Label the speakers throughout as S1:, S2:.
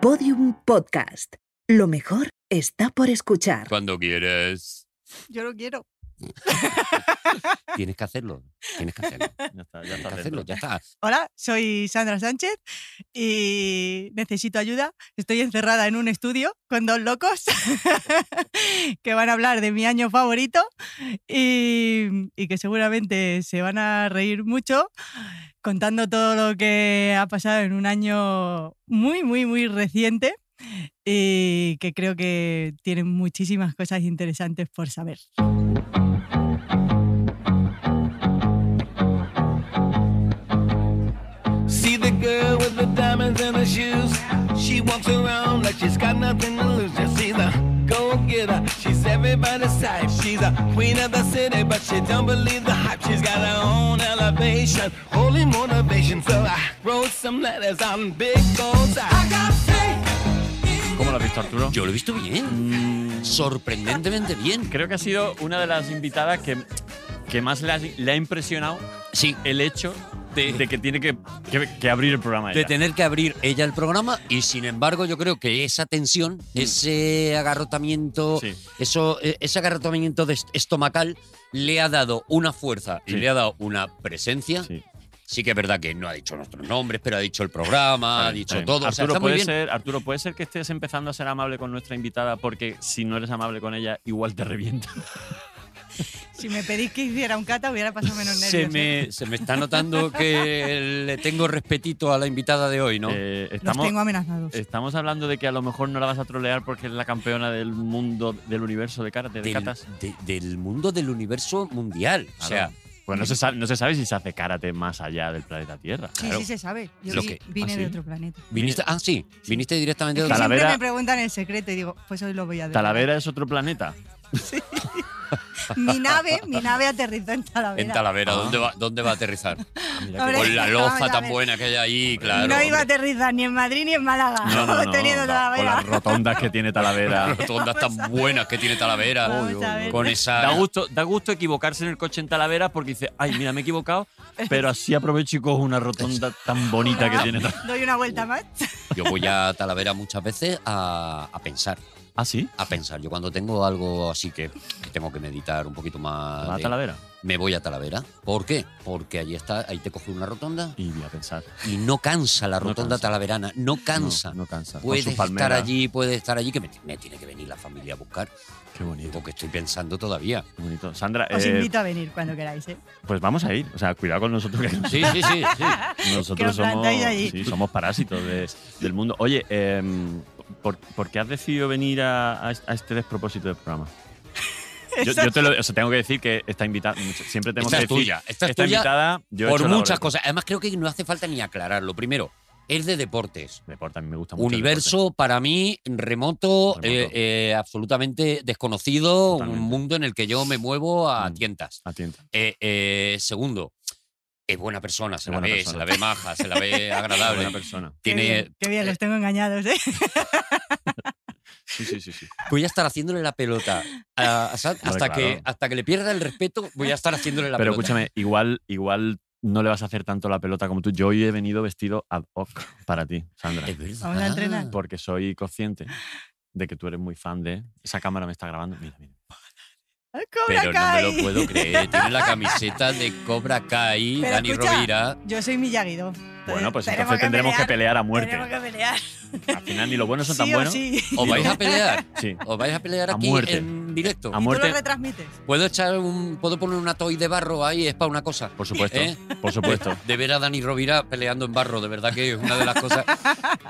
S1: Podium Podcast. Lo mejor está por escuchar.
S2: Cuando quieres.
S3: Yo lo quiero.
S2: Tienes que hacerlo. Tienes que hacerlo.
S4: Ya está, ya
S2: Tienes
S4: está
S2: que hacerlo.
S4: dentro.
S2: Ya está.
S3: Hola, soy Sandra Sánchez y necesito ayuda. Estoy encerrada en un estudio con dos locos que van a hablar de mi año favorito y, y que seguramente se van a reír mucho contando todo lo que ha pasado en un año muy, muy, muy reciente y que creo que tienen muchísimas cosas interesantes por saber.
S5: See the girl with the diamonds and the shoes. She walks around like she's got nothing to lose. Just see the go getter. She's everybody's type. She's a queen of the city, but she don't believe the hype. She's got her own elevation, holy motivation. So I wrote some letters on big goals. I got faith. in
S4: ¿Cómo lo has visto, Arturo?
S2: Yo lo he visto bien. Sorprendentemente bien.
S4: Creo que ha sido una de las invitadas que, que más le ha, le ha impresionado
S2: Sí.
S4: el hecho de, de que tiene que, que- que abrir el programa.
S2: De
S4: ella.
S2: tener que abrir ella el programa y sin embargo yo creo que esa tensión, ese agarrotamiento,
S4: Mm. Sí.
S2: eso, eh, ese agarrotamiento de est- estomacal le ha dado una fuerza y
S4: Sí.
S2: le ha dado una presencia. Sí.
S4: Sí.
S2: que es verdad que no ha dicho nuestros nombres, pero ha dicho el programa, ha
S4: Está bien,
S2: dicho
S4: está bien.
S2: todo. O sea,
S4: Arturo,
S2: está muy
S4: puede
S2: bien.
S4: ser, Arturo, puede ser que estés empezando a ser amable con nuestra invitada porque si no eres amable con ella, igual te revienta.
S3: Si me pedís que hiciera un cata, hubiera pasado menos nervios.
S2: Se
S3: ¿eh?
S2: me, se me está notando que le tengo respetito a la invitada de hoy, ¿no?
S4: Eh,
S3: Los
S4: estamos,
S3: tengo amenazados.
S4: estamos hablando de que a lo mejor no la vas a trolear porque es la campeona del mundo, del universo de karate, de
S2: del,
S4: katas.
S2: de- del mundo del universo mundial. O sea,
S4: Claro. Pues no se, sabe, no se sabe si se hace karate más allá del planeta Tierra.
S3: Sí, sí se sabe. Yo
S2: Lo
S3: vi-
S2: que-
S3: vine
S4: ¿Ah,
S3: de
S4: sí?
S3: otro planeta.
S2: viniste, ah, sí, viniste directamente de
S4: Claro. Talavera-
S3: Siempre me preguntan el secreto y digo, pues hoy lo voy a decir.
S4: Talavera es otro planeta.
S3: Mi nave, mi nave aterrizó en Talavera.
S2: En Talavera,
S4: Ah.
S2: ¿dónde, va, ¿dónde va a aterrizar?
S4: Mira
S3: Hombre,
S2: Con la loza
S3: vamos a
S2: tan
S3: ver.
S2: buena que hay ahí, claro.
S3: no iba a
S2: hombre.
S3: aterrizar ni en Madrid ni en Málaga.
S4: No, no, no,
S3: teniendo
S4: no, Con
S3: Talavera.
S4: las rotondas que tiene Talavera.
S2: Las rotondas tan buenas que tiene Talavera.
S3: Vamos a ver.
S2: Con esa.
S4: Da gusto, da gusto equivocarse en el coche en Talavera porque dice, ay, mira, me he equivocado, pero así aprovecho y cojo una rotonda tan bonita que tiene. Tal-".
S3: Doy una vuelta más.
S4: Eh,
S2: Yo voy a Talavera muchas veces a, a pensar.
S4: ¿Ah, sí?
S2: A pensar. Yo cuando tengo algo así que, que tengo que meditar un poquito más.
S4: Va a
S2: de-
S4: Talavera.
S2: me voy a Talavera. ¿Por qué? Porque ahí está, ahí te coge una rotonda
S4: Y voy a pensar.
S2: y no cansa la
S4: No
S2: rotonda
S4: cansa.
S2: talaverana. No cansa.
S4: No, no cansa. Con
S2: Puedes
S4: sus
S2: estar
S4: palmeras.
S2: allí, puedes estar allí, que me, me tiene que venir la familia a buscar,
S4: Qué bonito.
S2: porque estoy pensando todavía.
S4: qué bonito. Sandra,
S3: Os
S4: eh,
S3: invito a venir cuando queráis. ¿eh?
S4: pues vamos a ir. O sea, cuidado con nosotros que
S2: Sí, sí, sí, sí.
S3: Que
S4: Nosotros
S3: os
S4: somos,
S3: plantáis allí.
S4: sí, somos parásitos de- del mundo. Oye, em, ¿por, por qué has decidido venir a, a- a este despropósito del programa? Yo,
S3: Eso-
S4: yo te lo, o sea, tengo que decir que esta invitada, siempre tenemos
S2: Esta
S4: que
S2: es
S4: decir,
S2: tuya, esta es
S4: esta
S2: tuya
S4: invitada, yo he
S2: Por
S4: hecho la
S2: muchas
S4: boleta.
S2: cosas. Además, creo que no hace falta ni aclararlo. Primero, es de deportes.
S4: Deporte, a mí me gusta mucho. el
S2: Universo para mí remoto,
S4: Remoto.
S2: eh, eh, absolutamente desconocido,
S4: Totalmente.
S2: un mundo en el que yo me muevo a
S4: Mm.
S2: tientas.
S4: deporte. Atienta.
S2: Eh, eh, segundo, es buena persona, se
S4: Es
S2: la
S4: buena
S2: ve, se
S4: persona.
S2: la ve maja, se la ve
S4: Buena
S2: agradable.
S4: persona.
S3: Qué
S2: Tiene,
S3: bien, qué bien, los tengo engañados. ¿eh?
S4: Sí, sí, sí. sí.
S2: voy a estar haciéndole la pelota a- a Sad
S4: Hombre,
S2: hasta, que,
S4: claro.
S2: hasta que le pierda el respeto, voy a estar haciéndole la
S4: Pero
S2: pelota.
S4: escúchame, igual, igual no le vas a hacer tanto la pelota como tú. Yo hoy he venido vestido ad hoc para ti, Sandra.
S2: Es verdad.
S3: Vamos a entrenar.
S4: porque soy consciente de que tú eres muy fan de. Esa cámara me está grabando. Mira, mira.
S3: Cobra
S2: Pero no me
S3: Kai.
S2: lo puedo creer. Tiene la camiseta de Cobra Kai,
S3: Pero
S2: Dani
S3: escucha,
S2: Rovira.
S3: Yo soy Miyagido.
S4: Bueno, pues entonces tendremos que pelear a muerte.
S3: Tenemos que pelear.
S4: Al final ni los buenos son tan
S3: Sí o
S4: buenos.
S3: sí.
S2: ¿Os vais a pelear?
S4: Sí.
S2: ¿Os vais a pelear
S4: A
S2: aquí
S4: muerte.
S2: en directo?
S4: A
S3: ¿Y tú lo
S4: muerte.
S3: retransmites?
S2: ¿Puedo echar un, puedo poner una toy de barro ahí? Es para una cosa.
S4: Por supuesto.
S2: ¿Eh?
S4: Por supuesto.
S2: De ver a Dani Rovira peleando en barro, de verdad que es una de las cosas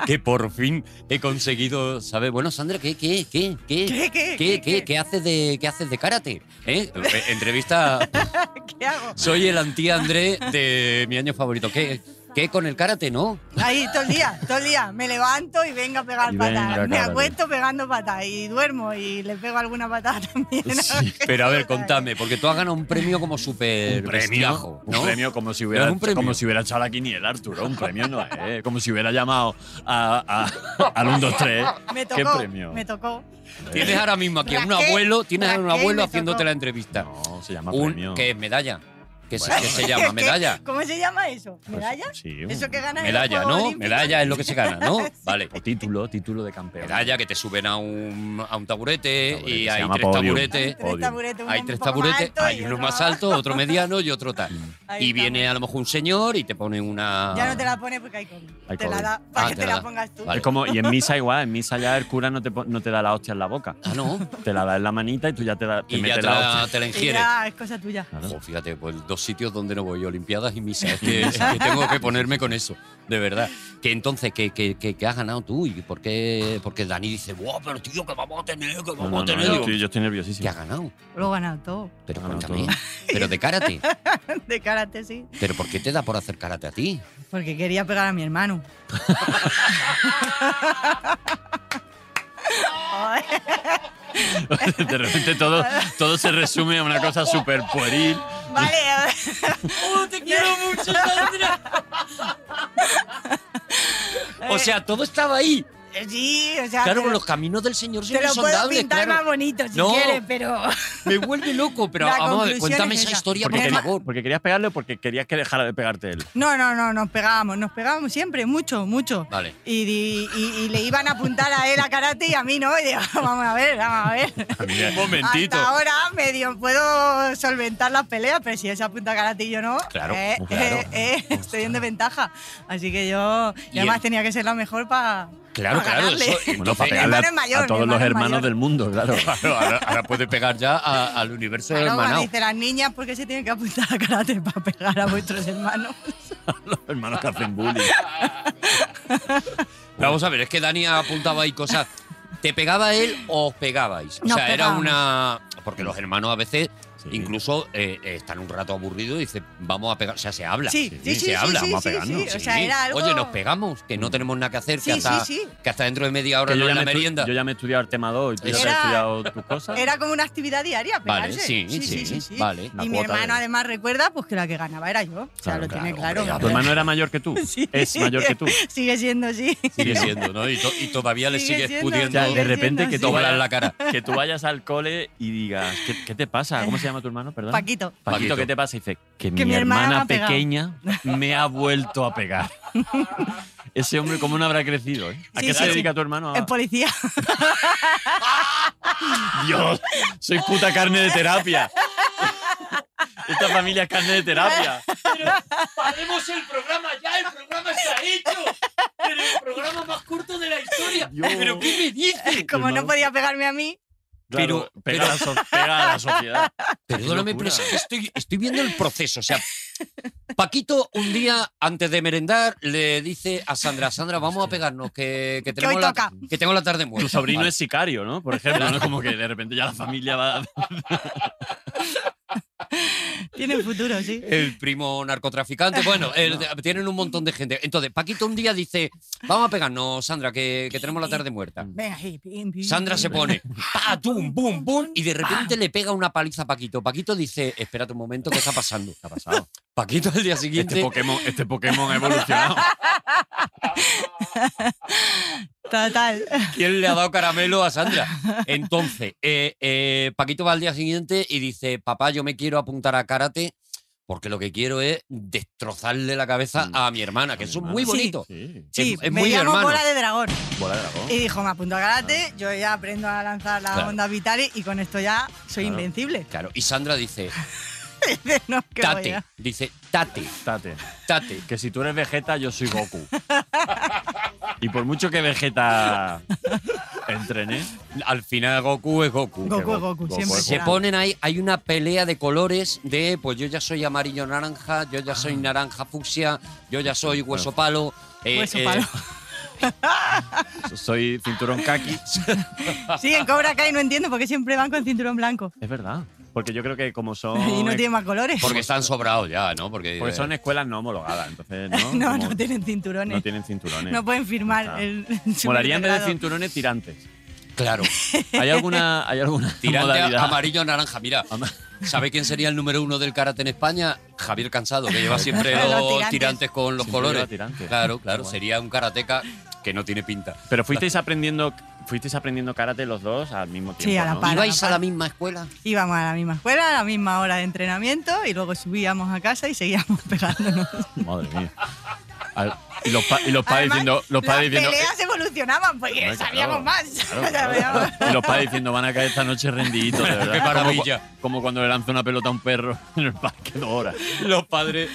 S2: que por fin he conseguido saber. Bueno, Sandra, ¿qué, qué, qué, qué,
S3: ¿Qué, qué,
S2: qué, qué, qué haces de, qué haces de karate? ¿Eh? Eh, Entrevista.
S3: ¿Qué hago?
S2: Soy el anti André de mi año favorito. ¿Qué, qué con el karate, no?
S3: Ahí todo el día, todo el día. Me levanto y venga a pegar
S4: Y venga,
S3: patas. Me
S4: claro.
S3: acuesto pegando patas y duermo y le pego alguna patada también.
S4: Sí.
S2: Pero a ver, contame, porque tú has ganado un premio como súper bestiajo,
S4: un
S2: ¿no?
S4: premio como si hubiera,
S2: No es un premio.
S4: como si hubiera echado la quiniela, Arturo. Un premio no es. Como si hubiera llamado a, a- al 1, 2, 3.
S3: Me
S4: ¿Qué
S3: tocó,
S4: premio?
S3: me tocó.
S2: Tienes ahora mismo aquí a un
S3: Raquel,
S2: abuelo, tienes a un
S3: Raquel
S2: abuelo
S3: me
S2: haciéndote
S3: tocó.
S2: la entrevista.
S4: Eh, No, se llama
S2: un
S4: premio.
S2: que es medalla. que se,
S4: Bueno.
S2: que se llama
S3: ¿Qué?
S2: medalla.
S3: ¿Cómo se llama eso?
S4: Pues,
S3: ¿Medalla?
S4: sí. un-
S3: Eso que gana
S2: Medalla, ¿no? Medalla es lo que se gana, ¿no? Vale. pues
S4: O título, título de campeón.
S2: Medalla que te suben a un, a un taburete,
S4: Taburete,
S2: y
S4: se
S2: hay
S4: llama
S2: tres
S4: podium.
S2: taburetes.
S4: Odio.
S2: Hay tres taburetes, hay uno más alto, otro mediano y otro tal.
S4: Mm.
S2: Y viene a lo mejor un señor y te pone una.
S3: Ya no te la pone porque hay COVID.
S4: Hay
S3: Te la
S4: COVID.
S3: da para
S2: Ah,
S3: que
S2: te
S3: te
S2: la
S3: la
S2: da.
S3: pongas tú.
S2: Vale.
S4: Es como, y en misa igual, en misa ya el cura no te, pon- no te da la hostia en la boca.
S2: Ah, no.
S4: Te la da en la manita y tú ya te, da, te
S2: Y ya
S4: metes
S2: te
S4: la
S2: la,
S4: hostia.
S2: te la
S3: Y
S2: ingieres.
S3: ya, es cosa tuya.
S4: Claro.
S2: Jo, fíjate, pues dos sitios donde no voy, Olimpiadas y misa. Es que, es que tengo que ponerme con eso, de verdad. Que entonces, que, que, que- que has ganado tú y por qué. Porque Dani dice, wow, pero tío, que vamos a tener, que vamos
S4: No, no,
S2: a
S4: no,
S2: tener.
S4: yo,
S2: Digo,
S4: estoy, yo estoy
S2: ¿Qué
S4: nerviosísimo.
S2: has ganado?
S3: Lo he ganado todo.
S2: Pero
S4: Ha ganado
S2: cuéntame.
S4: todo.
S2: Pero de karate.
S3: De karate, sí.
S2: ¿Pero por qué te da por hacer karate a ti?
S3: Porque quería pegar a mi hermano. Ay,
S4: De repente todo, todo se resume a una cosa súper pueril.
S3: vale.
S2: Oh,
S3: te quiero mucho, Eh.
S2: O sea, todo estaba ahí.
S3: Sí, o sea.
S2: Claro,
S3: te,
S2: los caminos del Señor
S3: te
S2: siempre
S3: lo
S2: son
S3: puedo
S2: dables,
S3: pintar más
S2: claro.
S3: bonito si
S2: No.
S3: quieres, pero.
S2: Me vuelve loco, pero
S3: La
S2: vamos a ver,
S3: conclusión
S2: cuéntame
S3: es
S2: esa
S3: esa.
S2: historia,
S4: Porque,
S2: por
S4: querías-
S2: favor.
S4: porque querías pegarle o porque querías que dejara de pegarte él.
S3: No, no, no, nos pegábamos, nos pegábamos siempre, mucho, mucho.
S2: Vale.
S3: Y, di- y- y le iban a apuntar a él a karate y a mí no. Y digo, vamos a ver, vamos a ver.
S4: Un momentito.
S3: Hasta ahora medio puedo solventar las peleas, pero si esa apunta karate y yo no,
S2: Claro,
S3: eh,
S2: claro.
S3: eh, eh, estoy en desventaja. Así que yo, y
S2: Y
S3: además
S2: el-
S3: tenía que ser la mejor para.
S2: Claro, claro.
S3: ganarle.
S2: Eso,
S4: Bueno,
S2: entonces,
S4: para pegarle
S3: hermano es mayor,
S4: a,
S3: mi
S4: todos
S3: hermano
S4: los
S3: es
S4: hermanos
S3: mayor.
S4: del mundo, claro.
S2: Claro, ahora, ahora puede pegar ya a- al universo del hermanao.
S3: Ah, dice las niñas, ¿por qué se tienen que apuntar a karate para pegar a vuestros hermanos?
S4: los hermanos que hacen bullying.
S2: Vamos a ver, es que Dani apuntaba ahí cosas. ¿Te pegaba él o os pegabais? O
S3: Nos
S2: sea, era
S3: pegábamos.
S2: una. Porque los hermanos a veces
S4: Sí.
S2: incluso eh, eh, están un rato aburridos y dicen, vamos a pegar. O sea, se habla.
S3: Sí, sí, sí,
S2: se
S3: sí,
S2: habla,
S3: sí,
S2: vamos a
S3: sí,
S2: pegarnos.
S3: sí, o sea, era algo-
S2: Oye, nos pegamos, que no tenemos nada que hacer,
S3: Sí,
S2: que, hasta,
S3: sí, sí.
S2: que hasta dentro de media hora
S4: Que
S2: no
S4: yo,
S2: es
S4: ya
S2: la
S4: me estu-
S2: merienda.
S4: yo ya me he estudiado el tema 2 y tú ya te has
S3: Era-
S4: estudiado tus cosas.
S3: Era como una actividad diaria,
S2: Vale,
S3: pegarse.
S2: sí, sí, vale.
S3: Y
S4: Una
S3: mi
S4: cuota
S3: hermano
S4: de-
S3: además recuerda pues que la que ganaba era yo. O sea,
S4: Claro,
S3: lo tiene
S2: claro,
S3: claro.
S2: hombre,
S4: ¿Tu hermano era mayor que tú?
S3: Sí.
S4: Es mayor que tú.
S3: Sigue siendo, sí.
S2: Sigue siendo, ¿no? Y, to- y todavía le
S3: Sigue
S2: sigues
S3: siendo,
S2: pudiendo
S4: Ya, de
S3: Sigue
S4: repente
S3: siendo
S4: que
S3: así.
S4: tú,
S2: doblar
S4: vayas,
S2: la cara.
S4: que tú vayas al cole y digas, ¿qué, qué te pasa? ¿Cómo se llama tu hermano? Perdón.
S3: Paquito.
S4: Paquito,
S2: Paquito.
S4: ¿qué te pasa? Y dice, que,
S3: Que
S4: mi
S3: mi hermana
S4: hermana
S3: me ha pegado".
S4: pequeña me ha vuelto a pegar. Ese hombre, ¿cómo no habrá crecido? eh? ¿A
S3: Sí,
S4: qué se
S3: sí,
S4: dedica
S3: sí.
S4: tu
S2: Ah.
S4: hermano?
S3: Es
S4: A...
S3: policía.
S4: Dios, soy puta carne de terapia. Esta familia es carne de terapia.
S6: Paremos el programa ya, el programa está hecho. Pero el programa más corto de la historia.
S4: Dios.
S6: ¿Pero qué me dices?
S3: Como
S4: hermano.
S3: no podía pegarme a mí,
S4: Claro,
S2: Pero-
S4: pega, a la so- pega a la sociedad.
S2: Perdóname, pero
S4: locura.
S2: es que estoy, estoy viendo el proceso. O sea, Paquito un día antes de merendar le dice a Sandra, Sandra, vamos a pegarnos, que, que, tenemos
S3: hoy
S2: la,
S3: toca".
S2: que tengo la tarde muerta.
S4: Tu sobrino
S2: Vale.
S4: es sicario, ¿no? Por ejemplo, ¿no? como que de repente ya la familia va.
S3: tiene futuro, sí.
S2: El primo narcotraficante, bueno, el- tienen un montón de gente. Entonces, Paquito un día dice, vamos a pegarnos, Sandra, que, que tenemos la tarde muerta.
S3: Venga, ahí, pim, pim,
S2: Sandra
S3: pim,
S2: se
S3: pim.
S2: pone, pa, tum, bum, bum, y de repente le pega una paliza a Paquito. Paquito dice, espérate un momento, ¿qué está pasando? ¿Qué ha pasado? Paquito al día
S4: Este
S2: siguiente
S4: Pokémon, este Pokémon ha evolucionado.
S3: Total.
S2: ¿Quién le ha dado caramelo a Sandra? Entonces, eh, eh, Paquito va al día siguiente y dice, papá, yo me quiero apuntar a karate porque lo que quiero es destrozarle la cabeza a mi hermana, que
S4: Mm. A mi
S2: eso es
S4: hermana.
S2: muy
S3: Sí.
S2: bonito.
S4: Sí.
S3: Sí,
S2: es
S3: me
S2: muy
S3: llamo
S2: hermano.
S3: bola de dragón.
S4: Bola de dragón.
S3: Y dijo, me apunto a karate, yo ya aprendo a lanzar las
S2: Claro.
S3: ondas vitales y con esto ya soy
S4: Claro.
S3: invencible.
S2: Claro, y Sandra dice,
S3: no, que voy
S2: tate,
S3: a-
S2: dice, tate,
S4: Tate,
S2: tate.
S4: Eh, que si tú eres Vegeta, yo soy Goku. y por mucho que Vegeta entrené,
S2: Al final Goku es Goku.
S3: Goku,
S4: Goku,
S3: Goku,
S4: Goku,
S3: siempre.
S4: Goku.
S2: Pues Se
S3: será.
S2: ponen ahí, hay una pelea de colores de, pues yo ya soy amarillo naranja, yo ya
S3: Ah.
S2: soy naranja fucsia, yo ya soy hueso palo. eh,
S3: Hueso
S2: eh,
S3: palo.
S4: soy cinturón kaki.
S3: Sí, en Cobra Kai no entiendo por qué siempre van con cinturón blanco.
S4: Es verdad. Porque yo creo que como son.
S3: y no
S4: es-
S3: tienen más colores.
S2: Porque están sobrados ya, ¿no? Porque,
S3: Pues
S2: eh,
S4: porque son escuelas no homologadas, entonces no.
S3: no,
S4: Como
S3: no tienen cinturones.
S4: no tienen cinturones.
S3: No pueden firmar
S4: Está.
S3: el.
S4: Molaría en vez de
S3: supergrado.
S4: cinturones tirantes.
S2: Claro.
S4: ¿Hay alguna, hay alguna
S2: Tirante
S4: modalidad?
S2: amarillo naranja, mira.
S4: Ama-
S2: ¿Sabe quién sería el número uno del karate en España? Javier Cansado, que lleva siempre
S3: Los
S2: los tirantes.
S3: tirantes.
S2: con los
S4: Siempre
S2: colores.
S4: lleva tirantes.
S2: Claro, claro,
S4: Guay.
S2: sería un karateca que no tiene pinta.
S4: Pero fuisteis aprendiendo fuisteis aprendiendo karate los dos al mismo
S3: Sí,
S4: tiempo.
S3: a la
S4: ¿no?
S3: par.
S2: ¿Ibais a
S3: para.
S2: la misma escuela?
S3: Íbamos a la misma escuela, a la misma hora de entrenamiento y luego subíamos a casa y seguíamos pegándonos.
S4: Madre mía. Al- y los, pa- y los padres
S3: Además,
S4: diciendo. Los padres
S3: Las
S4: diciendo
S3: peleas evolucionaban porque
S4: Hombre,
S3: sabíamos
S4: claro,
S3: más.
S4: Claro, claro,
S3: Sabíamos-
S4: claro. Y los padres diciendo, van a caer esta noche rendiditos, de verdad.
S2: Qué maravilla.
S4: Como, cu- como cuando le lanza una pelota a un perro en el parque dos horas.
S2: Los padres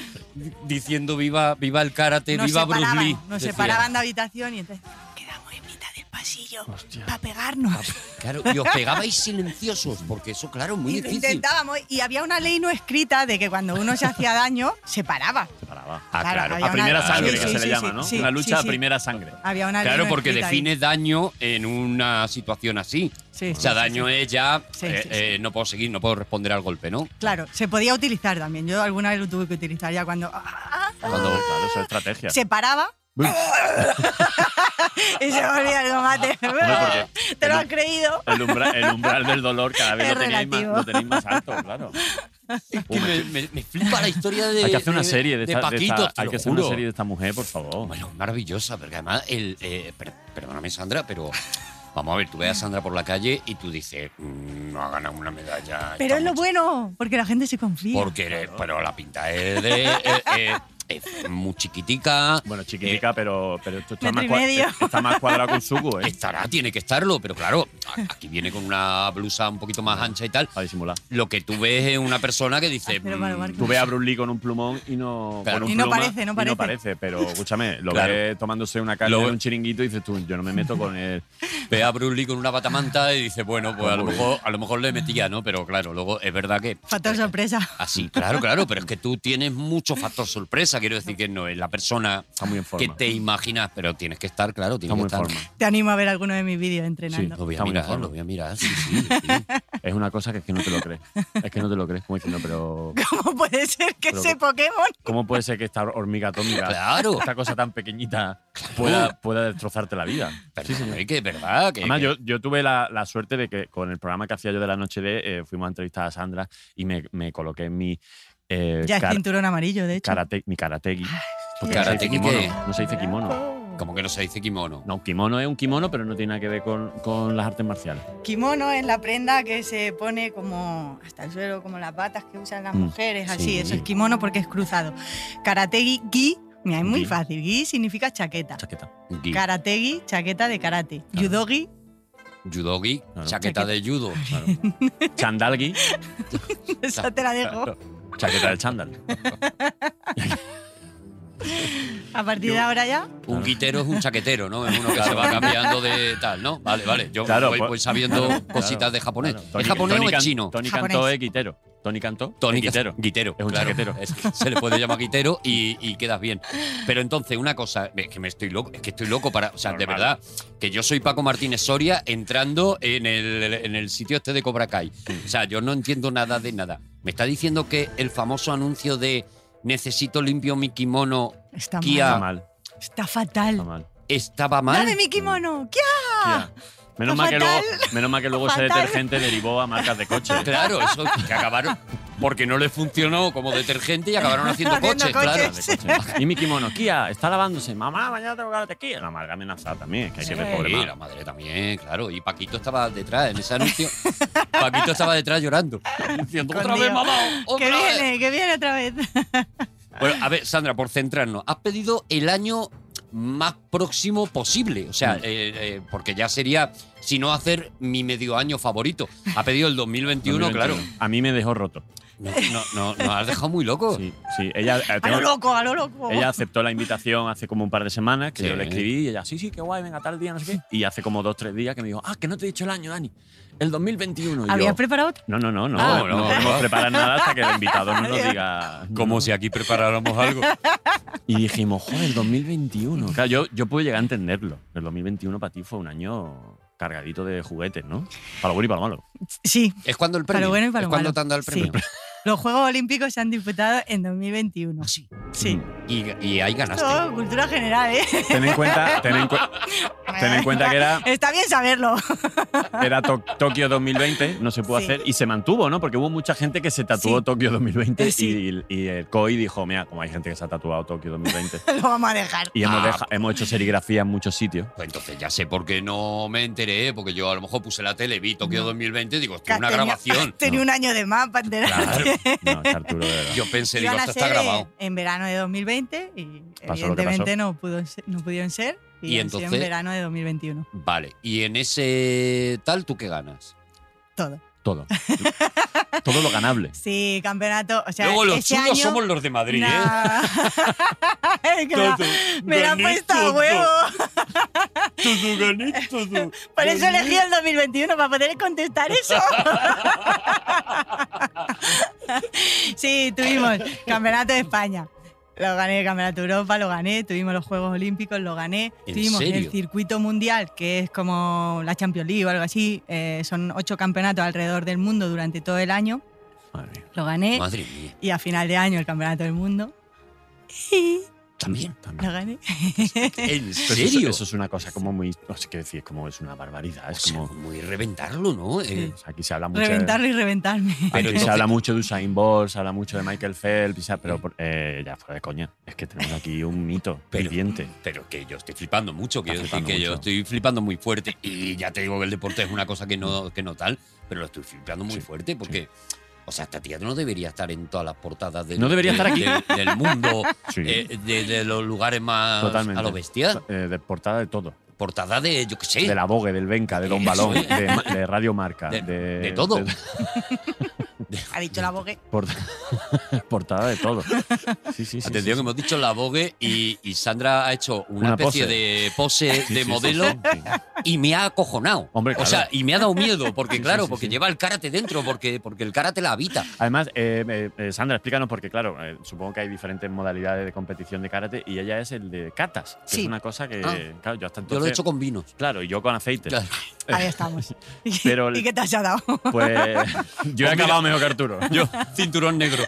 S2: diciendo viva, viva el karate,
S3: nos
S2: viva Bruce
S3: separaban,
S2: Lee.
S3: Nos
S2: decían.
S3: separaban de habitación y entonces quedamos en mitad del pasillo
S4: Hostia.
S3: para pegarnos.
S2: Claro, y os pegabais silenciosos, porque eso, claro, es muy
S3: Y lo
S2: difícil.
S3: intentábamos y había una ley no escrita de que cuando uno se hacía daño se paraba.
S4: Se paraba.
S2: Ah, claro.
S3: había una-
S4: A primera
S3: sí,
S4: sangre,
S3: sí,
S4: que se
S3: sí,
S4: le llama,
S3: sí,
S4: ¿no?
S3: sí,
S4: una lucha
S3: sí,
S4: a
S3: sí.
S4: primera sangre.
S3: Había una ley
S2: Claro,
S3: no
S2: porque
S3: escrita ahí.
S2: define daño en una situación así.
S3: Sí,
S2: O sea,
S3: sí, sí,
S2: daño
S3: sí.
S2: es ya,
S3: Sí,
S2: eh,
S3: sí, sí.
S2: eh, no puedo seguir, no puedo responder al golpe, ¿no?
S3: Claro, se podía utilizar también. Yo alguna vez lo tuve que utilizar ya cuando ah, ah, ah,
S4: Cuando, claro, eso es estrategia.
S3: se paraba
S4: Uy,
S3: y se volvía el combate.
S4: Hombre,
S3: ¿Te lo
S4: el-
S3: has creído?
S4: el, umbra- el umbral del dolor cada vez
S3: Es
S4: lo tenéis, más,
S3: relativo.
S4: lo tenéis más alto, claro.
S2: Que me, me- me flipa la historia de.
S4: hay que hacer una
S2: de-
S4: serie de,
S2: de
S4: esta, de
S2: Paquito,
S4: esta-
S2: te
S4: Hay
S2: lo
S4: que hacer
S2: juro.
S4: una serie de esta mujer, por favor.
S2: Bueno, maravillosa, porque además, el, eh, per- perdóname Sandra, pero vamos a ver, tú ves a Sandra por la calle y tú dices, "Mm, no ha ganado una medalla. esta
S3: Pero es lo
S2: muchacha".
S3: bueno, porque la gente se confía.
S2: Porque, eres- pero la pinta es de. eh, eh, es muy chiquitica.
S4: Bueno,
S2: eh,
S4: chiquitica, pero, pero esto está
S3: Metro
S4: más,
S3: y
S4: cua-
S3: medio.
S4: está más cuadrado con Suku, ¿eh?
S2: Estará, tiene que estarlo, pero claro, a- aquí viene con una blusa un poquito más ancha y tal.
S4: A disimular.
S2: Lo que tú ves es una persona que
S4: Ah,
S2: dice.
S3: Pero para
S2: "Mm,
S3: Marco-
S4: Tú ves a Bruce Lee con un plumón y no.
S2: Claro.
S4: con un
S3: Y no
S4: pluma
S3: parece, no
S4: y
S3: parece.
S4: pero escúchame, lo
S2: Claro.
S4: ves tomándose una caña
S2: Lo ve-
S4: en un chiringuito y dices tú, yo no me meto con él.
S2: ve a Bruce Lee con una batamanta y dice, bueno, pues a lo
S4: Muy bien.
S2: mejor, a lo mejor le metía, ¿no? Pero claro, luego es verdad que.
S3: Factor sorpresa.
S2: Así, claro, claro, pero es que tú tienes mucho factor sorpresa. Quiero decir que no es la persona
S4: Está muy en
S2: que
S4: forma.
S2: te imaginas, pero tienes que estar, claro,
S4: Está
S2: tienes
S4: muy
S2: que
S4: en
S2: estar.
S4: forma.
S3: Te animo a ver alguno de mis vídeos entrenando.
S2: Lo voy a
S4: Está muy en
S2: mirar,
S4: forma.
S2: lo voy a mirar. Sí, sí, sí.
S4: Es una cosa que es que no te lo crees. Es que no te lo crees. Como diciendo, pero.
S3: ¿Cómo puede ser que
S4: Pero-
S3: ese Pokémon?
S4: ¿Cómo puede ser que esta hormiga atómica,
S2: Claro.
S4: esta cosa tan pequeñita, pueda, pueda destrozarte la vida?
S2: Pero
S4: Sí, señor.
S2: que es verdad que.
S4: Además,
S2: Eh, que-
S4: yo, yo tuve la, la suerte de que con el programa que hacía yo de la noche de, eh, fuimos a entrevistar a Sandra y me, me coloqué en mi. Eh,
S3: Ya es
S4: car-
S3: cinturón amarillo, de hecho.
S4: karate, mi karategi. Porque
S2: Karategi
S4: no se dice
S2: que-
S4: kimono. No se dice kimono.
S2: Como que no se dice kimono.
S4: No, un kimono es un kimono, pero no tiene nada que ver con, con las artes marciales.
S3: Kimono es la prenda que se pone como hasta el suelo, como las batas que usan las
S4: Mm,
S3: mujeres, así.
S4: sí.
S3: Eso es kimono porque es cruzado. Karategi gi, mira, es muy
S4: Gi.
S3: fácil. Gi significa chaqueta.
S4: Chaqueta.
S2: Gi.
S3: Karategi, chaqueta de karate.
S4: Claro.
S3: Yudogi,
S2: Judogi,
S4: Claro.
S2: chaqueta de judo.
S4: Chandalgi,
S3: esa te la dejo.
S4: chaqueta del chándal.
S3: A partir de ahora ya.
S2: Un guitero es un chaquetero, ¿no? Es uno que se va cambiando de tal, ¿no? Vale, vale. Yo
S4: Claro,
S2: voy,
S4: pues-
S2: voy sabiendo
S4: claro,
S2: cositas de japonés.
S4: Claro.
S2: ¿Es japonés
S4: Tony
S2: o es
S4: Can-
S2: chino?
S4: Tony
S3: Japonés.
S4: Cantó es guitero. Tony Cantó
S2: Tony
S4: es guitero.
S2: Guitero.
S4: Es un
S2: claro.
S4: chaquetero.
S2: Es- se le puede llamar guitero y, y quedas bien. Pero entonces, una cosa, es que me estoy loco, es que estoy loco para. O sea, de
S4: Normal.
S2: verdad, que yo soy Paco Martínez Soria entrando en el, en el sitio este de Cobra Kai.
S4: Hmm.
S2: O sea, yo no entiendo nada de nada. Me está diciendo que el famoso anuncio de necesito limpio mi kimono
S3: Está
S2: Kia.
S4: Está
S3: mal.
S4: mal,
S3: Está
S4: está
S3: fatal.
S4: mal.
S2: estaba mal.
S3: Dame mi kimono. Kia.
S4: Tía, Menos
S3: Ah, Está
S4: mal, que luego,
S3: fatal.
S4: menos mal que luego ese
S3: Fatal.
S4: detergente derivó a marcas de coche.
S2: Claro, eso que acabaron porque no les funcionó como detergente y acabaron haciendo,
S3: Haciendo
S2: coches, claro.
S3: coches.
S4: De coche. Y mi kimono, Kia, está lavándose. Mamá, mañana tengo que lavarte Kia. La madre amenaza también, que hay que ver
S2: Sí,
S4: pobre
S2: la
S4: madre.
S2: madre también, claro. Y Paquito estaba detrás en ese anuncio. Paquito estaba detrás llorando. Diciendo, otra
S3: Escondido.
S2: vez, mamá.
S3: Que
S2: Otra vez".
S3: viene, que viene otra vez.
S2: Bueno, a ver, Sandra, por centrarnos, has pedido el año más próximo posible. O sea,
S4: Mm.
S2: eh, eh, porque ya sería, si no hacer mi medio año favorito. Ha pedido el 2021, claro.
S4: A mí me dejó roto.
S2: No, no, no, nos has dejado muy loco.
S4: Sí, sí. Ella, eh,
S3: A lo
S4: tengo-
S3: loco, a lo loco.
S4: Ella aceptó la invitación hace como un par de semanas, que
S2: Sí.
S4: yo le escribí y ella, sí, sí, qué guay, venga, tal día, no sé qué. Y hace como dos, tres días que me dijo, ah, que no te he dicho el año, Dani, el 2021. Y
S3: ¿Habías
S4: yo,
S3: preparado otra?
S4: no, no, no, no,
S2: Ah,
S4: no,
S2: no,
S4: no
S2: no.
S4: podemos preparar nada hasta que el invitado no nos diga.
S2: Como si aquí preparáramos algo.
S4: Y dijimos, joder, el 2021. Claro, yo, yo pude llegar a entenderlo. El 2021 para ti fue un año cargadito de juguetes, ¿no? Para lo bueno y para lo malo.
S3: Sí,
S2: Es cuando el premio.
S3: para lo bueno y para
S2: es
S3: lo
S2: cuando
S3: malo.
S2: te han dado el
S3: Sí.
S2: premio.
S3: Los Juegos Olímpicos se han disputado en 2021.
S2: Así.
S3: Sí.
S2: Y, y ahí ganaste.
S3: Esto, cultura general, ¿eh?
S4: Ten en cuenta, ten en, cu- ten en cuenta que era,
S3: Está bien saberlo.
S4: era To- Tokio 2020, no se pudo
S3: Sí.
S4: hacer y se mantuvo, ¿no? Porque hubo mucha gente que se tatuó
S3: Sí.
S4: Tokio 2020
S3: Eh, sí.
S4: y, y el COI dijo, mira, como hay gente que se ha tatuado Tokio 2020
S3: Lo vamos a dejar.
S4: y hemos,
S2: Ah,
S4: deja- hemos hecho serigrafía en muchos sitios.
S2: Pues entonces ya sé por qué no me enteré, porque yo a lo mejor puse la tele, vi Tokio
S3: No.
S2: 2020 digo,
S3: Que
S2: esto es
S3: has
S2: una
S3: tenido-
S2: grabación.
S3: has tenido un año de más para enterarte.
S2: Claro.
S4: No, es Arturo, de verdad.
S2: Yo pensé, digo,
S3: Iban a
S2: esto está
S3: ser
S2: grabado.
S3: En, en verano de 2020 y
S4: Pasó lo que
S3: evidentemente no, pudo ser- no pudieron ser.
S2: Y
S3: Y, han sido
S2: entonces-
S3: en verano de 2021.
S2: Vale, y en ese tal, ¿tú qué ganas?
S3: Todo.
S4: Todo. Todo lo ganable.
S3: Sí, campeonato. O sea,
S2: Luego los
S3: ese
S2: chulos
S3: año-
S2: somos los de Madrid, ¿eh?
S3: Nah. Es que me la-
S2: Todo,
S3: me la han
S2: gané
S3: puesto a
S2: todo.
S3: huevo.
S2: Todo, gané todo.
S3: Por eso elegí el 2021, para poder contestar eso. sí, tuvimos Campeonato de España. Lo gané, Campeonato de Europa, lo gané. Tuvimos los Juegos Olímpicos, lo gané.
S2: ¿En
S3: tuvimos
S2: serio?
S3: el Circuito Mundial, que es como la Champions League o algo así. Eh, son ocho campeonatos alrededor del mundo durante todo el año.
S4: Madre mía.
S3: Lo gané.
S2: Madre mía,
S3: Y a final de año, el Campeonato del Mundo. Y
S2: también.
S3: lo gané.
S2: ¿En
S4: Pero eso-
S2: serio?
S4: Eso, es una cosa como muy. No sé qué decir, es como es una barbaridad.
S2: O
S4: Es
S2: sea,
S4: como.
S2: muy reventarlo, ¿no? Eh,
S4: o sea, aquí se habla mucho.
S3: Reventarlo y reventarme.
S4: Aquí
S2: Pero
S4: se
S2: entonces-
S4: habla mucho de Usain Bolt, se habla mucho de Michael Phelps, y se- pero por- eh, ya fuera de coña. Es que tenemos aquí un mito
S2: Pero-
S4: viviente.
S2: Pero que yo estoy flipando mucho, quiero decir
S4: flipando
S2: que yo
S4: mucho.
S2: estoy flipando muy fuerte. Y ya te digo que el deporte es una cosa que no, que no tal, pero lo estoy flipando muy
S4: Sí,
S2: fuerte porque, o sea, esta tía no debería estar en todas las portadas del,
S4: No debería
S2: del-
S4: estar aquí.
S2: del- del mundo,
S4: Sí.
S2: eh, de, de los lugares más
S4: Totalmente.
S2: a lo bestia.
S4: Eh, de portada de todo.
S2: Portada de, yo qué sé,
S4: De la Vogue, del Benca, de Don
S2: Eso
S4: Balón,
S2: es.
S4: de, ma- de Radio Marca.
S2: Eh. De-
S4: De,
S2: de todo.
S4: de-
S3: Ha dicho la boque.
S4: por- portada de todo. Sí, sí, sí.
S2: Atención,
S4: sí,
S2: que hemos dicho la Vogue y, y Sandra ha hecho una,
S4: Una
S2: especie
S4: pose.
S2: de pose
S4: sí,
S2: de
S4: sí, sí,
S2: modelo
S4: sí, sí.
S2: y me ha acojonado.
S4: Hombre,
S2: O
S4: claro.
S2: sea, y me ha dado miedo, porque
S4: Sí, sí,
S2: claro,
S4: sí,
S2: porque
S4: sí.
S2: lleva el karate dentro, porque, porque el karate la habita.
S4: Además, eh, eh, eh, Sandra, explícanos porque, claro, eh, supongo que hay diferentes modalidades de competición de karate y ella es el de catas, que
S3: Sí.
S4: es una cosa que,
S2: Ah.
S4: claro, yo hasta entonces…
S2: Yo lo he hecho con vinos.
S4: Claro, y yo con aceite.
S2: Claro.
S3: Ahí estamos.
S4: Pero-
S3: ¿Y qué te has dado?
S4: Pues yo he
S2: mira.
S4: acabado mejor que Arturo.
S2: Yo, cinturón negro.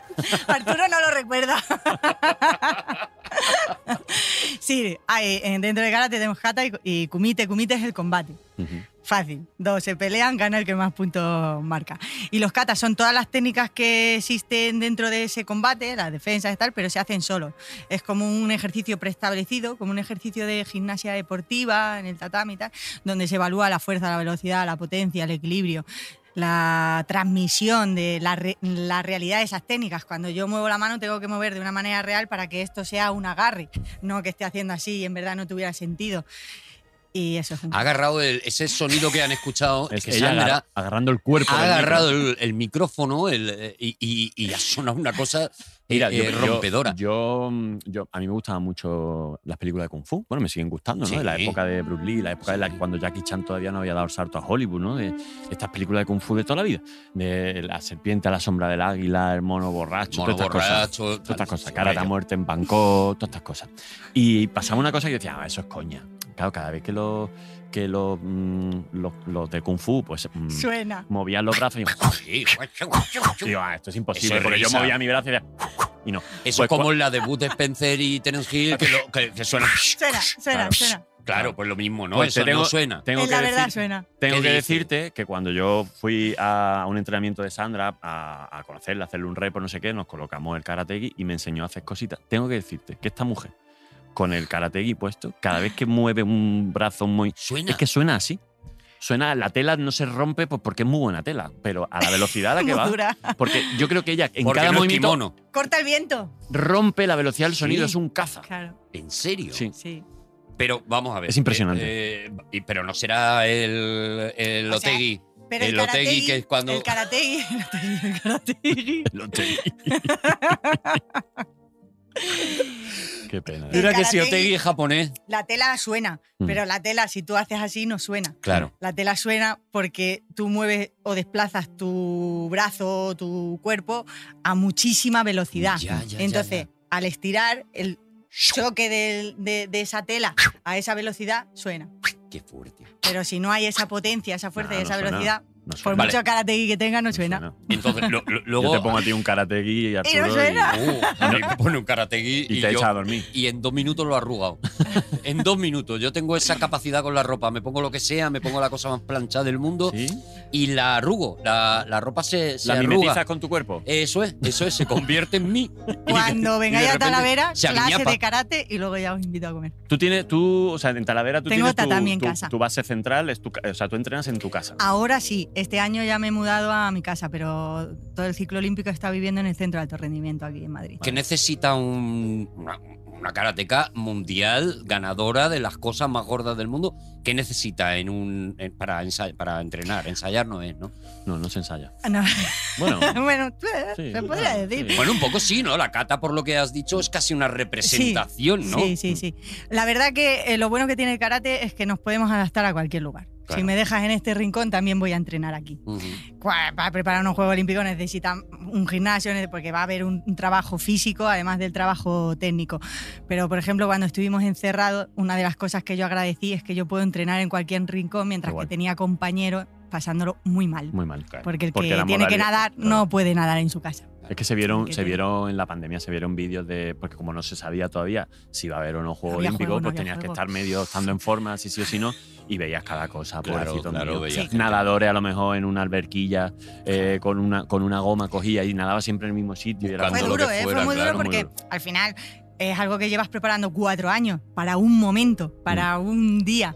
S3: Arturo no lo recuerda. sí, hay- en- dentro de karate tenemos kata y, y kumite. Kumite es el combate.
S4: Ujú.
S3: Fácil. Dos se pelean, gana el que más puntos marca. Y los katas son todas las técnicas que existen dentro de ese combate, las defensas y tal, pero se hacen solos. Es como un ejercicio preestablecido, como un ejercicio de gimnasia deportiva en el tatami y tal, donde se evalúa la fuerza, la velocidad, la potencia, el equilibrio, la transmisión de la, re- la realidad de esas técnicas. Cuando yo muevo la mano tengo que mover de una manera real para que esto sea un agarre, no que esté haciendo así y en verdad no tuviera sentido. Y eso es un
S2: Ha agarrado el- ese sonido que han escuchado.
S4: Es
S2: que
S4: ella
S2: Sandra
S4: agar- agarrando el cuerpo.
S2: ha
S4: del micro.
S2: agarrado el, el micrófono el, eh, y, y- y ha sonado una cosa eh,
S4: Mira, yo-
S2: eh,
S4: yo-
S2: rompedora.
S4: Yo, mm, yo- a mí me gustaban mucho las películas de Kung Fu. Bueno, me siguen gustando, ¿no?
S2: Sí.
S4: De la época de Bruce Lee, la época de la, cuando Jackie Chan todavía no había dado el salto a Hollywood, ¿no? De estas películas de Kung Fu de toda la vida. De la serpiente a la sombra del águila, el mono borracho,
S2: Mono
S4: todas estas cosas.
S2: borracho, tal.
S4: Todas estas cosas.
S2: Sí,
S4: Cara de
S2: hombre,
S4: muerte en Bangkok, todas estas cosas. Y pasaba una cosa que yo decía, ah, eso es coña. Claro, cada vez que los que los, mm, los, los de Kung Fu, pues mm,
S3: Suena.
S4: movían los brazos y digo,
S2: Sí.
S4: digo, ah, esto es imposible,
S2: Eso es
S4: porque
S2: risa.
S4: yo movía mi brazo y decía, y no.
S2: Eso
S4: Pues
S2: es como en la debut de Spencer y Terence Hill, que, lo- que- que suena.
S3: Suena, suena,
S4: Claro.
S3: suena.
S2: Claro, pues lo mismo, ¿no?
S4: Pues
S2: Eso
S4: te tengo-
S2: no suena.
S4: Tengo
S3: Es
S4: que
S3: la verdad
S4: decir-
S3: suena.
S4: Tengo
S2: ¿Qué
S4: que
S2: dices?
S4: decirte que cuando yo fui a un entrenamiento de Sandra a, a conocerla, hacerle un repo, no sé qué, nos colocamos el karategi y me enseñó a hacer cositas. Tengo que decirte que esta mujer, con el karategi puesto, cada vez que mueve un brazo muy.
S2: Suena.
S4: Es que suena así. Suena, la tela no se rompe pues porque es muy buena tela, pero a la velocidad a la que
S3: Muy
S4: va.
S3: dura.
S4: Porque yo creo que ella en
S2: Porque
S4: cada
S2: no es
S4: movimiento
S2: kimono.
S3: Corta el viento.
S4: rompe la velocidad del sonido,
S2: Sí.
S4: es un caza.
S3: Claro,
S2: ¿En serio?
S4: Sí.
S3: sí.
S2: Pero vamos a ver.
S4: Es impresionante.
S2: eh, eh, y- pero no será el, el
S3: O sea,
S2: Otegui.
S3: Pero
S2: El
S3: el,
S2: otegui,
S3: karategi,
S2: que es cuando-
S3: El karategi. El otegui, el karategi.
S4: Qué pena.
S3: Mira
S2: Mira
S3: el
S2: que
S3: que
S2: si
S3: si karategi-
S2: Otegi
S3: Otegi
S2: es japonés.
S3: La tela suena,
S4: Mm.
S3: pero la tela, si tú haces así, no suena.
S2: Claro.
S3: La tela suena porque tú mueves o desplazas tu brazo o tu cuerpo a muchísima velocidad.
S2: Ya, ya, ya,
S3: Entonces,
S2: ya.
S3: al estirar, el choque del- de, de esa tela a esa velocidad suena.
S2: Qué fuerte.
S3: Pero si no hay esa potencia, esa fuerza
S4: No,
S3: y
S4: no
S3: esa
S4: suena.
S3: velocidad,
S4: No
S3: Por
S4: suena.
S2: Vale.
S3: mucho karategi que tenga, no
S4: No
S3: Pues suena.
S4: suena.
S2: Entonces, lo- lo-
S4: Yo
S2: luego.
S4: te pongo a ti un karategui y Arturo
S3: suena.
S2: Uh, a mí me pone un karategui
S4: y,
S2: y,
S4: y te
S2: yo-
S4: echa a dormir.
S2: y en dos minutos lo ha arrugado. en dos minutos. Yo tengo esa capacidad con la ropa. Me pongo lo que sea, me pongo la cosa más planchada del mundo
S4: ¿Sí?
S2: y la arrugo. La, la ropa se, se
S4: ¿La mimetizas
S2: arruga.
S4: con tu cuerpo?
S2: Eso es, eso es, se convierte en mí.
S3: Cuando vengáis a Talavera,
S2: se
S3: clase
S2: aguiñapa.
S3: de karate y luego ya os invito a comer.
S4: Tú tienes, tú, o sea, en Talavera tú
S3: Tengo
S4: tienes tu,
S3: tatami en
S4: tu-
S3: casa. Ah.
S4: tu base central, es tu, ca- o sea, tú entrenas en tu casa.
S3: Ahora sí, este año ya me he mudado a mi casa, pero todo el ciclo olímpico está viviendo en el centro de alto rendimiento aquí en Madrid.
S2: que necesita un- una, una karateca mundial ganadora de las cosas más gordas del mundo. ¿Qué necesita en un, en- para, ensa- para entrenar? Ensayar no es, ¿no?
S4: No, no se ensaya.
S3: No,
S4: Bueno,
S3: bueno,
S4: sí,
S3: se podría
S4: bueno,
S3: decir.
S4: sí.
S2: Bueno, un poco sí, ¿no? La cata, por lo que has dicho, es casi una representación, ¿no?
S3: Sí, sí, sí. La verdad que eh, lo bueno que tiene el karate es que nos podemos adaptar a cualquier lugar.
S2: Claro.
S3: Si me dejas en este rincón, también voy a entrenar aquí.
S2: Ujú.
S3: Cua- Para preparar unos Juegos Olímpicos necesitan un gimnasio, ne- porque va a haber un, un trabajo físico, además del trabajo técnico. Pero, por ejemplo, cuando estuvimos encerrados, una de las cosas que yo agradecí es que yo puedo entrenar en cualquier rincón, mientras
S4: Igual.
S3: que tenía compañeros pasándolo muy mal.
S4: muy mal.
S3: Porque el
S4: Porque
S3: que
S4: la
S3: tiene que
S4: modalidad-
S3: nadar
S4: claro.
S3: no puede nadar en su casa.
S4: Es que se vieron,
S3: Que
S4: se
S3: te-
S4: vieron en la pandemia, se vieron vídeos de. Porque como no se sabía todavía si iba a haber o no Juego
S3: Había
S4: Olímpico,
S3: juego, no
S4: pues
S3: había
S4: tenías que
S3: juego.
S4: estar medio estando en forma, si sí o si no, y veías cada cosa,
S2: Claro,
S4: pobrecito
S2: claro,
S4: mío.
S2: veías Sí. gente.
S4: Nadadores a lo mejor en una alberquilla, eh, con, una, con una goma cogía y nadaba siempre en el mismo sitio. y era
S2: Buscando
S3: Fue
S4: como-
S2: lo
S3: duro,
S2: que
S3: ¿eh?
S2: fuera,
S3: fue muy
S2: claro,
S3: duro
S4: muy
S3: porque
S4: duro.
S3: al final es algo que llevas preparando cuatro años para un momento, para
S2: Mm.
S3: un día.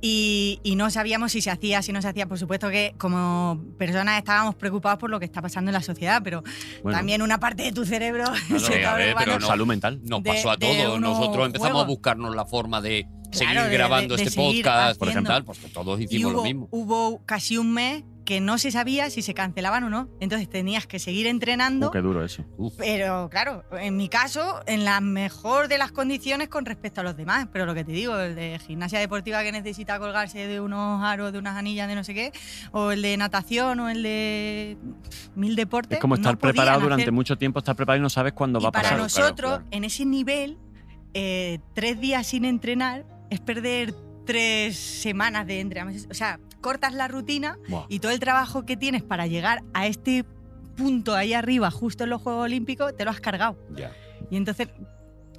S3: Y, y no sabíamos si se hacía, si no se hacía. Por supuesto que como personas estábamos preocupados por lo que está pasando en la sociedad, pero
S4: bueno,
S3: también una parte de tu cerebro
S2: Sí,
S3: se
S2: a
S3: está
S2: ver, pero
S3: preocupando.
S2: no-
S4: Salud mental.
S2: Nos
S3: De-
S2: pasó a
S3: de
S2: todos.
S3: unos
S2: Nosotros empezamos
S3: juegos.
S2: a buscarnos la forma de seguir
S3: de- de-
S2: grabando
S3: de
S2: este
S3: seguir
S2: podcast, por
S3: haciendo.
S2: ejemplo, porque todos
S3: Y
S2: hicimos
S3: hubo,
S2: lo mismo.
S3: hubo casi un mes que no se sabía si se cancelaban o no. Entonces tenías que seguir entrenando.
S4: Uh, qué duro eso.
S3: Pero claro, en mi caso, en la mejor de las condiciones con respecto a los demás. Pero lo que te digo, el de gimnasia deportiva que necesita colgarse de unos aros, de unas anillas, de no sé qué, o el de natación, o el de mil deportes.
S4: Es como estar
S3: no podían
S4: preparado
S3: hacer.
S4: durante mucho tiempo, estar preparado y no sabes cuándo
S3: Y
S4: va a
S3: para
S4: pasar.
S2: los-
S3: nosotros,
S2: claro, claro.
S3: en ese nivel, eh, tres días sin entrenar es perder tres semanas de entrenamiento. O sea, cortas la rutina
S4: Buah.
S3: y todo el trabajo que tienes para llegar a este punto ahí arriba, justo en los Juegos Olímpicos, te lo has cargado.
S2: Ya. Pues
S3: Y entonces
S4: Y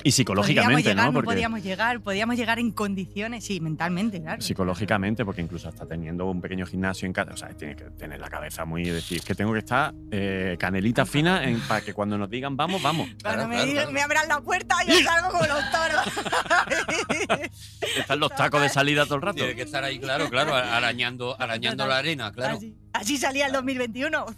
S3: podíamos
S4: psicológicamente,
S3: llegar,
S4: ¿no?
S3: no
S4: Porque
S3: podíamos llegar, podíamos llegar en condiciones, sí, mentalmente, claro.
S4: psicológicamente, porque incluso hasta teniendo un pequeño gimnasio en casa, o sea, tienes que tener la cabeza muy y decir que tengo que estar eh, canelita fina en- para que cuando nos digan vamos, vamos.
S3: Cuando
S2: Claro,
S3: me,
S2: claro,
S3: digan-
S2: claro.
S3: me abran la puerta, yo salgo como los toros.
S4: Están los tacos de salida todo el rato.
S2: Tiene que estar ahí, claro, claro, arañando, arañando la arena, claro.
S3: Así, así salía el 2021.
S2: Claro,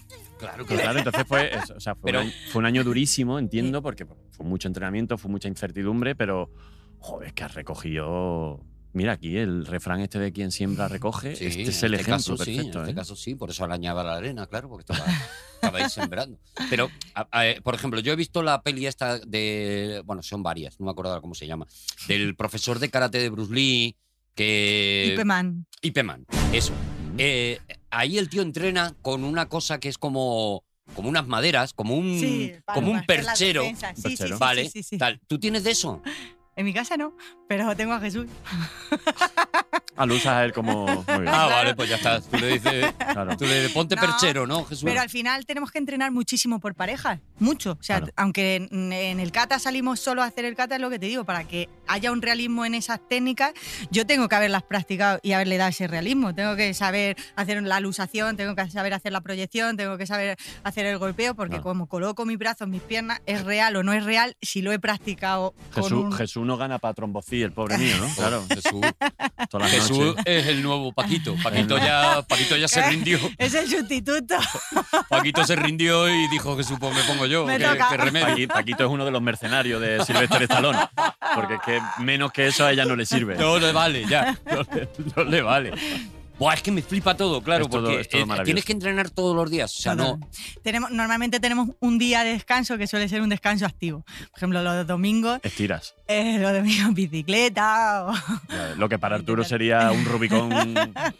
S2: claro.
S4: Pero claro, entonces fue, eso, o sea, fue,
S2: Pero-
S4: un año, fue un año durísimo, entiendo, porque fue mucho entrenamiento, fue mucha incertidumbre, pero joder, es que has recogido. Mira aquí el refrán este de quien siembra recoge.
S2: Sí,
S4: este es el
S2: en este
S4: ejemplo
S2: caso sí,
S4: perfecto.
S2: en este
S4: ¿eh?
S2: caso sí, por eso arañaba la arena, claro, porque estaba, estaba ahí sembrando. Pero, a- a- eh, por ejemplo, yo he visto la peli esta de. Bueno, son varias, no me acuerdo ahora cómo se llama. Del profesor de karate de Bruce Lee, que.
S3: Ipeman.
S2: Ipeman, eso. Eh, ahí el tío entrena con una cosa que es como, como unas maderas, como un,
S3: Sí, para
S2: como un
S3: hacer las
S2: perchero.
S3: defensas. Sí, sí,
S4: perchero.
S3: sí,
S2: Vale,
S3: sí, sí, Ah, sí.
S2: tal. ¿Tú tienes de eso?
S3: En mi casa no, pero tengo a Jesús.
S4: Ah, lo usas a él como. Muy bien,
S2: Ah, vale, pues ya está. Tú le dices,
S4: claro.
S2: tú le dices, ponte
S3: No,
S2: perchero, ¿no, Jesús?
S3: Pero al final tenemos que entrenar muchísimo por parejas, mucho. O sea,
S4: Claro.
S3: aunque en, en el kata salimos solo a hacer el kata, es lo que te digo, para que haya un realismo en esas técnicas, yo tengo que haberlas practicado y haberle dado ese realismo. Tengo que saber hacer la lusación, tengo que saber hacer la proyección, tengo que saber hacer el golpeo, porque
S4: Claro.
S3: como coloco mis brazos, mis piernas, es real o no es real si lo he practicado con
S4: Jesús,
S3: un-
S4: Jesús no gana para trombocí, el pobre mío, ¿no? Claro.
S2: Claro, Jesús,
S4: Todas las
S2: Jesús
S4: noches.
S2: es el nuevo Paquito. Paquito ya, Paquito ya se
S3: ¿Qué?
S2: rindió.
S3: Es el sustituto.
S2: Paquito se rindió y dijo, Jesús, pues me pongo yo.
S3: Me
S2: ¿Qué,
S3: toca.
S2: qué remedio?
S4: Paqui- Paquito es uno de los mercenarios de Silvestre Stallone. Porque es que menos que eso a ella no le sirve.
S2: No le vale, ya. No le, no le vale. Buah, es que me flipa todo, claro,
S4: Es todo-
S2: porque
S4: es
S2: eh,
S4: todo
S2: tienes
S4: maravilloso.
S2: que entrenar todos los días. O sea, no,
S3: Tenemos, normalmente tenemos un día de descanso que suele ser un descanso activo. Por ejemplo, los domingos,
S4: Estiras.
S3: eh, los domingos bicicleta o
S4: Ya ves, Lo que para Arturo sería un Rubicón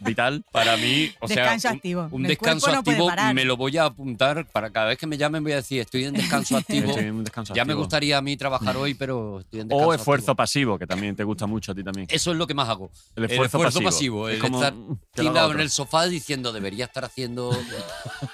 S4: vital.
S2: Para mí, o sea,
S3: Descanso
S2: un,
S3: activo.
S2: un
S3: El
S2: descanso
S3: cuerpo no puede
S2: activo
S3: parar.
S2: me lo voy a apuntar para cada vez que me llamen voy a decir estoy en descanso activo.
S4: Estoy en un descanso
S2: Ya me
S4: activo.
S2: gustaría a mí trabajar hoy, pero estoy en descanso
S4: O esfuerzo
S2: activo.
S4: pasivo, que también te gusta mucho a ti también.
S2: Eso es lo que más hago.
S4: El
S2: el
S4: esfuerzo,
S2: esfuerzo pasivo,
S4: Es
S2: el
S4: como,
S2: estar-
S4: Yo lo hago
S2: tirado en
S4: otro.
S2: el sofá diciendo, debería estar haciendo.
S4: Ah,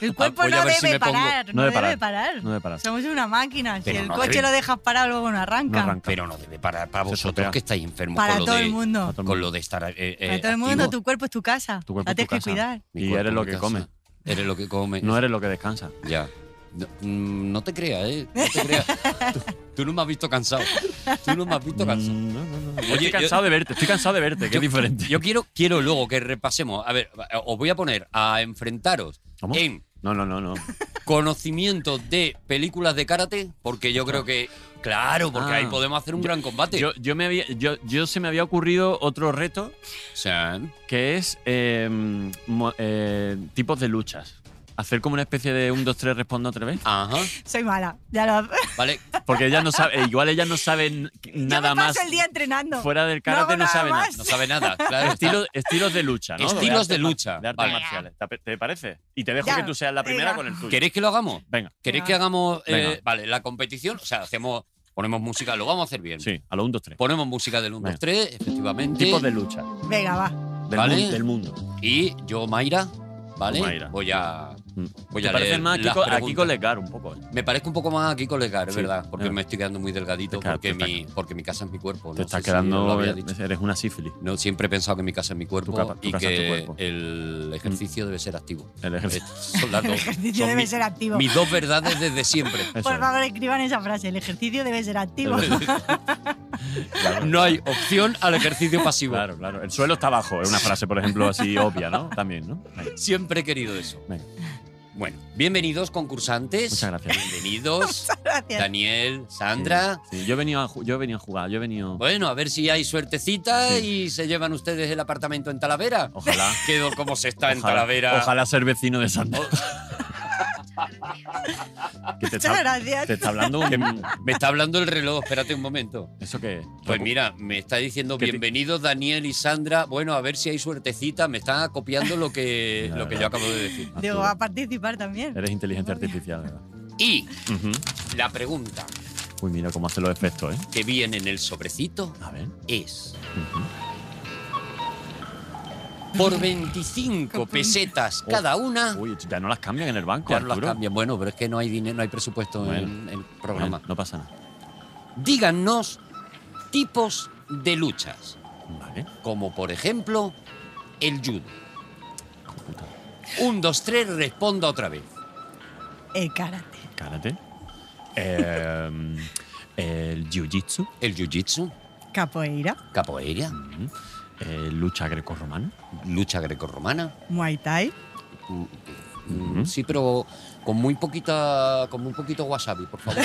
S3: El cuerpo
S4: pues
S2: voy a
S3: no
S2: ver
S3: debe
S2: si me pongo.
S3: parar,
S4: No
S3: no
S4: debe
S3: debe
S4: parar.
S3: parar.
S4: No me paras.
S3: Somos una máquina. Si
S2: Pero
S3: el
S2: no
S3: coche
S2: debe-
S3: lo dejas parado, luego no
S4: No
S3: arranca.
S4: arranca.
S2: Pero no debe parar para
S4: Se
S2: vosotros
S4: estropea.
S2: que estáis enfermos
S3: para
S2: con, lo
S3: todo
S2: de,
S3: el mundo.
S2: con lo de estar. eh, eh,
S3: Para todo el mundo,
S2: activo.
S3: tu cuerpo es tu casa.
S4: Tu cuerpo
S3: la
S4: es
S3: tienes
S4: tu
S3: que
S4: casa.
S3: cuidar.
S2: Mi
S4: Y
S2: cuerpo,
S4: eres lo
S2: mi
S4: que
S2: casa.
S4: comes.
S2: Eres lo que comes.
S4: No eres lo que descansa.
S2: Ya. No, mm, no te creas, ¿eh? No te creas. Tú, tú no me has visto cansado. Tú no me has visto cansado.
S4: Mm, no, no, no. Yo
S2: Oye,
S4: estoy
S2: yo-
S4: cansado de verte, estoy cansado de verte, que es diferente.
S2: Yo quiero, quiero luego que repasemos. A ver, os voy a poner a enfrentaros
S4: ¿Cómo?
S2: en
S4: No, no, no, no.
S2: conocimiento de películas de karate, porque yo creo que. Claro, porque
S4: Ah.
S2: ahí podemos hacer un
S4: Yo-
S2: gran combate.
S4: Yo, yo me había, yo, yo se me había ocurrido otro reto
S2: o sea,
S4: que es eh, mo- eh, tipos de luchas. Hacer como una especie de un, dos, tres, respondo otra vez.
S2: ajá.
S3: Soy mala. Ya lo...
S2: Vale,
S4: Porque ellas no sabe, eh, igual ellas no saben nada
S3: Yo me
S4: más.
S3: paso el día entrenando.
S4: Fuera del karate
S3: hago
S4: no,
S3: nada
S4: saben nada.
S3: más.
S2: no sabe nada. Claro,
S4: Estilo- estilos de lucha, ¿no?
S2: Estilos
S4: artes
S2: de
S4: mar-
S2: lucha,
S4: De artes
S2: vale.
S4: marciales. ¿Te ape- ¿Te parece? Y te dejo
S3: Ya,
S4: que tú seas la primera
S3: venga.
S4: con el tuyo.
S2: ¿Queréis que lo hagamos?
S4: Venga,
S2: ¿Queréis
S3: Venga.
S2: que hagamos eh,
S4: Venga.
S2: vale, la competición? O sea, hacemos, ponemos música, lo vamos a hacer bien.
S4: sí, a los un, dos, tres.
S2: Ponemos música del 1,
S4: Venga.
S2: 2, 3, efectivamente.
S4: Tipos de lucha
S3: Venga, va.
S4: del,
S2: Vale.
S4: mun- del mundo.
S2: Y yo, Mayra, ¿vale?
S4: Tú, Mayra.
S2: Voy a.
S4: Mm.
S2: Voy
S4: ¿Te
S2: a
S4: parece
S2: leer
S4: más a
S2: las
S4: Kiko, a
S2: preguntas.
S4: Kiko Lesgar un poco? eh?
S2: Me parezco un poco más a Kiko Legar, es
S4: Sí.
S2: verdad, porque
S4: Ah.
S2: me estoy quedando muy delgadito,
S4: Te ca-
S2: porque,
S4: te está-
S2: mi, porque mi casa es mi cuerpo.
S4: Te
S2: no
S4: estás
S2: sé si lo
S4: quedando.
S2: había dicho.
S4: eres una sífilis.
S2: No, siempre he pensado que mi casa es mi cuerpo
S4: capa- tu
S2: y
S4: casa es tu
S2: que
S4: cuerpo. Mm.
S2: el ejercicio debe ser activo.
S4: El ejercicio.
S2: Estas Son las
S3: El
S2: dos.
S3: ejercicio
S2: son
S3: debe
S2: mi-
S3: ser activo.
S2: Mis dos verdades desde siempre.
S4: Eso
S3: Por
S4: es.
S3: favor, escriban esa frase. El ejercicio debe ser activo.
S4: Claro.
S2: No hay opción al ejercicio pasivo.
S4: Claro, claro. El suelo está abajo, es una frase, por ejemplo, así obvia, ¿no? También, ¿no? Venga,
S2: Siempre he querido eso.
S4: venga.
S2: Bueno, bienvenidos concursantes.
S4: Muchas gracias.
S2: Bienvenidos,
S3: Gracias.
S2: Daniel, Sandra.
S4: Sí, sí. Yo, he venido a, ju- yo he venido a jugar, yo he venido.
S2: Bueno, a ver si hay suertecita
S4: Sí.
S2: y se llevan ustedes el apartamento en Talavera.
S4: Ojalá.
S2: Quedo como se está en
S4: ojalá-
S2: Talavera. Oh.
S4: Ojalá ser vecino de Santa. que te
S3: Muchas
S4: está,
S3: gracias.
S4: te está hablando un.
S2: Me está hablando el reloj, espérate un momento.
S4: ¿Eso qué es?
S2: Pues mira, me está diciendo
S4: Que te-
S2: bienvenidos Daniel y Sandra. Bueno, a ver si hay suertecita. Me están copiando lo que,
S4: La
S2: lo que
S4: verdad.
S2: yo acabo de decir.
S4: Ah,
S3: Digo, pues,
S4: tú
S3: va a participar también.
S4: Eres inteligencia artificial, ¿verdad?
S2: Y
S4: Ujú.
S2: la pregunta
S4: Uy, mira cómo hace los efectos, ¿eh?
S2: que viene en el sobrecito
S4: A ver.
S2: es
S4: Ujú.
S2: por 25 pesetas
S4: Oh.
S2: cada una.
S4: Uy, ya no las cambian en el banco,
S2: Ah. Ya no las
S4: Arturo.
S2: cambian. Bueno, pero es que no hay dinero, no hay presupuesto
S4: Bueno.
S2: en el programa.
S4: Bueno, no pasa nada.
S2: Díganos tipos de luchas,
S4: Vale.
S2: como por ejemplo el judo. Un, dos, tres, responda otra vez.
S3: El karate.
S4: Karate. Eh, el jiu-jitsu.
S2: El jiu-jitsu,
S3: Capoeira.
S2: capoeira,
S4: Ujú. Eh, lucha grecorromana.
S2: lucha grecorromana.
S3: Muay thai.
S2: Mm,
S4: Ujú.
S2: Sí, pero con muy poquita, con muy poquito wasabi, por favor.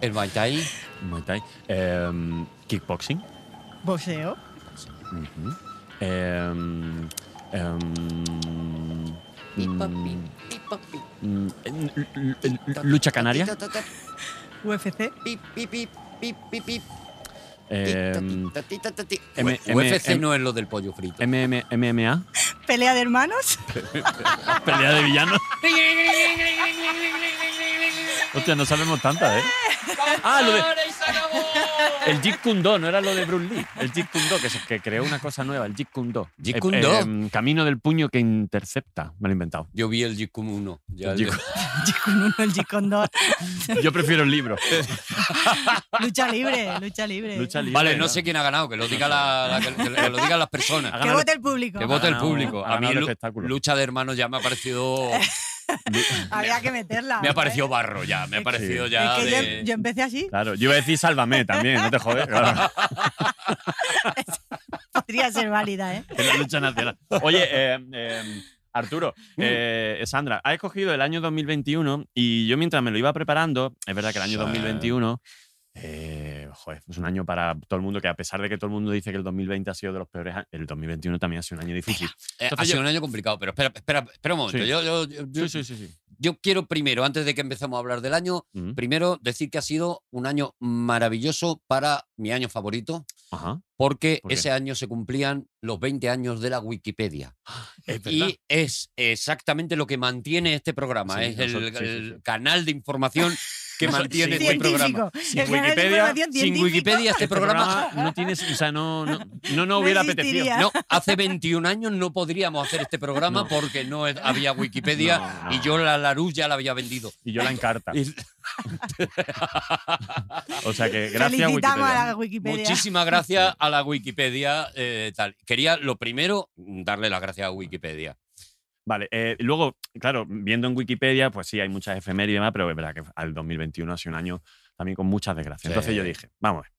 S2: el Muay Thai,
S4: Muay Thai. eh, kickboxing.
S3: Boxeo.
S4: Ujú. Eh, em,
S2: Pipapi,
S4: mm,
S2: pipapi,
S4: mm, l- l- l- lucha canaria.
S2: ta, ta, ta,
S3: UFC.
S2: pi, pi, pi, pi, pi, pi,
S4: eh,
S2: ta, ti, ta, ta, ti.
S4: M- M-
S2: UFC
S4: M-
S2: E no es lo del pollo frito.
S4: MM MMA.
S3: Pelea de hermanos.
S4: Pelea de villanos. Hostia, no sabemos tantas, ¿eh? Ah, lo de-
S6: y se acabó!
S4: El Jeet Kune Do, no era lo de Bruce Lee. El Jeet Kune Do, que, se- que creó una cosa nueva, el Jeet Kune Do.
S2: Jeet
S4: Eh,
S2: Kune Do.
S4: em, camino del puño que intercepta. Me lo he inventado.
S2: Yo vi el Jikun 1. ya
S4: El
S2: el de-
S4: Jeet
S3: Con uno, el Jicondo.
S4: Yo prefiero el libro.
S3: Lucha libre. Lucha libre.
S4: Lucha libre.
S2: Vale, no sé quién ha ganado, que lo, diga la, la- que- que lo digan las
S4: Ha
S2: personas.
S3: Que
S4: ganado-
S3: vote el público.
S2: Que vote el
S4: ganado-
S2: público.
S4: ha
S2: A mí
S4: ganado el
S2: lu-
S4: espectáculo.
S2: lucha de hermanos ya me ha parecido
S3: Había que meterla.
S2: me ha
S3: ¿eh?
S2: parecido barro ya, me ha
S3: Es
S2: parecido
S4: que-
S2: ya
S3: Es que
S2: de-
S3: yo, yo empecé así.
S4: Claro, yo iba a decir sálvame también, no te jodes. claro,
S3: Podría ser válida, ¿eh?
S4: en la lucha nacional. Oye, eh, eh, Arturo, eh, Sandra, has escogido el año 2021 y yo mientras me lo iba preparando, es verdad que el año
S2: Sí.
S4: 2021 eh, joder, es un año para todo el mundo que a pesar de que todo el mundo dice que el 2020 ha sido de los peores, años, el 2021 también ha sido un año difícil.
S2: Eh, ha
S4: Entonces
S2: sido
S4: yo-
S2: un año complicado, pero espera, espera, espera un momento.
S4: Sí.
S2: Yo, yo- yo- yo-
S4: Sí, sí, sí, sí.
S2: yo quiero primero, antes de que empecemos a hablar del año,
S4: Mm,
S2: primero decir que ha sido un año maravilloso para mi año favorito,
S4: Ajá.
S2: porque
S4: ¿Por qué?
S2: ese año se cumplían los 20 años de la Wikipedia.
S4: Ah, Es
S2: Y es exactamente lo que mantiene este programa,
S4: Sí,
S2: es el,
S4: nosotros- sí, sí,
S2: el
S4: sí.
S2: canal de información que mantiene
S4: sí.
S2: este programa.
S3: científico. El canal de
S4: Wikipedia,
S3: información
S2: Sin
S3: científica
S2: Wikipedia este programa...
S4: no tienes, o sea, no, no, no,
S3: no
S4: no hubiera
S3: existiría.
S4: apetecido.
S2: No, hace 21 años no podríamos hacer este programa
S4: No.
S2: porque no es- había Wikipedia
S4: No, no.
S2: y yo la Larus ya la había vendido.
S4: Y yo la encarta.
S2: Y-
S4: O sea que gracias,
S3: Felicitamos
S4: Wikipedia.
S3: a la Wikipedia.
S2: Muchísimas gracias a la Wikipedia. eh, tal. Quería, lo primero, darle las gracias a Wikipedia.
S4: Vale, eh, luego, claro, viendo en Wikipedia, pues sí, hay muchas efemérides y demás, pero es verdad que al 2021 ha sido un año también con muchas desgracias. Entonces
S2: Sí.
S4: yo dije, vamos a ver.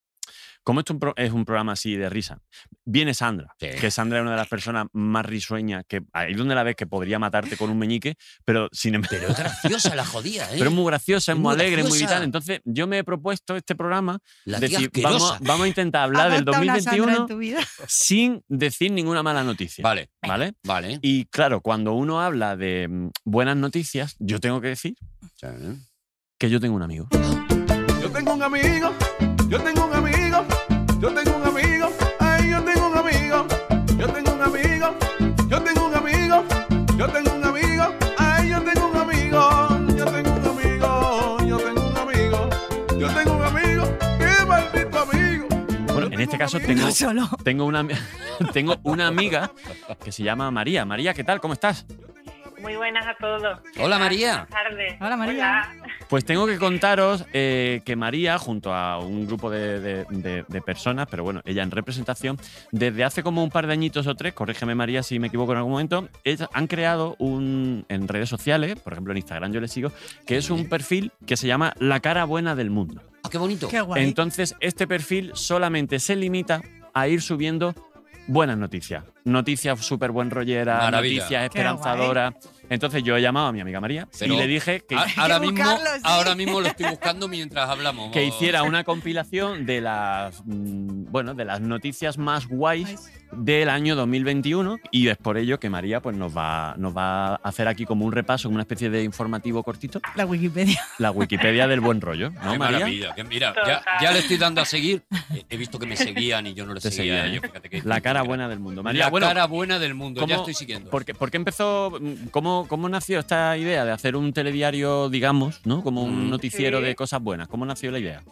S4: Como esto es un pro- es un programa así de risa, viene Sandra,
S2: Sí.
S4: que Sandra es una de las personas más risueñas, que ahí es donde la ves que podría matarte con un meñique, pero sin embargo.
S2: Pero es graciosa la jodía, ¿eh?
S4: Pero es muy graciosa, es
S2: Es muy
S4: muy alegre, es muy
S2: graciosa.
S4: vital. Entonces, yo me he propuesto este programa
S2: la tía
S4: decir,
S2: asquerosa.
S4: vamos, vamos a intentar hablar del
S3: Adopta una Sandra
S4: 2021
S3: en tu vida.
S4: sin decir ninguna mala noticia.
S2: Vale,
S4: ¿Vale?
S2: vale.
S4: Y claro, cuando uno habla de mm, buenas noticias, yo tengo que decir que yo tengo un amigo.
S5: Yo tengo un amigo, yo tengo un amigo, yo tengo un amigo, ay, yo tengo un amigo, yo tengo un amigo, yo tengo un amigo, yo tengo un amigo, ay, yo tengo un amigo, yo tengo un amigo, yo tengo un amigo, yo tengo un amigo, qué maldito amigo.
S4: Bueno, en este caso tengo,
S3: No solo.
S4: tengo, una, ami- tengo una amiga que se llama María. María, ¿qué tal? ¿Cómo estás?
S7: Muy buenas a todos.
S2: Hola, María.
S7: Buenas tardes.
S3: Hola, María.
S7: Hola.
S4: Pues tengo que contaros eh, que María, junto a un grupo de, de- de- de personas, pero bueno, ella en representación, desde hace como un par de añitos o tres, corrígeme María si me equivoco en algún momento, ellas han creado un en redes sociales, por ejemplo en Instagram yo les sigo, que es un perfil que se llama La cara buena del mundo.
S2: Ah, qué bonito.
S3: Qué guay.
S4: Entonces, este perfil solamente se limita a ir subiendo buenas noticias. Noticias súper buen rolleras,
S2: Maravilla.
S4: noticias
S3: Qué guay.
S4: esperanzadoras. Entonces, yo he llamado a mi amiga María
S2: Pero-
S4: y le dije que,
S2: Ah, ahora,
S3: que
S2: mismo,
S3: buscarlo, sí.
S2: ahora mismo lo estoy buscando mientras hablamos.
S4: que hiciera una compilación de las, mm, bueno, de las noticias más guays del año 2021 y es por ello que María pues, nos, va, nos va a hacer aquí como un repaso, como una especie de informativo cortito,
S3: La Wikipedia.
S4: la Wikipedia del buen rollo, ¿no,
S2: Qué
S4: María?
S2: maravilla. que mira, ya,
S7: Total.
S2: ya le estoy dando a seguir. Eh, He visto que me seguían y yo no le
S4: Te
S2: seguía. a
S4: seguía,
S2: ellos,
S4: ¿eh?
S2: fíjate que-
S4: La cara buena del mundo. María,
S2: La
S4: bueno,
S2: cara buena del mundo. Ya
S4: ¿cómo-
S2: estoy siguiendo.
S4: ¿Por qué, por qué empezó, mm, cómo, cómo nació esta idea de hacer un telediario, digamos, ¿no? como un
S2: Mm.
S4: noticiero
S7: Sí.
S4: de cosas buenas? ¿Cómo nació la idea?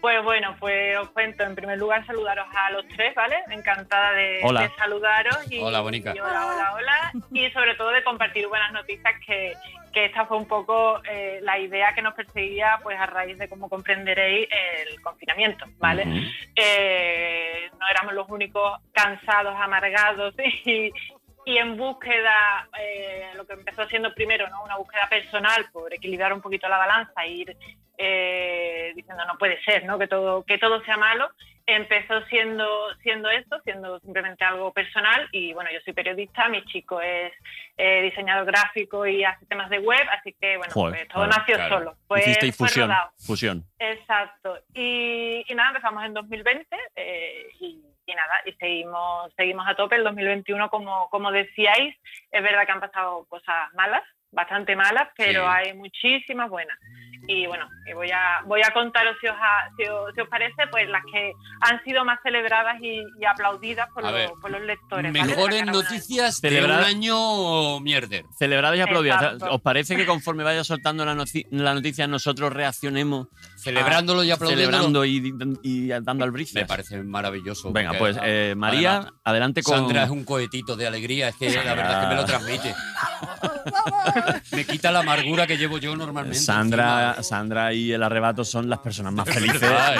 S7: Pues bueno, pues os cuento. En primer lugar, saludaros a los tres, ¿vale? Encantada de,
S4: Hola.
S7: de saludaros. Y,
S2: Hola, bonica.
S7: y hola, hola, hola. Y sobre todo de compartir buenas noticias, que, que esta fue un poco eh, la idea que nos perseguía, pues a raíz de, como comprenderéis, el confinamiento, ¿vale?
S4: Ujú.
S7: eh, no éramos los únicos cansados, amargados y, y en búsqueda, eh, lo que empezó siendo primero ¿no? una búsqueda personal por equilibrar un poquito la balanza, e ir eh, diciendo no puede ser, ¿no? Que, todo, que todo sea malo, empezó siendo, siendo esto, siendo simplemente algo personal y bueno, yo soy periodista, mi chico es eh, diseñador gráfico y hace temas de web, así que bueno,
S4: Joder,
S7: pues todo
S4: claro,
S7: nació
S2: claro.
S7: solo, fue,
S4: Hicisteis
S7: pues fue
S4: fusión,
S7: rodado.
S4: fusión.
S7: Exacto. Y, y nada, empezamos en 2020 eh, y, y nada, y seguimos, seguimos a tope. El 2021, como, como decíais, es verdad que han pasado cosas malas, bastante malas, pero
S2: Sí.
S7: hay muchísimas buenas. Y bueno, y voy a, voy a contaros, si os, ha- si, os, si os parece, pues las que han sido más celebradas y, y aplaudidas por,
S2: A
S7: los-
S2: ver,
S7: por los lectores. ¿vale? De
S2: Mejores
S7: la Caravana.
S2: noticias de
S4: Celebrar-
S2: un año mierder.
S4: Celebradas y aplaudidas.
S7: Exacto.
S4: ¿Os parece que conforme vaya soltando la, noci- la noticia nosotros reaccionemos
S2: Celebrándolo y aplaudiéndolo.
S4: Ah, celebrando y, y dando al brice?
S2: Me parece maravilloso.
S4: Venga,
S2: porque
S4: pues eh, María,
S2: además,
S4: adelante con...
S2: Sandra es un cohetito de alegría, es que la verdad es que me lo transmite. me quita la amargura que llevo yo normalmente.
S4: Sandra, Sandra y el arrebato son las personas más felices
S2: ¿eh? verdad,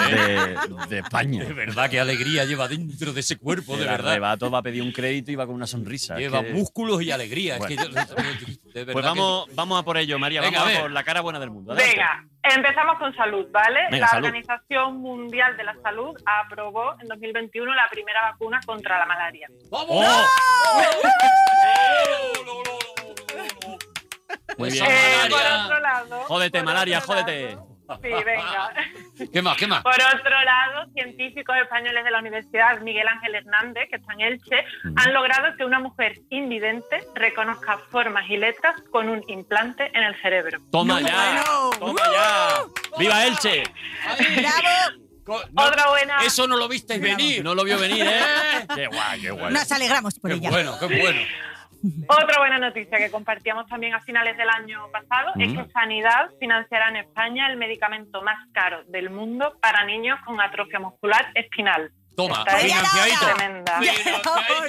S4: de, de España.
S2: encima. De verdad, qué alegría lleva dentro de ese cuerpo, de
S4: el
S2: verdad.
S4: arrebato va a pedir un crédito y va con una sonrisa. es
S2: Lleva
S4: que-
S2: músculos y alegría. es
S4: Bueno.
S2: que yo- de verdad
S4: Pues
S2: que-
S4: vamos, vamos a por ello, María.
S2: Venga, a
S4: vamos a
S2: ver.
S4: por la cara buena del mundo. Adelante.
S7: Venga, empezamos con salud, ¿vale?
S4: Venga,
S7: la
S4: salud.
S7: Organización Mundial de la Salud aprobó en 2021 la primera vacuna contra la malaria.
S2: ¡Vamos!
S4: ¡Oh! Muy
S2: Eso,
S4: bien.
S7: Eh, por
S2: Malaria.
S7: otro lado,
S4: Jódete,
S7: por
S4: malaria,
S7: otro
S4: jódete.
S7: lado- sí, venga.
S2: ¿Qué más? ¿Qué más?
S7: Por otro lado, científicos españoles de la Universidad Miguel Ángel Hernández, que está en Elche, han logrado que una mujer invidente reconozca formas y letras con un implante en el cerebro.
S4: ¡Toma
S3: No,
S4: ya!
S3: bueno.
S4: ¡Toma ya! ¡Viva Elche!
S3: ¡Bravo!
S2: Co- no,
S7: Otra buena.
S2: eso no lo visteis venir.
S4: No lo vio venir, ¿eh? ¡Qué guay, qué guay!
S3: Nos alegramos por
S2: Qué
S3: ella.
S2: bueno, qué bueno.
S7: Otra buena noticia que compartíamos también a finales del año pasado es
S4: Mm.
S7: que Sanidad financiará en España el medicamento más caro del mundo para niños con atrofia muscular espinal.
S2: Toma,
S7: Está ahí.
S2: financiadito.
S7: Tremenda.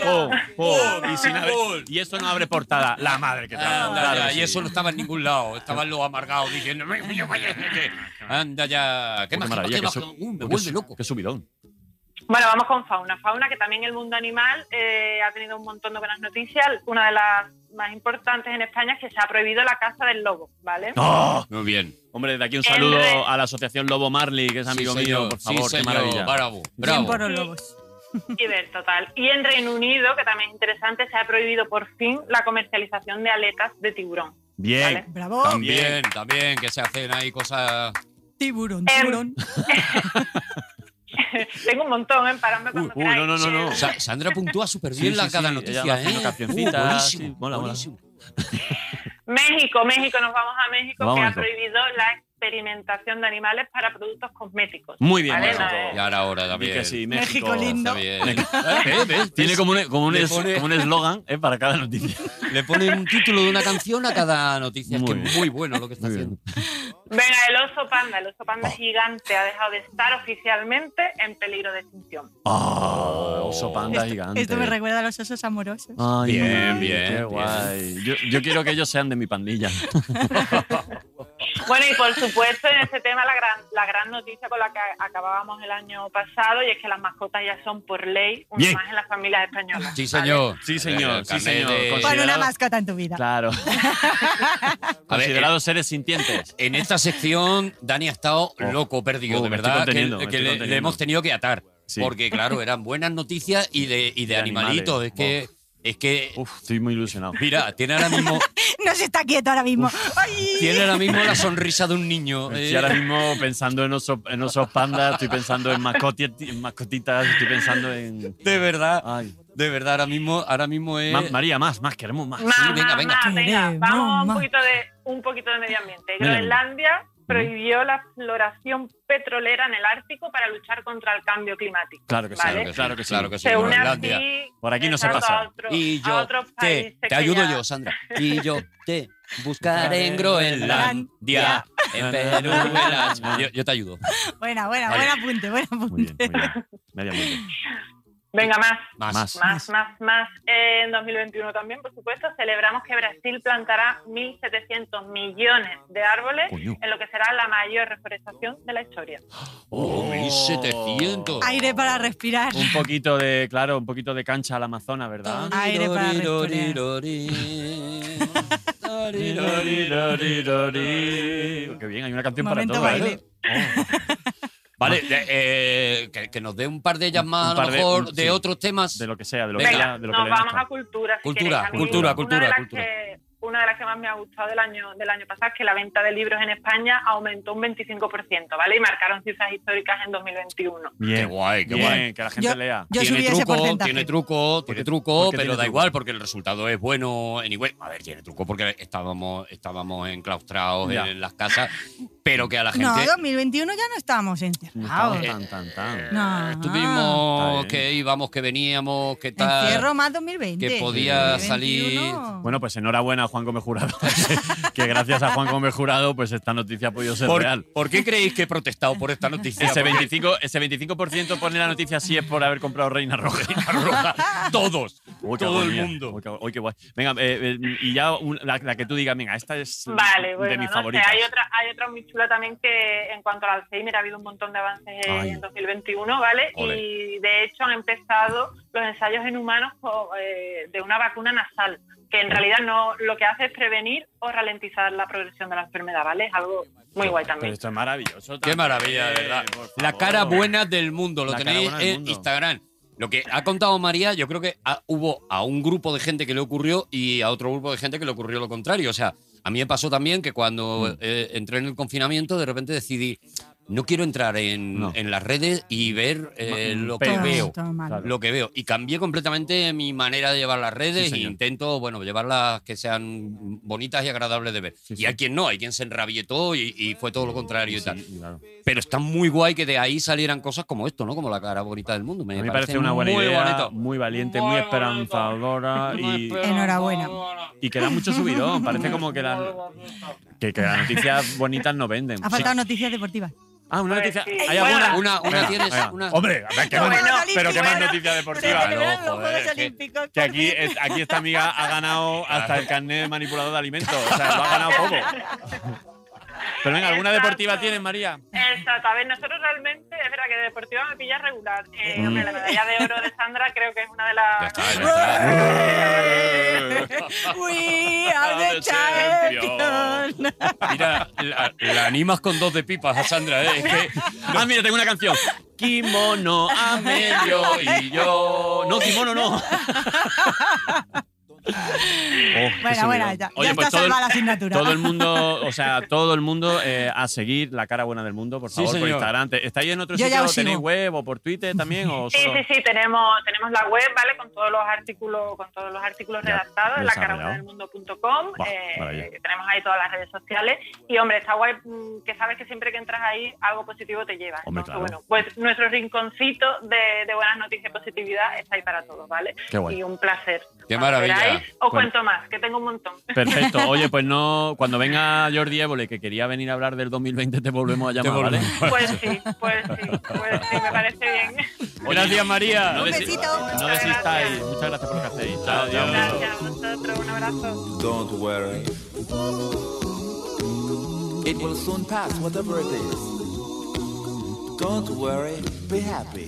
S4: Oh, oh, y, sin haber- y eso no abre portada. La madre que te
S2: Anda
S4: habla. Ah, Claro
S2: ya,
S4: que
S2: Ah, y
S4: sí.
S2: eso no estaba en ningún lado. Estaban los amargados diciendo. "Me- me- me- me- me- Anda ya. Qué,
S4: Qué
S2: más, qué
S4: maravilla,
S2: más,
S4: qué
S2: qué más.
S4: su-
S2: Uh, me
S4: qué
S2: vuelve
S4: su-
S2: loco.
S4: Qué subidón.
S7: Bueno, vamos con fauna. Fauna que también el mundo animal eh, ha tenido un montón de buenas noticias. Una de las más importantes en España es que se ha prohibido la caza del lobo, ¿vale?
S4: ¡No!
S2: Muy bien.
S4: Hombre, desde aquí un
S7: El
S4: saludo
S7: rey.
S4: a la asociación Lobo Marley, que es amigo
S2: Sí,
S4: mío,
S2: señor.
S4: por
S2: Sí,
S4: favor, qué
S2: señor.
S4: maravilla.
S2: Bravo,
S3: Bien
S2: bravo.
S3: por los lobos.
S7: Y ver, total. Y en Reino Unido, que también es interesante, se ha prohibido por fin la comercialización de aletas de tiburón.
S4: Bien.
S7: Vale.
S3: Bravo.
S2: También, también, que se hacen ahí cosas.
S3: Tiburón,
S7: Em,
S3: tiburón.
S7: Tengo un montón, ¿eh? Paradme
S4: Uy,
S7: cuando
S4: uy,
S7: queráis.
S4: no, no, no, no.
S2: O sea, Sandra puntúa súper
S4: Sí,
S2: bien la
S4: sí,
S2: cada
S4: sí, ella
S2: noticia,
S4: va
S2: ¿eh?
S4: haciendo capcioncitas,
S2: buenísimo,
S4: sí, mola, mola.
S2: buenísimo.
S7: México, México, nos vamos a México,
S4: Vamos
S7: que
S4: a
S7: ha
S4: México.
S7: prohibido la experimentación de animales para productos cosméticos.
S4: Muy bien,
S7: Vale,
S4: México.
S7: no, eh.
S2: Ya era hora
S4: Di
S2: también.
S4: que sí, México.
S3: México lindo.
S2: Está
S3: No.
S2: bien. ¿Eh? ¿Ves?
S4: Tiene como un como un
S2: Le
S4: es-
S2: pone-
S4: como un eslogan eh, para cada noticia.
S2: Le ponen un título de una canción a cada noticia.
S4: Muy
S2: es que
S4: bien.
S2: es muy bueno lo que está
S4: Muy
S2: haciendo.
S7: Venga, el oso panda, el oso panda
S4: Oh.
S7: gigante ha dejado de estar oficialmente en peligro de extinción.
S4: Ah,
S2: Oh.
S4: oso panda
S3: Esto-
S4: gigante.
S3: Esto me recuerda a los osos amorosos.
S2: Ah.
S4: Ay,
S2: Bien,
S4: Qué
S2: bien,
S4: guay. Yo, yo quiero que ellos sean de mi pandilla.
S7: Bueno, y por supuesto en este tema la gran, la gran noticia con la que acabábamos el año pasado y es que las mascotas ya son por ley una
S4: Bien.
S7: más en las familias españolas.
S2: Sí,
S7: ¿vale?
S2: señor.
S4: Sí, señor,
S2: El
S4: sí,
S2: carnet
S4: señor.
S2: de-
S4: Con-
S3: Pon una
S4: considerado-
S3: mascota en tu vida.
S4: Claro.
S2: eh,
S4: Considerados seres sintientes.
S2: En esta sección, Dani ha estado
S4: Oh.
S2: loco, perdido,
S4: Oh,
S2: de
S4: me estoy
S2: verdad, que-
S4: conteniendo, me
S2: que,
S4: estoy
S2: le- le,
S4: conteniendo.
S2: hemos tenido que atar.
S4: Sí.
S2: Porque, claro, eran buenas noticias y de, y de
S4: De
S2: animalitos. Es que,
S4: animales.
S2: es que,
S4: Uf, estoy muy ilusionado.
S2: mira, tiene ahora mismo,
S3: No se está quieto ahora mismo. Ay.
S2: tiene ahora mismo la sonrisa de un niño.
S4: Estoy
S2: eh.
S4: ahora mismo pensando en osos, en osos pandas, estoy pensando en, mascoti- en mascotitas, estoy pensando en.
S2: de verdad,
S4: Ay.
S2: de verdad, ahora mismo, ahora mismo es.
S4: Ma- María, más, más, queremos más.
S7: Más,
S2: Sí, venga,
S7: más,
S2: venga.
S7: más, venga.
S3: Queremos
S7: Vamos a un
S3: más.
S7: poquito de un poquito de medio ambiente.
S4: Medio ambiente.
S7: Groenlandia prohibió la exploración petrolera en el Ártico para luchar contra el cambio climático.
S4: Claro que sí,
S7: Vale.
S4: claro que sí, claro que sí.
S2: Claro que sí,
S7: Se une
S2: Groenlandia.
S7: así,
S4: Por aquí no se
S7: exacto,
S4: pasa.
S7: a otro-
S2: Y
S7: a
S2: yo
S7: otros
S2: te,
S7: países
S2: te
S7: que
S2: ayudo
S7: ya-
S2: yo, Sandra. Y yo te buscaré en Groenlandia,
S3: Groenlandia.
S2: en Perú, en las- Yo, yo te ayudo.
S3: Buena, buena,
S2: Vale.
S3: buen apunte, buen apunte.
S4: Ah, Muy bien, muy bien. Medio mundo.
S7: Venga, más.
S2: Más.
S4: Más.
S7: Más, más, más. Eh, en 2021 también, por supuesto, celebramos que Brasil plantará 1.700 millones de árboles
S4: Coño.
S7: en lo que será la mayor reforestación de la historia.
S2: Oh, 1700.
S3: Aire para respirar.
S4: Un poquito de, claro, un poquito de cancha al Amazonas, ¿verdad?
S3: Aire para
S4: Qué bien, hay una canción
S3: Momento
S4: para todo. ¿eh? Oh,
S3: baile.
S2: Vale, eh, eh, que, que nos dé un par de ellas
S4: Un-
S2: más,
S4: un
S2: a
S4: par
S2: lo
S4: de-
S2: mejor, de,
S4: un- sí.
S2: otros temas.
S4: De lo que sea, de lo que
S7: Venga,
S4: haya- Pues de lo que
S7: nos
S4: le haya
S7: vamos a
S4: gustado.
S7: cultura. si
S2: Cultura,
S7: queréis. A mí
S2: cultura, cultura,
S7: Una de, las
S2: cultura.
S7: Que, una de las que más me ha gustado del año, del año pasado es que la venta de libros en España aumentó un 25%, ¿vale? Y marcaron cifras históricas en 2021.
S2: Qué
S4: Bien,
S2: guay, qué
S4: bien,
S2: guay.
S4: que la gente
S3: Yo-
S4: lea.
S3: Yo
S2: tiene
S3: subí ese
S2: truco,
S3: porcentaje.
S2: tiene truco,
S4: Porque-
S2: tiene truco,
S4: porque
S2: pero
S4: tiene
S2: da
S4: truco.
S2: igual porque el resultado es bueno. Anyway, a ver, tiene truco porque estábamos, estábamos enclaustrados
S4: Ya.
S2: en las casas, pero que a la gente
S3: No, 2021 ya no estábamos
S4: No estaba
S3: encerrados.
S2: Eh,
S4: tan, tan, tan.
S3: No.
S4: Está
S2: estuvimos,
S4: bien.
S2: que íbamos, que veníamos, que tal.
S3: Encierro más 2020.
S2: que podía salir-
S3: 2021.
S4: Bueno, pues enhorabuena a Juan Gómez Jurado. que gracias a Juan Gómez Jurado, pues esta noticia ha podido ser real.
S2: ¿Por, por qué creéis que he protestado por esta noticia?
S4: Ese
S2: Porque
S4: 25%, ese 25 pone la noticia así es por haber comprado Reina Roja.
S2: todos,
S4: Uy, qué
S2: todo el
S4: agonía.
S2: mundo.
S4: Uy, qué, uy, qué guay. Venga, eh, eh, y ya un- la, la que tú digas, venga, esta es
S7: Vale, bueno,
S4: de mi
S7: no sé,
S4: favorita.
S7: hay otra, hay otra muy chula también que en cuanto al Alzheimer ha habido un montón de avances
S4: Ay.
S7: en 2021, ¿vale?
S2: Ole.
S7: Y de hecho han empezado los ensayos en humanos co- eh, de una vacuna nasal, que en realidad no lo que hace es prevenir o ralentizar la progresión de la enfermedad, ¿vale? Es algo muy guay
S4: Pero
S7: también.
S4: esto es maravilloso.
S2: Qué
S4: también,
S2: maravilla, de verdad.
S4: por
S2: La
S4: favor.
S2: cara buena del mundo, lo
S4: La cara
S2: tenéis
S4: buena del
S2: en
S4: mundo.
S2: Instagram. Lo que ha contado María, yo creo que ha- hubo a un grupo de gente que le ocurrió y a otro grupo de gente que le ocurrió
S4: Mm.
S2: lo contrario. O sea, a mí me pasó también que cuando eh, entré en el confinamiento, de repente decidí, no quiero entrar en,
S4: No.
S2: en las redes y ver eh,
S4: No,
S2: lo
S4: pero-
S2: que
S3: Todo-
S2: veo.
S3: todo mal.
S4: Claro.
S2: Lo que veo. Y cambié completamente mi manera de llevar las redes
S4: Sí,
S2: e
S4: señor.
S2: intento, bueno, llevarlas que sean bonitas y agradables de ver.
S4: Sí,
S2: y
S4: sí.
S2: hay quien no, hay quien se enrabietó y, y fue todo lo contrario y
S4: Sí,
S2: tal.
S4: claro.
S2: Pero está muy guay que de ahí salieran cosas como esto, ¿no? Como la cara bonita del mundo. Me
S4: A mí me parece una
S2: muy
S4: buena idea,
S2: bonito.
S4: muy valiente,
S6: Muy
S4: muy
S6: bonito.
S4: esperanzadora y,
S3: Enhorabuena.
S4: y que da mucho subidón. Parece como que las que, que las noticias bonitas no venden.
S3: Ha faltado noticias deportivas.
S4: Ah, una noticia.
S8: Pues sí.
S4: ¿Hay alguna?
S2: Una, una
S4: Venga,
S2: tienes.
S4: venga.
S2: Una...
S4: Hombre, a ver, que
S3: Los
S4: más-
S3: Juegos
S4: pero qué más
S3: Olímpicos.
S4: noticia deportiva.
S2: Pero-
S3: Celebran los
S2: joder,
S3: Juegos
S2: que-
S3: Olímpicos,
S4: Que
S3: por
S4: aquí,
S3: fin.
S4: es- aquí esta amiga ha ganado hasta el carnet de manipulador de alimentos. O sea, lo ha ganado poco. Pero venga, ¿alguna deportiva
S8: Exacto.
S4: tienes, María?
S8: Exacto, a ver, nosotros realmente, es verdad que de deportiva me pillas regular. Eh,
S4: Mm.
S8: hombre, la medalla de oro de Sandra creo que es una de las...
S2: Ya está, ya está.
S3: We are the
S4: Are the champions.
S3: champions.
S2: Mira, la, la animas con dos de pipas a Sandra, ¿eh? Es que
S4: Ah, mira, tengo una canción. Kimono a medio y yo. No, kimono no. Oh, qué
S3: Bueno, bueno,
S4: subidón.
S3: ya,
S4: Oye,
S3: ya
S4: pues
S3: está
S4: todo el-
S3: salvada la asignatura.
S4: Todo el mundo, o sea, todo el mundo eh, a seguir la cara buena del mundo, por
S2: Sí,
S4: favor, por
S2: señor.
S4: Instagram. Te- ¿Estáis en otro
S3: Yo ya
S4: sitio?
S3: os
S4: ¿Tenéis
S3: sigo.
S4: web o por Twitter también? O
S8: Sí,
S4: solo-
S8: sí, sí, tenemos, tenemos la web, ¿vale? Con todos los artículos, con todos los artículos
S4: Ya,
S8: redactados en la
S4: desarrollado.
S8: lacarabanadelmundo.com.
S4: Buah,
S8: eh,
S4: maravilla.
S8: que tenemos ahí todas las redes sociales. Y hombre, esta web mm, que sabes que siempre que entras ahí algo positivo te lleva.
S4: Hombre, claro.
S8: bueno, pues nuestro rinconcito de, de buenas noticias y positividad está ahí para todos, ¿vale?
S4: Qué guay.
S8: Y un placer.
S2: Qué
S8: Cuando
S2: maravilla.
S8: queráis, os
S4: Bueno.
S8: cuento más, que tengo un montón.
S4: Perfecto. Oye, pues no, cuando venga Jordi Évole, que quería venir a hablar del 2020, te volvemos a llamar, ¿vale?
S2: volvemos.
S8: Pues sí, pues sí, pues sí, me parece bien.
S4: Gracias, María.
S3: Un
S4: desi-
S3: besito.
S4: No
S8: Muchas
S4: desistáis.
S8: gracias.
S4: Muchas gracias por lo que hacéis. Chao,
S2: Chao,
S4: adiós.
S8: Gracias a vosotros, un abrazo.
S5: Don't worry. It will soon pass, whatever it is. Don't worry, be happy.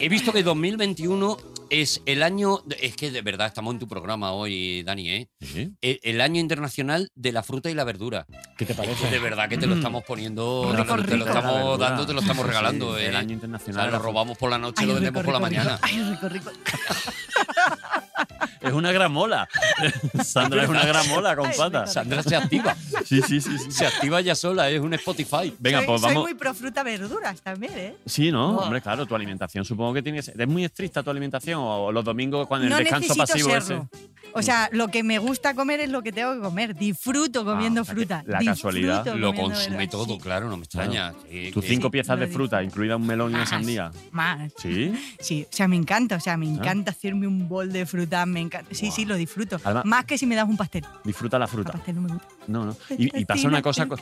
S2: he visto que 2021 es el año. Es que de verdad estamos en tu programa hoy, Dani, ¿eh?
S4: Sí.
S2: El, el año internacional de la fruta y la verdura.
S4: ¿Qué te
S2: Es que de verdad que te lo estamos poniendo, te
S3: Rico,
S2: lo- te lo
S3: rico.
S4: La
S2: estamos
S4: Mm. verdura.
S2: dando, te lo estamos
S4: Sí, sí,
S2: regalando.
S4: El
S2: ¿eh?
S4: año
S2: O
S4: internacional.
S2: sea, lo robamos por la noche,
S3: Ay,
S2: lo
S3: rico,
S2: vendemos por la
S3: rico, rico.
S2: mañana.
S3: Ay, rico, rico.
S4: Es una gramola. Sandra es una gramola con
S3: Ay,
S4: patas.
S2: Sandra se activa,
S4: Sí, sí, sí. sí.
S2: se activa ya sola, es un Spotify.
S4: Venga,
S3: soy,
S4: pues
S3: soy
S4: vamos.
S3: muy pro fruta verduras también, ¿eh?
S4: Sí, ¿no?
S3: Buah.
S4: Hombre, claro, tu alimentación supongo que tiene que ser. ¿Es muy estricta tu alimentación? ¿O los domingos cuando
S3: no
S4: el descanso
S3: necesito
S4: pasivo
S3: serlo. O sea, lo que me gusta comer es lo que tengo que comer. Disfruto comiendo
S4: Ah, o sea que
S3: fruta.
S4: la
S3: Disfruto
S4: casualidad
S2: Lo
S3: comiendo
S2: consume
S3: verduras.
S2: todo,
S3: Sí.
S2: claro, no me extraña. Que-
S4: ese? Tus
S2: que-
S4: cinco
S3: Sí,
S4: piezas
S3: lo
S4: de
S3: disfruto.
S4: fruta, incluida un melón y una
S3: Más,
S4: sandía.
S3: Más.
S4: ¿Sí? Ah.
S3: Sí, o sea, me encanta, o sea, me encanta hacerme un bol de fruta, me encanta. Sí, sí, lo disfruto.
S4: Además-
S3: Más que si me das un pastel.
S4: Disfruta la
S3: A
S4: fruta.
S3: pastel no me gusta.
S4: No, no. Y, y pasa una cosa con,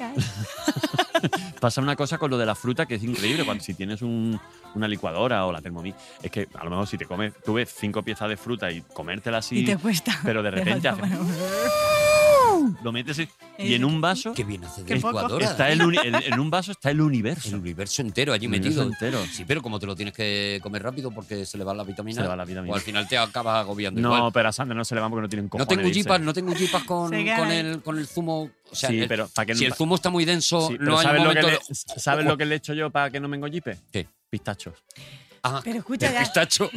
S4: pasa una cosa con lo de la fruta que es increíble. Cuando, si tienes un- una licuadora o la Thermomix, es que a lo mejor si te comes, tú ves cinco piezas de fruta y comértela así,
S3: y te cuesta.
S4: pero de
S3: Te
S4: repente
S3: falta
S4: hace-
S3: para-
S4: lo metes y, y
S3: Eh,
S4: en un vaso
S2: Qué bien hace
S3: Qué
S2: de
S3: poco.
S2: Ecuador.
S4: está el, uni- el- en un vaso está el
S2: El
S4: universo.
S2: universo entero allí
S4: El universo
S2: metido.
S4: entero.
S2: Sí, pero como te lo tienes que comer rápido porque se le van las vitaminas,
S4: Se le va la vida
S2: o pues al final te acabas agobiando
S4: No,
S2: igual.
S4: pero a Sandra no se le va porque no tiene un
S2: No
S4: cojón.
S2: tengo jipas, no tengo jipas con,
S3: Se queda
S2: con
S3: ahí.
S2: el, con el zumo. O sea,
S4: sí,
S2: el-
S4: pero para que
S2: si el zumo está muy denso,
S4: sí, pero
S2: no hay
S4: ¿sabes,
S2: un
S4: lo que
S2: momento
S4: le,
S2: de-
S4: ¿Sabes lo que le echo yo para que no me engollipe?
S2: ¿Qué?
S4: Pistachos.
S2: Ah,
S3: Pero escucha,
S2: el
S3: ya,
S2: pistacho.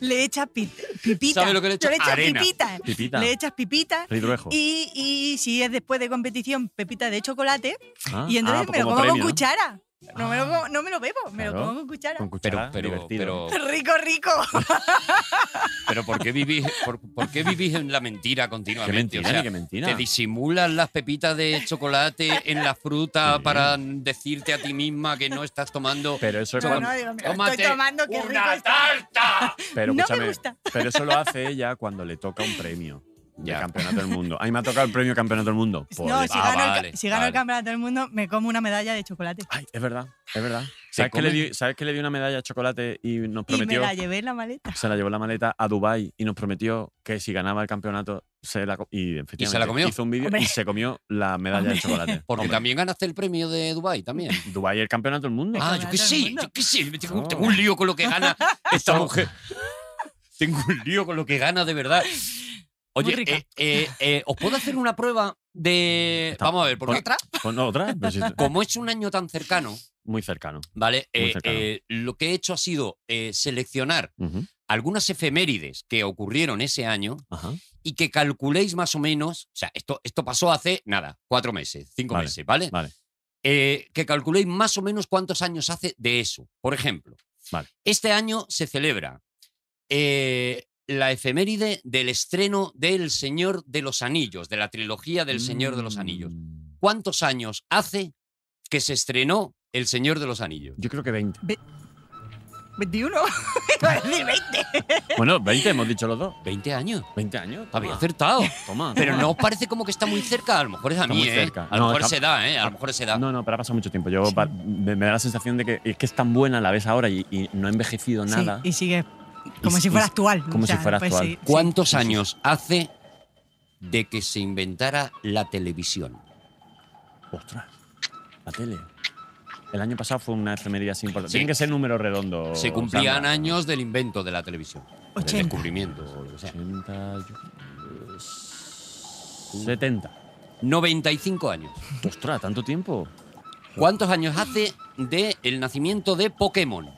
S3: le echas pi- pipita.
S2: ¿Sabe lo que le
S3: Yo
S2: echo?
S3: le echo
S2: Arena.
S3: pipita.
S4: Pipita.
S3: Le echas pipita.
S4: Ridruejo.
S3: Y, y si es después de competición, pepita de chocolate.
S4: Ah,
S3: Y entonces
S4: ah,
S3: me lo
S4: como
S3: como
S4: premio,
S3: con
S4: ¿no? Ah.
S3: cuchara. No, me lo como- no me lo bebo, me lo
S4: Claro.
S3: como con cuchara.
S4: Con
S2: Pero,
S4: cuchara,
S2: pero,
S4: divertido.
S2: pero,
S3: Rico, rico.
S2: pero ¿por qué vivís, por, por qué vivís en la mentira
S4: Qué
S2: continuamente?
S4: mentira,
S2: O sea,
S4: ni qué mentira.
S2: Te disimulas las pepitas de chocolate en la fruta
S4: Sí.
S2: para decirte a ti misma que no estás tomando.
S4: Pero eso es
S3: No,
S4: cuando-
S3: no, digo, me lo
S2: Tómate
S3: estoy tomando, qué rico.
S2: ¡Una
S3: está.
S2: tarta!
S4: pero
S3: no me
S4: escúchame,
S3: gusta.
S4: Pero eso lo hace ella cuando le toca un premio de
S2: Ya.
S4: campeonato del mundo. A mí me ha tocado el premio campeonato del mundo. Pues,
S3: No, si,
S2: Ah,
S3: gano el,
S2: vale,
S3: ca- si gano
S2: vale.
S3: el campeonato del mundo, me como una medalla de chocolate.
S4: Ay, es verdad, es verdad. ¿Sabes que, le
S2: comes?
S4: di, ¿Sabes que le di una medalla de chocolate y
S3: Y
S4: nos
S3: me
S4: prometió?
S3: la llevé en la maleta.
S4: se la llevó en la maleta a Dubai y nos prometió que si ganaba el campeonato se la co- y, efectivamente,
S2: se la comió?
S4: hizo un vídeo
S3: Hombre.
S4: y se comió la medalla de
S3: Hombre.
S4: chocolate.
S2: Porque
S4: Hombre,
S2: también ganaste el premio de Dubai también.
S4: Dubai es el campeonato del mundo.
S2: Ah,
S3: Con
S2: yo qué
S3: todo el
S2: sé,
S3: mundo.
S2: yo qué sé. me Tengo,
S4: No.
S2: tengo un lío con lo que gana esta mujer. Tengo un lío con lo que gana, de verdad. Oye,
S3: rica.
S2: eh, eh, eh, ¿os puedo hacer una prueba de.
S4: Está-
S2: Vamos a ver, porque
S3: ¿Otra?
S4: Pues no, otra, pero sí,
S2: como es un año tan cercano,
S4: muy cercano.
S2: ¿vale?
S4: Muy
S2: Eh,
S4: cercano.
S2: eh, lo que he hecho ha sido eh, seleccionar
S4: Ujú,
S2: algunas efemérides que ocurrieron ese año
S4: Ajá.
S2: y que calculéis más o menos, o sea, esto, esto pasó hace, nada, cuatro meses, cinco
S4: Vale,
S2: meses, ¿vale?
S4: vale.
S2: Eh, que calculéis más o menos cuántos años hace de eso. Por ejemplo,
S4: Vale.
S2: este año se celebra eh, la efeméride del estreno del Señor de los Anillos, de la trilogía del Señor de los Anillos.
S4: Mm,
S2: ¿Cuántos años hace que se estrenó El Señor de los Anillos?
S4: Yo creo que 20.
S3: 21. Iba a decir 20.
S4: Bueno, 20 hemos dicho los dos.
S2: 20 años.
S4: 20 años. toma,
S2: Habéis acertado.
S4: Toma.
S2: Pero
S4: toma.
S2: no os parece como que está muy cerca. A lo mejor es a
S4: Está
S2: mí,
S4: muy
S2: ¿eh?
S4: cerca.
S2: A lo
S4: No,
S2: mejor
S4: está-
S2: se da, ¿eh? A lo mejor se da.
S4: No, no, pero ha pasado mucho tiempo. Yo pa- me, me da la sensación de que es que es tan buena, la ves ahora y, y no ha envejecido
S3: Sí,
S4: nada.
S3: y sigue como
S4: Y-
S3: si fuera
S4: y-
S3: actual.
S4: como
S3: o sea,
S4: si fuera
S3: pues
S4: actual.
S3: sí, sí.
S2: ¿Cuántos años hace de que se inventara la televisión?
S4: Ostras, la tele. El año pasado fue una efemería así importante.
S2: Sí.
S4: Tienen que ser números redondos.
S2: Se cumplían
S4: Sandra.
S2: años del invento de la televisión. Del
S3: 80.
S2: descubrimiento o lo que sea.
S4: 80, yo- 70.
S2: 95 años.
S4: Ostras, tanto tiempo.
S2: ¿Cuántos años hace de el nacimiento de Pokémon?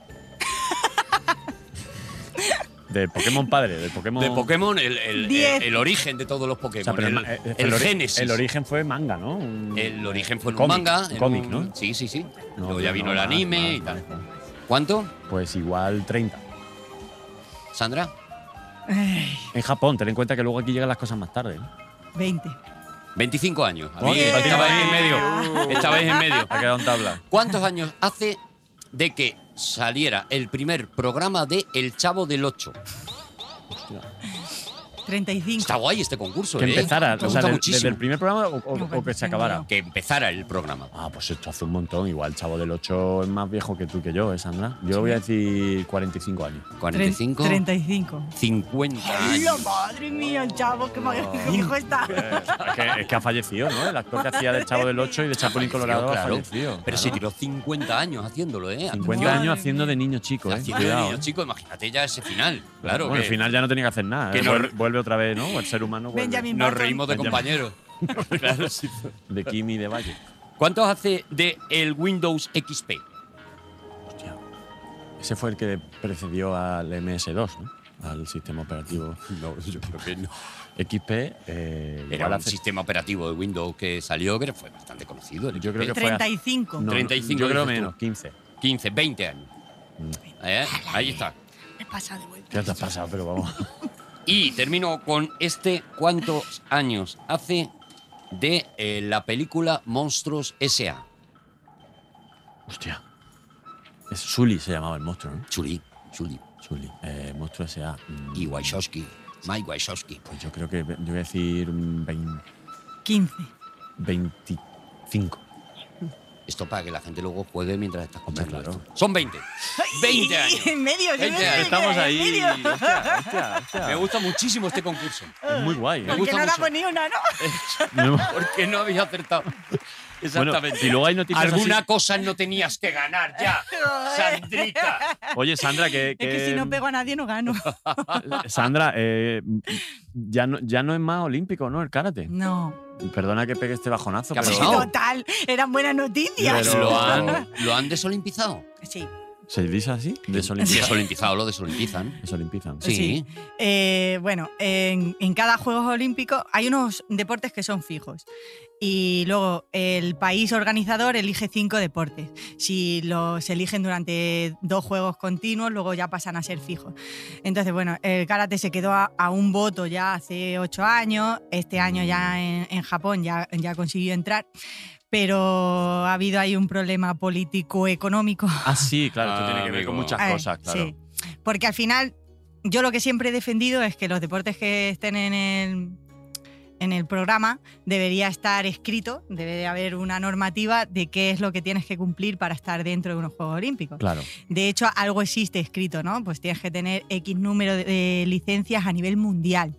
S4: De Pokémon padre, de Pokémon.
S2: De Pokémon, el, el-
S3: Diez.
S2: el- el origen de todos los Pokémon.
S4: O sea, pero
S2: el,
S4: ma- eh,
S2: el
S4: ori-
S2: génesis.
S4: El origen fue manga, ¿no? Un-
S2: El origen fue en un
S4: cómic,
S2: manga.
S4: Un
S2: en
S4: cómic,
S2: un-
S4: ¿no?
S2: Sí, sí, sí.
S4: No,
S2: Luego ya
S4: no,
S2: vino
S4: no,
S2: el
S4: más,
S2: anime
S4: más,
S2: y tal.
S4: más.
S2: ¿Cuánto,
S4: Pues igual 30.
S2: Sandra?
S3: Ay,
S4: En Japón, ten en cuenta que luego aquí llegan las cosas más tarde. ¿eh?
S3: 20.
S2: 25 años. A mí
S4: Oye,
S2: estabais
S4: bien.
S2: en medio. Estabais en medio.
S4: Ha quedado en tabla.
S2: ¿Cuántos años hace de que saliera el primer programa de El Chavo del Ocho?
S3: 35.
S2: Está guay este concurso,
S4: Que
S2: ¿eh?
S4: empezara,
S2: Me
S4: o sea,
S2: gusta
S4: del-
S2: muchísimo.
S4: desde el primer programa o, o-
S3: No,
S4: o que se
S3: cuarenta y
S4: acabara.
S3: cinco.
S2: Que empezara el programa.
S4: Ah, pues esto hace un montón. Igual Chavo del 8 es más viejo que tú que yo, ¿eh, Sandra? Yo voy a decir 45 años.
S2: 45,
S3: 35.
S2: 50 años.
S3: madre mía, el chavo! ¡Qué ma- qué viejo está!
S4: es, que, es que ha fallecido, ¿no? El actor que hacía de Chavo del 8 y de Chapulín
S2: Falleció,
S4: Colorado ha
S2: claro.
S4: fallecido.
S2: Pero se tiró 50 años haciéndolo, ¿eh?
S4: 50
S3: Madre
S4: años
S3: mía.
S4: haciendo de niño chico, ¿eh?
S2: Haciendo
S4: Cuidado.
S2: niño,
S4: ¿eh?
S2: chico, imagínate ya ese final. Claro,
S4: bueno,
S2: que
S4: al final ya no tenía que hacer nada.
S2: que
S4: ¿eh?
S2: no-
S4: Vuelve, vuelve otra vez, ¿no? El ser humano vuelve.
S3: Benjamin
S2: nos
S3: Button.
S2: reímos de
S4: Benjamin.
S2: compañeros. Claro, sí.
S4: De Kimi y de Valle.
S2: ¿Cuántos hace de el Windows XP?
S4: Hostia. Ese fue el que precedió al MS2, ¿no? Al sistema operativo
S2: No, yo creo que no.
S4: XP. eh,
S2: Era
S4: igual
S2: un
S4: hace-
S2: sistema operativo de Windows que salió que fue bastante conocido. el
S4: Yo creo
S2: XP.
S4: que fue hace-
S3: 35.
S4: No, no,
S2: 35
S4: Yo creo
S2: dices tú.
S4: menos, 15.
S2: 15, 20 años.
S4: Mm.
S2: ¿Eh? Ahí está.
S3: Me pasa de vuelta.
S4: Ya te has pasado, pero vamos.
S2: Y termino con este cuántos años hace de eh, la película Monstruos S.A.
S4: Hostia. Es Sully se llamaba el monstruo, ¿no?
S2: Chuli, Chuli.
S4: Sully. Eh, monstruo S.A. Mm,
S2: Y Wachowski, Mike Wachowski.
S4: Pues yo creo que ve- yo voy a decir mm, vein-
S3: 15.
S4: 25.
S2: Esto para que la gente luego juegue mientras estás
S4: Hombre,
S2: escuchando
S4: claro.
S2: esto. Son 20. 20 años.
S3: En medio, yo
S2: 20
S3: me quedé
S2: años.
S3: en medio.
S4: Hostia, hostia, hostia.
S2: Me gusta muchísimo este concurso.
S4: Es muy guay. ¿eh?
S2: Me
S3: Porque
S2: gusta
S3: no damos
S2: mucho.
S3: ni una, ¿no?
S4: No.
S2: Porque no había acertado.
S4: Bueno,
S2: Exactamente.
S4: y luego hay noticias
S2: Alguna
S4: así-
S2: cosa no tenías que ganar ya. Sandrita.
S4: Oye, Sandra, que, em.
S3: Es que si no pego a nadie, no gano.
S4: Sandra, eh, ya, no, ya no es más olímpico, ¿no? El karate.
S3: No.
S4: Perdona que pegue este bajonazo,
S2: ¿Qué ha
S4: pero…
S2: pasado?
S3: Total, eran buenas noticias.
S4: Pero-
S2: ¿Lo han, ¿Lo han desolimpizado?
S3: Sí.
S4: ¿Se dice así? Desolimpiza.
S2: Desolimpizado, lo desolimpizan.
S4: Desolimpizan.
S2: Sí.
S3: Sí. Eh, bueno, en, en cada Juegos Olímpicos hay unos deportes que son fijos. Y luego el país organizador elige cinco deportes. Si los eligen durante dos juegos continuos, luego ya pasan a ser fijos. Entonces, bueno, el karate se quedó a, a un voto ya hace ocho años. Este año ya en, en Japón ya, ya consiguió entrar. Pero ha habido ahí un problema político-económico
S4: Ah, sí, claro, esto
S2: Ah,
S4: tiene que ver con
S2: amigo.
S4: muchas
S3: eh,
S4: cosas, claro.
S3: sí. Porque al final, yo lo que siempre he defendido es que los deportes que estén en el, en el programa debería estar escrito, debe de haber una normativa de qué es lo que tienes que cumplir para estar dentro de unos Juegos Olímpicos.
S4: Claro.
S3: De hecho, algo existe escrito, ¿no? Pues tienes que tener X número de, de licencias a nivel mundial.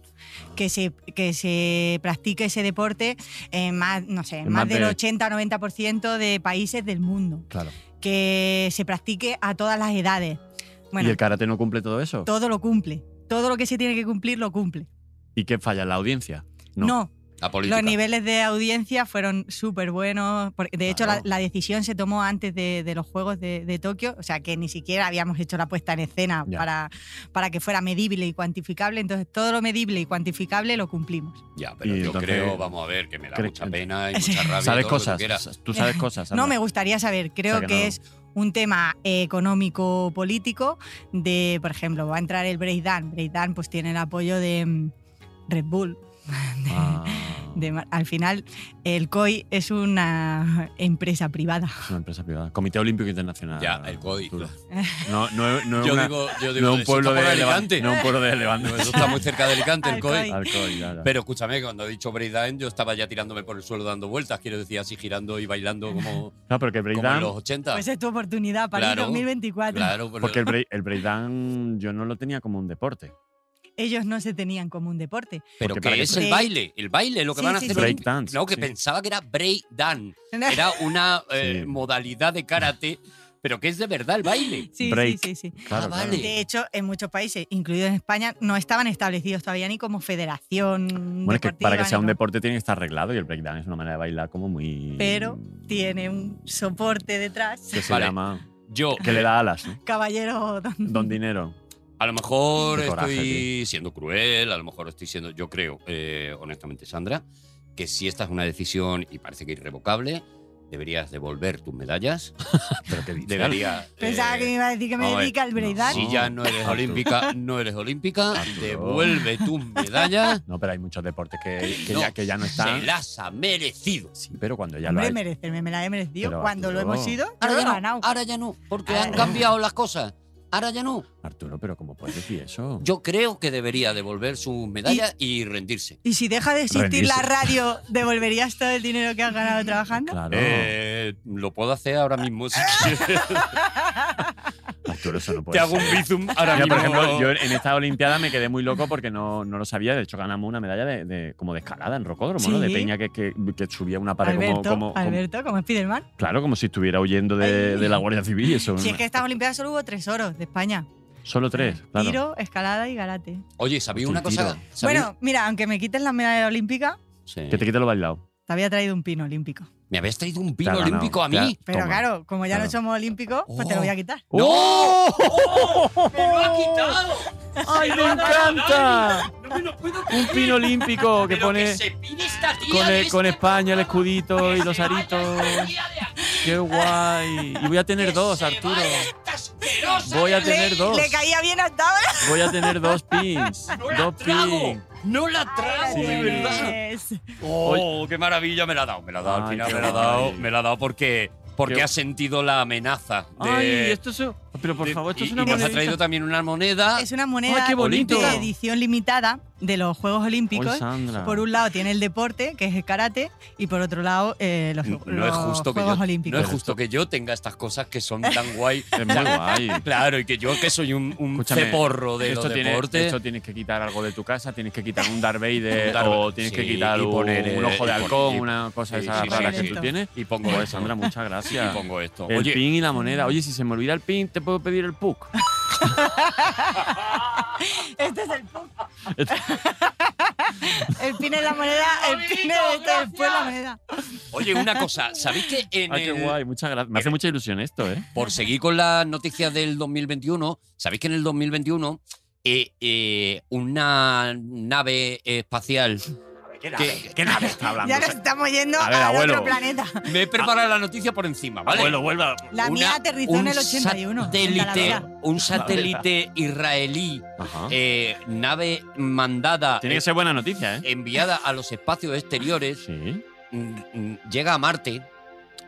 S3: Que se, que se practique ese deporte en más, no sé, en
S4: En
S3: más,
S4: más
S3: del
S4: de-
S3: 80-90% de países del mundo.
S4: Claro.
S3: Que se practique a todas las edades.
S4: ¿Y
S3: Bueno,
S4: el karate no cumple todo eso?
S3: todo lo cumple. Todo lo que se tiene que cumplir lo cumple.
S4: ¿Y qué falla? ¿La audiencia?
S3: No.
S2: La política.
S3: Los niveles de audiencia fueron súper buenos. porque, De hecho,
S2: Claro.
S3: la, la decisión se tomó antes de, de los Juegos de, de Tokio, o sea que ni siquiera habíamos hecho la puesta en escena
S4: Ya.
S3: para, para que fuera medible y cuantificable. Entonces, todo lo medible y cuantificable lo cumplimos.
S2: Ya, pero
S4: Y
S2: yo
S4: entonces-
S2: creo, vamos a ver, que me da
S4: Cre-
S2: mucha pena y mucha rabia.
S4: ¿Sabes
S2: todo lo que
S4: cosas?
S2: quieras.
S4: Tú sabes cosas.
S3: No
S4: Sandra.
S3: me gustaría saber, creo
S4: O sea que
S3: que,
S4: no.
S3: es un tema económico-político de, por ejemplo, va a entrar el breakdance. Breakdance pues tiene el apoyo de mm, Red Bull. de-
S4: Ah,
S3: de mar- al final, el COI es una empresa privada.
S4: es una empresa privada. Comité Olímpico Internacional.
S2: Ya, el COI.
S4: Arturo. No, no, no es
S2: Yo
S4: una-
S2: digo, yo digo,
S4: no es un
S2: eso
S4: pueblo
S2: está
S4: de
S2: por
S4: Levante.
S2: Alicante.
S4: No es un pueblo de Levante.
S2: Eso está muy cerca de Alicante, el
S3: Al
S2: COI.
S3: COI.
S4: Alcoy, ya, ya.
S2: Pero escúchame, cuando he dicho breakdance, yo estaba ya tirándome por el suelo dando vueltas, quiero decir, así girando y bailando como,
S4: no, pero que el
S2: como en
S4: breakdance.
S2: los 80.
S3: Pues es tu oportunidad para
S2: Claro,
S3: el 2024.
S2: claro, pero-
S4: Porque el, break- el breakdance yo no lo tenía como un deporte.
S2: Ah,
S3: Ellos no se tenían como un deporte.
S2: pero
S4: porque para
S2: que
S4: que
S2: es
S3: se-
S2: el baile, el baile, lo que
S3: Sí,
S2: van a
S3: sí,
S2: hacer.
S3: sí.
S4: Breakdance,
S2: No, que
S4: sí.
S2: pensaba que era breakdance. Era una eh,
S4: Sí.
S2: modalidad de karate, pero que es de verdad el baile.
S3: Sí,
S4: break.
S3: sí, sí, sí.
S4: Claro,
S2: Ah, vale.
S4: claro.
S3: De hecho, en muchos países, incluido en España, no estaban establecidos todavía ni como federación.
S4: Bueno, es que para
S3: deportiva
S4: que
S3: ni
S4: sea un
S3: como-
S4: deporte tiene que estar arreglado y el breakdance es una manera de bailar como muy.
S3: Pero tiene un soporte detrás.
S4: que se
S2: Vale.
S4: llama.
S2: Yo,
S4: que le da alas, ¿no?
S3: Caballero, don-
S4: Don Dinero.
S2: a lo mejor
S4: Qué coraje,
S2: estoy siendo cruel, a lo mejor estoy siendo, yo creo, eh, honestamente, Sandra, que si esta es una decisión y parece que irrevocable, deberías devolver tus medallas.
S4: Pero que dice,
S2: Debería.
S3: Pensaba
S2: eh,
S3: que me iba a decir que me
S2: vamos a ver,
S3: dedica al breakdance.
S2: Si ya no eres
S4: Arturo.
S2: olímpica, no eres olímpica,
S4: Arturo.
S2: devuelve tus medallas.
S4: No, pero hay muchos deportes que, que
S2: No,
S4: ya, que ya no
S2: Se
S4: están.
S2: las ha merecido.
S4: Sí, pero cuando ya lo
S3: Hombre,
S4: hay.
S3: merecerme, me la he merecido.
S4: Pero,
S3: Cuando lo
S4: Arturo.
S3: hemos ido, yo
S2: Ahora
S3: lo Ah. he
S2: ya no,
S3: ganado.
S2: ahora ya no, porque han
S3: Ahora.
S2: cambiado las cosas. Ahora ya no.
S4: Arturo, pero ¿cómo puedes decir eso?
S2: Yo creo que debería devolver sus medallas y rendirse.
S3: Y si deja de existir
S4: Rendirse.
S3: la radio, ¿devolverías todo el dinero que has ganado trabajando?
S4: Claro.
S2: Eh, lo puedo hacer ahora mismo si quieres.
S4: Arturo, eso no
S2: Te
S4: puede
S2: hago
S4: ser.
S2: un bizum ahora
S4: Mira,
S2: mismo.
S4: Pues, por ejemplo, yo en esta Olimpiada me quedé muy loco porque no, no lo sabía. De hecho, ganamos una medalla de, de- como de escalada en rocódromo, ¿no? De
S3: Sí.
S4: peña que, que- que subía una pared como-
S3: Alberto,
S4: como, como-
S3: Alberto, como Spiderman.
S4: Claro, como si estuviera huyendo de,
S3: Ay.
S4: de la Guardia Civil. Eso,
S3: Si es que estas Olimpiadas solo hubo tres oros de España.
S4: Solo tres, claro.
S3: Tiro, escalada y garate.
S2: Oye, ¿sabéis
S4: Hostia,
S2: una
S4: un
S2: cosa?
S4: tiro.
S2: ¿Sabéis?
S3: Bueno, mira, aunque me quites la medalla olímpica,
S2: Sí.
S4: Que te quite lo bailado.
S3: te había traído un pino olímpico.
S2: ¿Me habéis traído un
S4: Te
S2: pino
S4: ha ganado.
S2: olímpico a
S4: Te ha-
S2: mí?
S3: Pero
S4: Toma.
S3: claro, como ya
S4: Claro. Oh.
S3: no somos olímpicos, pues te lo voy a quitar.
S2: ¡No!
S6: ¡Me lo ha quitado!
S4: ¡Ay,
S6: ¡Se
S4: me
S6: lo ha dado
S4: encanta!
S6: Dani! ¡No me lo puedo
S4: Un
S6: creer!
S4: pino olímpico que
S6: Pero
S4: pone
S6: se pide esta tía
S4: con,
S6: de
S4: el- con
S6: este
S4: España el
S6: programa.
S4: escudito
S6: Que
S4: y
S6: se
S4: los
S6: vaya
S4: aritos.
S6: esta tía de aquí,
S4: ¡Qué guay! Y voy a tener
S6: que
S4: dos,
S6: se
S4: Arturo.
S6: vaya esta asquerosa
S4: Voy a
S6: de
S4: tener
S6: aquí.
S4: dos.
S3: Le caía bien hasta ahora.
S4: Voy a tener dos pins.
S6: ¡No la
S4: Dos
S6: trago!
S4: pins.
S2: ¡No la
S3: La
S2: trago,
S4: Ah, Sí.
S2: de verdad!
S3: tienes.
S2: ¡Oh, qué maravilla! Me la ha dado, me la ha dado. Al
S4: Ay,
S2: final
S4: qué
S2: me la ha
S4: guay.
S2: dado, me la ha dado porque, porque
S4: Qué-
S2: ha sentido la amenaza. De,
S4: Ay, esto es. Pero por
S2: de-
S4: favor, esto
S2: y-
S4: es una
S2: y nos ha
S4: monedita.
S2: traído también una moneda.
S3: Es una moneda
S4: qué bonito.
S3: de edición limitada de los Juegos Olímpicos.
S4: Ay, Sandra.
S3: Por un lado tiene el deporte, que es el karate, y por otro lado eh, los,
S2: No
S3: los
S2: es justo que yo,
S3: Juegos Olímpicos.
S2: no es justo que yo tenga estas cosas que son tan guay.
S4: Es muy guay.
S2: Claro, y que yo que soy un, un
S4: Escúchame,
S2: ceporro de
S4: esto,
S2: los
S4: tiene-
S2: deportes.
S4: esto tienes que quitar algo de tu casa, tienes que quitar un Darth Vader
S2: Un Darth-
S4: o tienes que
S2: sí,
S4: quitar
S2: y
S4: un,
S2: poner, eh,
S4: un ojo de
S2: y pon-
S4: halcón,
S2: y-
S4: una cosa
S2: sí,
S4: esa
S2: sí,
S4: rara
S3: sí,
S4: que
S3: sí.
S4: tú tienes.
S2: y pongo
S4: Joder,
S2: esto.
S4: Sandra, muchas gracias.
S2: Y pongo esto.
S4: El
S2: Oye,
S4: pin y la moneda. Oye, si se me olvida el pin, te puedo pedir el PUC.
S3: Este es el pop. el pin es la moneda, el pin es esto, después la moneda.
S2: oye, una cosa. ¿Sabéis que en
S4: Ay, Ah, qué
S2: el-
S4: guay, muchas gracias. Me hace mucha ilusión esto, ¿eh?
S2: por seguir con las noticias del 2021, ¿sabéis que en el 2021 eh, eh, una nave espacial...
S4: ¿Qué
S2: nave?
S4: nave está
S3: Ya nos estamos yendo
S4: A ver,
S3: al
S4: abuelo.
S3: otro planeta.
S2: Me he preparado la noticia por encima, ¿vale?
S4: vuelva.
S3: La mía
S2: Una-
S3: aterrizó en
S2: un
S3: el 81. en
S2: satélite-
S3: Talavera.
S2: un satélite israelí,
S4: Ajá.
S2: eh, nave mandada,
S4: Tiene que
S2: eh,
S4: ser buena noticia, ¿eh?
S2: enviada a los espacios exteriores,
S4: Sí,
S2: mm, mm, llega a Marte,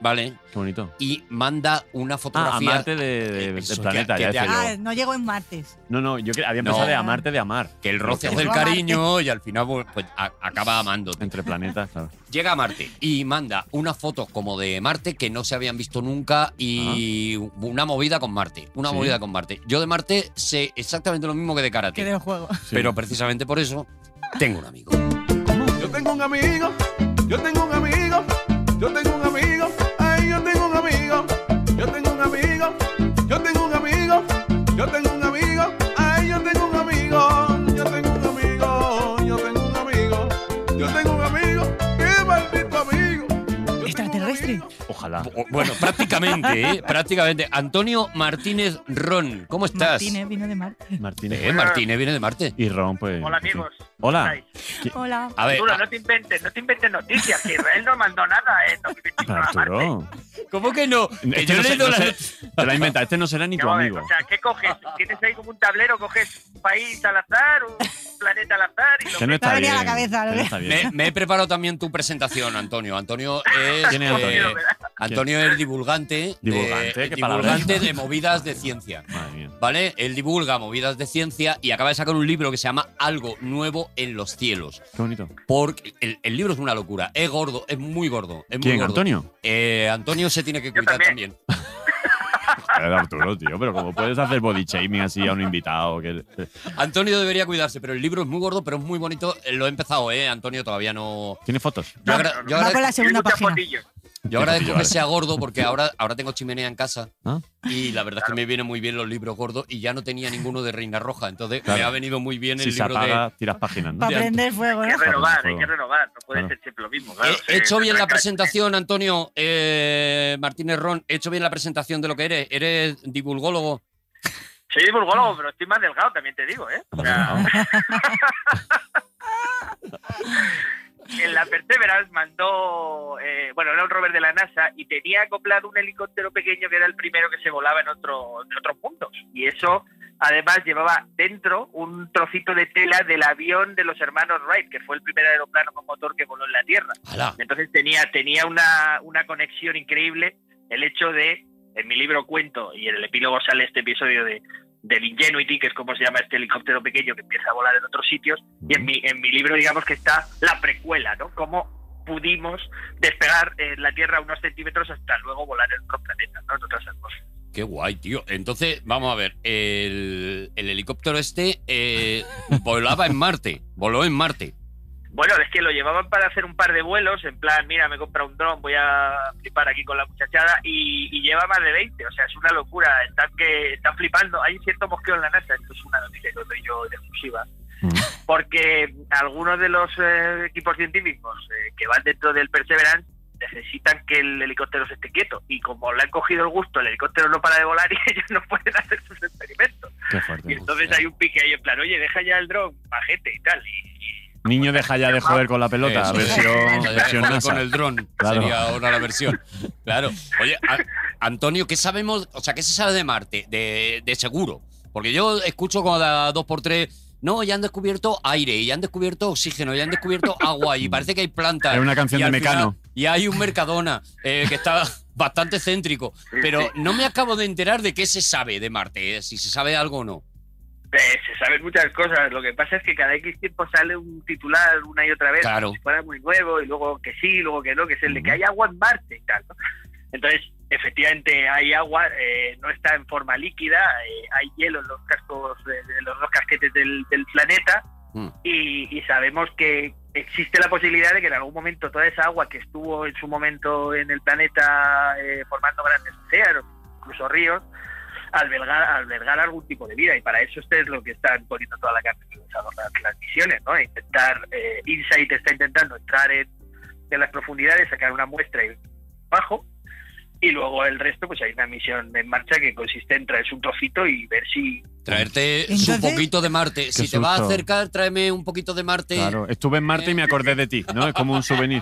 S2: ¿vale?
S4: qué bonito.
S2: Y manda una
S4: Ah, a
S2: fotografía.
S4: Marte de, de-
S2: Eso,
S4: del planeta.
S2: que-
S4: ya
S2: que te
S4: decía yo.
S3: Ah, no llegó en martes.
S4: No, no, yo cre- había
S2: No.
S4: empezado de amarte de amar.
S2: Que el roce
S4: Que
S2: hace el
S3: llegó a Marte.
S2: cariño y al final pues, pues, a- acaba amándote.
S4: Entre planetas, claro.
S2: Llega a Marte y manda unas fotos como de Marte que no se habían visto nunca y una movida con Marte. Una
S4: Sí.
S2: movida con Marte. Yo de Marte sé exactamente lo mismo que de karate.
S3: Que del juego.
S4: Sí.
S2: Pero precisamente por eso tengo un amigo.
S5: Yo tengo un amigo, yo tengo un amigo, yo tengo un amigo, ay, yo tengo un amigo, yo tengo un amigo, yo tengo un amigo, yo tengo un amigo, ay, yo tengo un amigo, yo tengo un amigo, yo tengo un amigo, yo tengo un amigo,
S2: Bueno, prácticamente, ¿eh? Prácticamente. Antonio Martínez Ron, ¿cómo estás?
S3: Martínez vino de Marte.
S4: Martínez.
S2: Eh, Martínez viene de Marte.
S4: Y Ron, pues.
S7: Hola
S4: en fin.
S7: amigos.
S4: Hola. Eh, ah.
S7: Ay,
S3: Hola.
S2: A ver, ah,
S7: Arturo, no te inventes, no te inventes noticias, que Israel no mandó nada
S4: Ah,
S7: en 2021 a Marte.
S4: Arturo.
S2: ¿cómo que no? Que yo
S4: Este no sé-
S2: le doy
S4: no
S2: la-
S4: sé- te la inventa. Este no será ni
S7: Ya
S4: tu
S7: va a ver,
S4: amigo.
S7: O sea, ¿qué coges? ¿Tienes ahí como un tablero? ¿Coges un país al azar, un planeta al azar? Y lo
S4: Que Este no
S3: Me
S4: está
S3: venía
S4: bien.
S3: a la cabeza, lo
S4: que no
S3: que-
S4: está bien.
S2: Me, me he preparado también tu presentación, Antonio. Antonio es, eh,
S4: ¿Quién es Antonio?
S2: Antonio es divulgante, de-
S4: Divulgante, qué
S2: divulgante
S4: palabra.
S2: de movidas de ciencia.
S4: Madre mía.
S2: ¿Vale? Él divulga movidas de ciencia y acaba de sacar un libro que se llama Algo Nuevo en los Cielos.
S4: Qué bonito.
S2: Porque el, el libro es una locura. Es gordo, es muy gordo. Es muy
S4: ¿Quién,
S2: gordo.
S4: Antonio?
S2: Eh, Antonio se tiene que cuidar
S7: también.
S2: también.
S4: Joder, Arturo, tío, pero ¿cómo puedes hacer body shaming así a un invitado? Que...
S2: Antonio debería cuidarse, pero el libro es muy gordo, pero es muy bonito. Eh, Lo he empezado, ¿eh? Antonio todavía no.
S4: ¿Tiene fotos?
S2: Yo, agra- yo
S3: Va
S2: agra-
S3: con la segunda página.
S2: Yo agradezco que sea gordo porque ahora, ahora tengo chimenea en casa
S4: Ah.
S2: y la verdad es que me vienen muy bien los libros gordos y ya no tenía ninguno de Reina Roja, entonces me
S4: Claro.
S2: ha venido muy bien
S4: Si
S2: el
S4: se
S2: libro
S4: apaga,
S2: de...
S4: tiras páginas, ¿no?
S3: Para prender fuego,
S7: Hay
S3: ¿no?
S7: que renovar, hay
S4: Fuego.
S7: que renovar. No puede
S4: Claro.
S7: ser siempre lo mismo. Claro,
S2: He he
S7: Sí,
S2: hecho Eh, bien la
S7: claro.
S2: presentación, Antonio eh, Martínez Ron. He hecho bien la presentación de lo que eres. Eres divulgólogo.
S7: Soy divulgólogo, pues pero estoy más delgado, también te digo, ¿eh? O sea, en la Perseverance mandó, eh, bueno, era un rover de la NASA y tenía acoplado un helicóptero pequeño que era el primero que se volaba en, otro, en otros puntos. Y eso, además, llevaba dentro un trocito de tela del avión de los hermanos Wright, que fue el primer aeroplano con motor que voló en la Tierra.
S2: ¡Hala!
S7: Entonces tenía, tenía una, una conexión increíble el hecho de, en mi libro cuento, y en el epílogo sale este episodio de del Ingenuity, que es como se llama este helicóptero pequeño que empieza a volar en otros sitios, y en mi, en mi libro digamos que está la precuela, ¿no? Cómo pudimos despegar eh, la Tierra unos centímetros hasta luego volar en otros planetas, ¿no? En otras atmósferas.
S2: ¡Qué guay, tío! Entonces, vamos a ver. El, el helicóptero este eh, volaba en Marte. Voló en Marte.
S7: Bueno, es que lo llevaban para hacer un par de vuelos, en plan, mira, me compra un dron, voy a flipar aquí con la muchachada, y, y lleva más de 20, o sea, es una locura, están, que, están flipando, hay cierto mosqueo en la NASA, esto es una noticia que os doy yo de exclusiva,
S4: Mm.
S7: porque algunos de los eh, equipos científicos eh, que van dentro del Perseverance necesitan que el helicóptero se esté quieto, y como le han cogido el gusto, el helicóptero no para de volar y ellos no pueden hacer sus experimentos.
S4: Qué
S7: Y
S4: fuerte.
S7: entonces hay un pique ahí en plan, oye, deja ya el dron, majete y tal, y-
S4: Niño, deja ya de joder con la pelota.
S2: Eso es.
S4: Versión,
S2: Vaya,
S4: versión
S2: joder,
S4: NASA.
S2: Con el dron.
S4: Claro.
S2: Sería ahora la versión. Claro. Oye, a- Antonio, ¿qué sabemos? O sea, ¿qué se sabe de Marte? De, de seguro. Porque yo escucho como cada dos por tres. No, ya han descubierto aire, y ya han descubierto oxígeno, ya han descubierto agua, y parece que hay plantas.
S4: Es una canción
S2: y
S4: de
S2: al
S4: Mecano.
S2: final- y hay un Mercadona eh, que está bastante céntrico. Pero no me acabo de enterar de qué se sabe de Marte, eh, si se sabe algo o no.
S7: Eh, se saben muchas cosas, lo que pasa es que cada X tiempo sale un titular una y otra vez,
S2: Claro.
S7: como si fuera muy nuevo, y luego que sí, luego que no, que es el de que hay agua en Marte y tal. ¿no? Entonces, efectivamente, hay agua, eh, no está en forma líquida, eh, hay hielo en los cascos, de- de los dos casquetes del, del planeta,
S2: Mm.
S7: y, y sabemos que existe la posibilidad de que en algún momento toda esa agua que estuvo en su momento en el planeta eh, formando grandes océanos, incluso ríos, albergar, albergar algún tipo de vida. Y para eso ustedes lo que están poniendo toda la carne en el asador, las, las misiones, ¿no? Intentar, eh, Insight está intentando entrar en, en las profundidades, sacar una muestra y bajo. Y luego el resto, pues hay una misión en marcha que consiste en traerse un trocito y ver si
S2: Traerte un
S3: Entonces-
S2: poquito de Marte. Si te vas a
S4: susto.
S2: acercar, tráeme un poquito de Marte.
S4: Claro, estuve en Marte y me acordé de ti, ¿no? Es como un souvenir.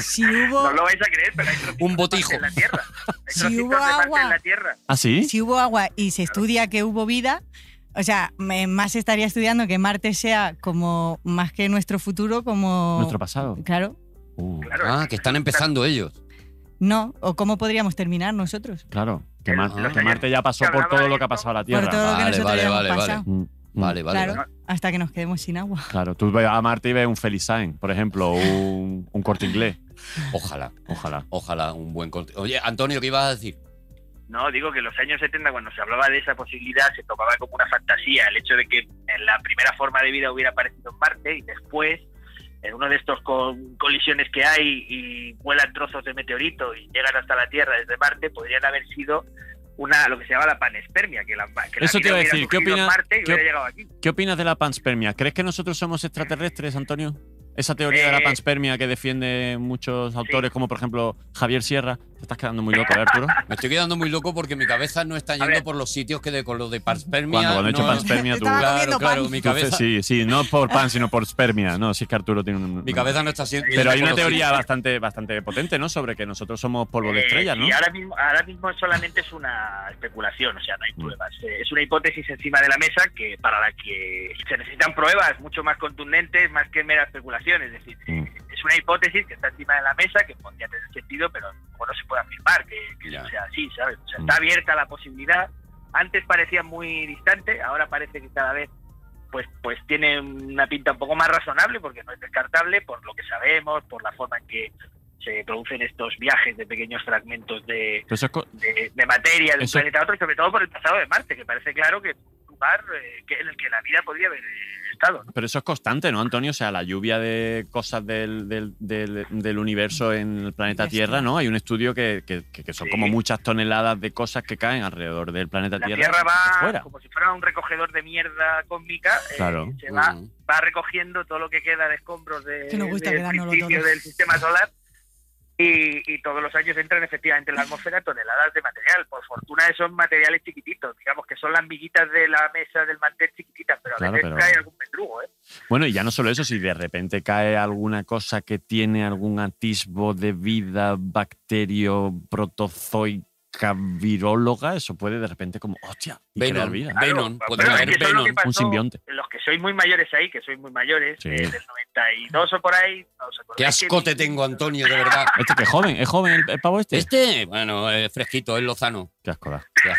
S3: Si hubo,
S7: no lo vais a creer, pero hay trocitos
S2: Un botijo.
S7: de Marte en la Tierra. Hay
S3: Si
S7: trocitos
S3: hubo
S7: de Marte
S3: agua.
S7: en la Tierra.
S4: ¿Ah, sí?
S3: si hubo agua y se estudia que hubo vida, o sea, me- más estaría estudiando que Marte sea como más que nuestro futuro, como.
S4: Nuestro pasado.
S3: Claro,
S4: Uh,
S7: Claro,
S2: Ah, que están empezando ellos.
S3: no. O cómo podríamos terminar nosotros.
S4: claro. Que
S7: Pero
S4: Marte,
S2: los
S4: que Marte ya pasó por todo lo que ha pasado a la
S3: Por todo
S4: Tierra.
S3: lo que
S2: Vale,
S3: nosotros
S2: vale,
S3: ya hemos
S2: vale, vale.
S3: pasado.
S4: Mm, mm.
S2: Vale, vale.
S3: claro,
S2: vale.
S3: hasta que nos quedemos sin agua.
S4: Claro, tú ves a Marte y ves un Felisain, por ejemplo, o un, un corte inglés.
S2: Ojalá,
S4: Ojalá.
S2: ojalá un buen corte. Oye, Antonio, ¿qué ibas a decir?
S7: No, digo que en los años 70, cuando se hablaba de esa posibilidad, se tomaba como una fantasía el hecho de que en la primera forma de vida hubiera aparecido en Marte y después, en uno de estos con- colisiones que hay y vuelan trozos de meteorito y llegan hasta la Tierra desde Marte, podrían haber sido una lo que se llama la panespermia, que la, que la
S4: Eso te iba a
S7: vida hubiera
S4: decir, ¿qué
S7: surgido en
S4: opinas-
S7: Marte y
S4: qué
S7: hubiera
S4: op-
S7: llegado aquí.
S4: ¿Qué opinas de la panspermia? ¿Crees que nosotros somos extraterrestres, Antonio? Esa teoría de la
S7: Eh.
S4: panspermia que defienden muchos autores, como por ejemplo Javier Sierra. Te estás quedando muy loco, ¿eh, Arturo.
S2: Me estoy quedando muy loco porque mi cabeza no está yendo
S7: ver.
S2: por los sitios que de, con los de panspermia.
S4: Cuando, cuando he
S2: no-
S4: dicho panspermia, tú.
S3: Estaba
S4: tú
S2: Claro,
S3: comiendo
S2: claro,
S3: pan.
S2: mi
S4: dices,
S2: cabeza,
S4: Sí, sí, no por pan, sino por spermia. No, si es que Arturo tiene un.
S2: mi cabeza no está siendo.
S4: Pero hay una teoría bastante, bastante potente, ¿no? Sobre que nosotros somos polvo de
S7: Eh,
S4: estrellas, ¿no?
S7: Y ahora mismo, ahora mismo solamente es una especulación, o sea,
S4: Mm.
S7: no hay pruebas. Eh, Es una hipótesis encima de la mesa que para la que se necesitan pruebas mucho más contundentes, más que mera especulación. Es decir,
S4: Mm.
S7: es una hipótesis que está encima de la mesa que podría tener sentido, pero como no se puede afirmar que, que
S2: Ya.
S7: sea así, ¿sabes? O sea,
S4: Mm.
S7: está abierta la posibilidad. Antes parecía muy distante, ahora parece que cada vez pues pues tiene una pinta un poco más razonable porque no es descartable por lo que sabemos, por la forma en que se producen estos viajes de pequeños fragmentos de,
S4: Pero eso es co-
S7: de- de materia de
S4: Eso-
S7: un planeta a otro y sobre todo por el pasado de Marte, que parece claro que es un lugar eh, que, en el que la vida podría haber eh, estado. ¿no?
S4: Pero eso es constante, ¿no, Antonio? O sea, la lluvia de cosas del, del- del- del universo en el
S3: Ya
S4: planeta
S3: está.
S4: Tierra, ¿no? Hay un estudio que, que- que- que son
S7: Sí.
S4: como muchas toneladas de cosas que caen alrededor del planeta
S7: La
S4: Tierra.
S7: Tierra va
S4: fuera.
S7: como si fuera un recogedor de mierda cósmica, eh,
S4: Claro.
S7: se
S2: Mm.
S7: va, va recogiendo todo lo que queda de escombros de-
S3: Que nos gusta
S7: del
S3: quedárnoslo
S7: principio
S3: todo.
S7: del sistema solar. Y, y todos los años entran efectivamente en la atmósfera toneladas de material. Por fortuna son materiales chiquititos, digamos que son las miguitas de la mesa del mantel chiquititas, pero a
S4: Claro,
S7: veces
S4: pero-
S7: cae algún mendrugo, ¿eh?
S4: Bueno, y ya no solo eso, si de repente cae alguna cosa que tiene algún atisbo de vida bacterio protozoica viróloga, eso puede de repente como, hostia, y crear
S2: Venom.
S4: vida.
S2: Venom.
S7: Claro,
S2: Puede
S7: pero
S2: caer
S7: es que eso es lo
S2: Venom.
S7: que pasó-
S4: Un simbionte.
S7: Los que sois muy mayores ahí, que sois muy mayores,
S4: Sí.
S7: eh, del 92 o por ahí, no os acordáis
S2: Qué asco
S7: que-
S2: te tengo, Antonio, de verdad.
S4: Este que es joven, es joven el, el pavo este.
S2: Este, bueno, es fresquito, es lozano.
S4: Qué asco da.
S2: Ya.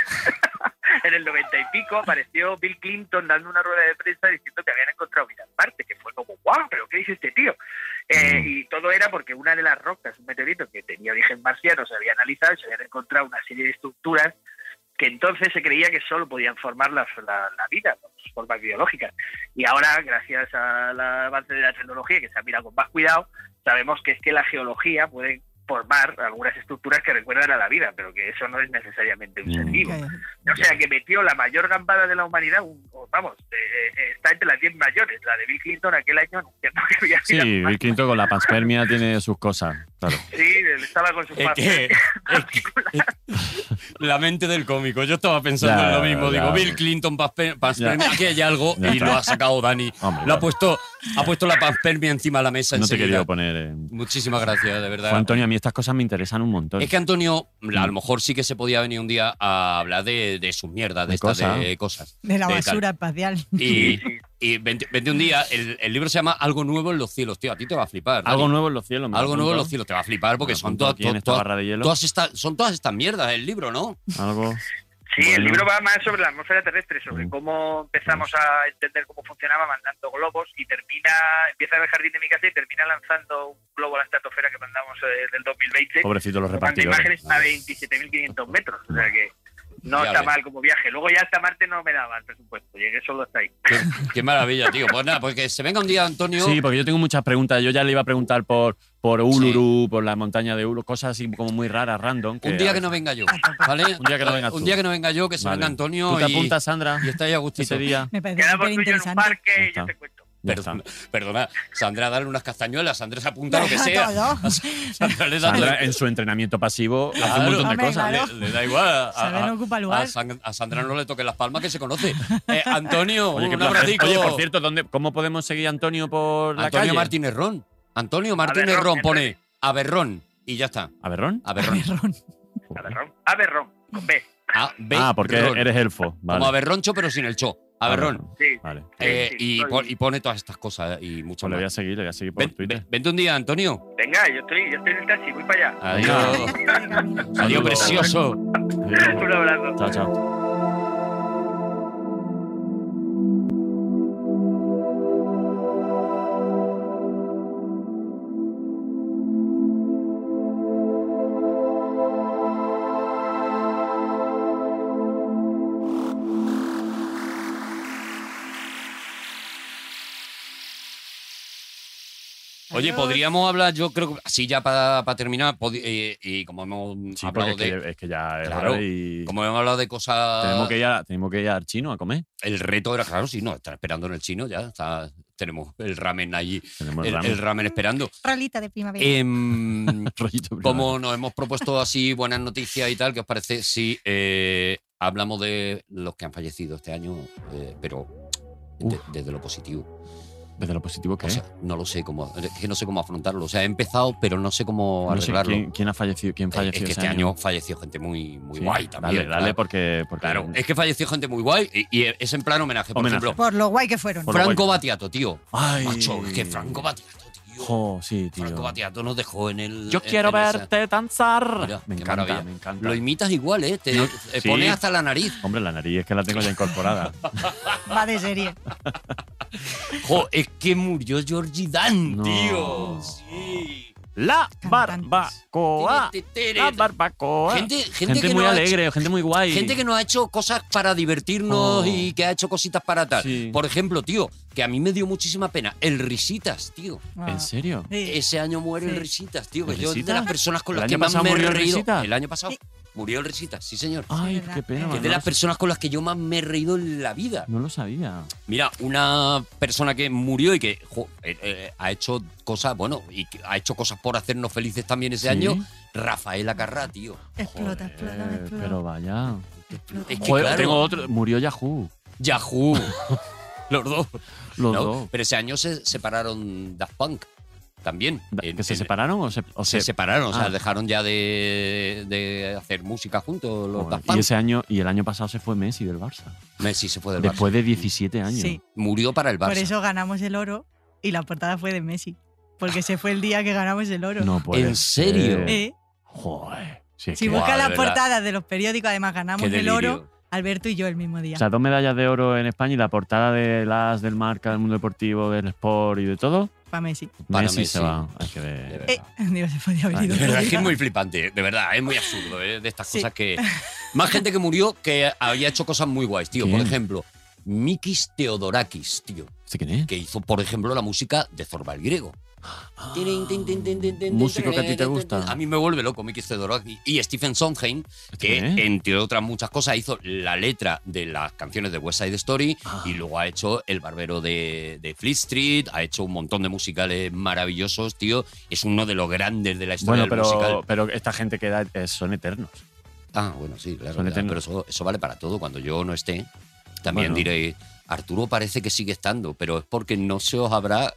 S7: En el 90 y pico apareció Bill Clinton dando una rueda de prensa diciendo que habían encontrado vida en Marte, que fue como, guau, pero ¿qué dice este tío? Eh,
S4: Mm.
S7: Y todo era porque una de las rocas, un meteorito que tenía origen marciano, se había analizado y se habían encontrado una serie de estructuras que entonces se creía que solo podían formar la, la- la vida, las formas biológicas. Y ahora, gracias al avance de la tecnología, que se ha mirado con más cuidado, sabemos que es que la geología puede formar algunas estructuras que recuerdan a la vida, pero que eso no es necesariamente un ser
S4: Mm.
S7: vivo.
S3: Calla.
S7: O sea, que metió la mayor gambada de la humanidad, un- o vamos, eh, eh, está entre las 10 mayores, la de Bill Clinton aquel año anunciando que había
S4: Sí,
S7: sido-
S4: Bill Clinton con la panspermia tiene sus cosas, claro.
S7: Sí, él estaba con su
S2: Es que- La mente del cómico. Yo estaba pensando
S4: Ya,
S2: en lo mismo.
S4: ya.
S2: Digo, Bill Clinton, paspe- panspermia,
S4: Ya.
S2: aquí hay algo
S4: Ya
S2: y
S4: está.
S2: lo ha sacado Dani.
S4: Hombre,
S2: Lo
S4: claro.
S2: ha puesto, ha puesto la panspermia encima de la mesa
S4: no te he
S2: enseguida.
S4: querido poner en...
S2: Muchísimas gracias, de verdad.
S4: Juan Antonio, a mí estas cosas me interesan un montón.
S2: Es que Antonio, a lo mejor sí que se podía venir un día a hablar de, de sus mierdas, de,
S4: De
S2: estas
S4: cosas.
S2: de cosas.
S3: De la
S2: De tal.
S3: basura espacial.
S2: Y, y vente, vente un día, el, el libro se llama Algo Nuevo en los Cielos, tío. A ti te va a flipar. Dani.
S4: Algo nuevo en los cielos. me
S2: Algo
S4: apunto.
S2: nuevo en los Cielos, te va a flipar porque
S4: Me
S2: son
S4: apunto
S2: todas,
S4: aquí en
S2: to-
S4: esta
S2: todas-
S4: barra de hielo.
S2: todas estas, son todas estas mierdas el libro, ¿no?
S4: Algo.
S7: Sí, el
S4: Bueno.
S7: libro va más sobre la atmósfera terrestre, sobre
S4: Mm.
S7: cómo empezamos a entender cómo funcionaba mandando globos y termina, empieza en el jardín de mi casa y termina lanzando un globo a la estratosfera que mandamos eh, del 2020.
S4: Pobrecito los
S7: tomando
S4: repartidores.
S7: imágenes a 27.500 metros, o sea que no
S2: Ya
S7: está
S2: ves.
S7: mal como viaje. Luego ya hasta Marte no me daba el presupuesto, llegué solo hasta ahí.
S2: Qué, qué maravilla, tío. Pues nada, pues que se venga un día Antonio.
S4: Sí, porque yo tengo muchas preguntas. Yo ya le iba a preguntar por, por Uluru, por la montaña de Uluru, cosas así como muy raras, random.
S2: un día que no venga yo, ¿vale?
S4: Un día que no vengas
S2: Un
S4: tú.
S2: día que no venga yo, que se
S4: Vale.
S2: venga Antonio
S4: Tú te
S2: y,
S4: apuntas, Sandra,
S2: y está ahí a
S4: ese
S2: gustito.
S4: día.
S3: Me parece
S7: Quedamos
S3: súper
S7: tú y yo en un
S3: interesante.
S7: parque
S4: Ya
S7: y yo
S4: está.
S7: te cuento.
S4: Ya está.
S2: Perdona, perdona, Sandra, dale unas castañuelas. Sandra se apunta a lo que sea.
S3: Todo.
S2: Sandra le da,
S4: Sandra, en su entrenamiento pasivo, hace un
S2: Claro.
S4: montón de
S3: Hombre,
S4: cosas.
S3: claro.
S2: le, le da igual. A,
S3: Saber
S2: a-
S3: no ocupa lugar.
S2: a San- a Sandra no le toquen las palmas que se conoce. Eh, Antonio,
S4: Oye, qué
S2: un
S4: placer.
S2: abracico.
S4: Oye, por cierto, ¿dónde, ¿cómo podemos seguir a Antonio por la calle?
S2: Antonio Martínez Ron. Antonio Martínez
S7: Averrón,
S2: Ron pone Averrón y ya está.
S4: ¿A Berrón?
S2: Averrón.
S7: Aberrón. Aberrón, con B.
S4: Ah, porque eres elfo. Vale.
S2: Como Averroncho, pero sin el cho. Averrón.
S7: Sí.
S4: Vale. Pues
S2: Eh,
S7: Sí, sí,
S2: y,
S7: soy-
S2: pon- y pone todas estas cosas eh, y mucho
S4: le voy a
S2: más.
S4: seguir, le voy a seguir por
S2: Ven-
S4: Twitter.
S2: ven- vente un día, Antonio.
S7: Venga, yo estoy, yo estoy en el taxi, voy para
S2: Ah,
S7: allá.
S2: Adiós. Adiós,
S4: Saludos.
S2: precioso.
S7: Un abrazo.
S4: Chao, chao.
S2: Oye, podríamos hablar, yo creo que así ya para terminar, podi- eh, y como hemos
S4: Sí, porque
S2: hablado
S4: Ah, es que,
S2: de.
S4: es que ya es
S2: Claro,
S4: hora y
S2: Como ah. hemos hablado de cosas.
S4: tenemos que, ir a- tenemos que ir al chino a comer.
S2: El reto era, claro, sí, no, está esperando en el chino, ya está, tenemos el ramen allí,
S4: Tenemos
S2: el,
S4: ramen.
S2: el ramen esperando.
S3: Rolita de primavera.
S2: Eh, Em,
S4: Rollito privado.
S2: como nos hemos propuesto así buenas noticias y tal, ¿qué os parece si eh, hablamos de los que han fallecido este año, eh, pero de-
S4: Uf.
S2: desde lo positivo?
S4: Desde lo positivo que
S2: O
S4: es.
S2: sea, no lo sé cómo, es que no sé cómo afrontarlo. O sea, he empezado, pero no sé cómo
S4: No sé
S2: arreglarlo.
S4: quién, quién ha fallecido, quién
S2: Eh,
S4: falleció
S2: es que
S4: ese
S2: este año falleció gente muy, muy
S4: Sí,
S2: guay también.
S4: Dale, dale,
S2: claro.
S4: porque. porque
S2: Claro, es que falleció gente muy guay y, y es en plan homenaje. Por
S4: Homenaje.
S2: ejemplo,
S3: Por lo guay que fueron.
S4: Por- lo
S2: Franco
S4: guay.
S2: Batiato, tío.
S4: Ay.
S2: Macho, es que Franco Batiato, tío.
S4: Jo, sí, tío.
S2: Franco Batiato nos dejó en el.
S4: Yo
S2: en-
S4: quiero
S2: en esa-
S4: verte danzar.
S2: Mira,
S4: me
S2: qué
S4: encanta,
S2: maravilla.
S4: me encanta.
S2: Lo imitas igual, ¿eh? Te
S4: No,
S2: te
S4: sí.
S2: pones hasta la nariz.
S4: Hombre, la nariz es que la tengo ya incorporada.
S3: Va de serie.
S2: Jo, es que murió Georgie Dan,
S4: No.
S2: tío. Sí.
S4: la
S3: Cantantes.
S4: barbacoa.
S2: Tere, tere.
S4: La Ah, barbacoa.
S2: Gente, gente,
S4: Gente
S2: que
S4: muy
S2: no ha
S4: alegre, gente muy guay.
S2: hecho- gente que nos ha hecho cosas para divertirnos
S4: Oh.
S2: y que ha hecho cositas para tal.
S4: Sí.
S2: Por ejemplo, tío, que a mí me dio muchísima pena. El Risitas, tío.
S4: ¿En serio?
S3: Sí.
S2: Ese año muere el
S3: Sí.
S2: Risitas, tío. Que
S4: ¿El
S2: yo de
S4: Risitas?
S2: las personas con
S4: ¿El
S2: las
S4: año
S2: que más
S4: pasado
S2: me he
S4: murió el
S2: reído.
S4: Risitas? Ah,
S2: El año pasado murió el Risitas, sí, señor.
S4: Ay,
S3: verdad.
S4: qué pena.
S2: Que
S3: Que
S2: es
S4: Manolo.
S2: de las personas con las que yo más me he reído en la vida.
S4: No lo sabía.
S2: Mira, una persona que murió y que jo, eh, eh, ha hecho cosas, bueno, y que ha hecho cosas por hacernos felices también ese
S4: ¿Sí?
S2: año, Rafael Carrá, tío.
S3: Explota,
S4: Joder,
S3: explota, explota.
S4: Eh, Pero vaya.
S2: Es que
S4: Joder,
S2: claro,
S4: tengo otro. Murió Yahoo.
S2: Yahoo. Los dos.
S4: Los
S2: ¿no?
S4: dos.
S2: Pero ese año se separaron Daft Punk también.
S4: Da-
S2: En-
S4: ¿Que se
S2: en-
S4: separaron o se.? o
S2: Se
S4: se-
S2: separaron, o sea,
S4: Ah.
S2: dejaron ya de, de hacer música juntos los
S4: Joder,
S2: Daft Punk.
S4: Y ese año. Y el año pasado se fue Messi del Barça.
S2: Messi se fue del
S4: Después de
S2: Barça.
S4: 17 años.
S3: Sí.
S2: Murió para el Barça.
S3: Por eso ganamos el oro y la portada fue de Messi. Porque se fue el día que ganamos el oro.
S4: No puede
S2: ¿En serio?
S4: ser.
S3: Eh,
S4: Joder. Si es
S3: Si
S4: que-
S2: Guau,
S3: buscas
S2: de
S3: las
S2: verdad.
S3: portadas de los periódicos, además ganamos
S2: Qué
S3: el oro,
S2: delirio.
S3: Alberto y yo el mismo día.
S4: O sea, dos medallas de oro en España y la portada de las del marca, del mundo deportivo, del sport y de todo.
S3: Para Messi.
S2: Para
S4: Messi,
S2: Messi.
S4: se va. Hay que ver.
S2: De verdad.
S3: Eh, digo, se podía haber
S4: Ay,
S3: ido
S2: De
S3: otro
S2: verdad es que
S3: día.
S2: es muy flipante, de verdad, es muy absurdo, ¿eh? de estas
S3: Sí.
S2: cosas que... Más gente que murió que había hecho cosas muy guays, tío. Por
S4: ¿Quién?
S2: ejemplo, Mikis Theodorakis, tío,
S4: ¿Este quién es?
S2: que hizo, por ejemplo, la música de Zorba el Griego. Tin, tin, tin, tin, tin, tin,
S4: músico
S2: tin,
S4: que a ti te
S2: tin,
S4: gusta.
S2: tin. A mí me vuelve loco Mikis Theodorakis. Y Stephen Sondheim,
S4: ¿Este
S2: que
S4: quién es?
S2: entre otras muchas cosas hizo la letra de las canciones de West Side Story
S4: Ah.
S2: y luego ha hecho El Barbero de, de Fleet Street, ha hecho un montón de musicales maravillosos, tío. Es uno de los grandes de la historia
S4: Bueno,
S2: del musical.
S4: pero, pero esta gente que da eh, son eternos.
S2: Ah, bueno, sí, claro.
S4: Son
S2: claro,
S4: eternos.
S2: pero eso, eso vale para todo. Cuando yo no esté, también
S4: Bueno.
S2: diréis, Arturo parece que sigue estando, pero es porque no se os habrá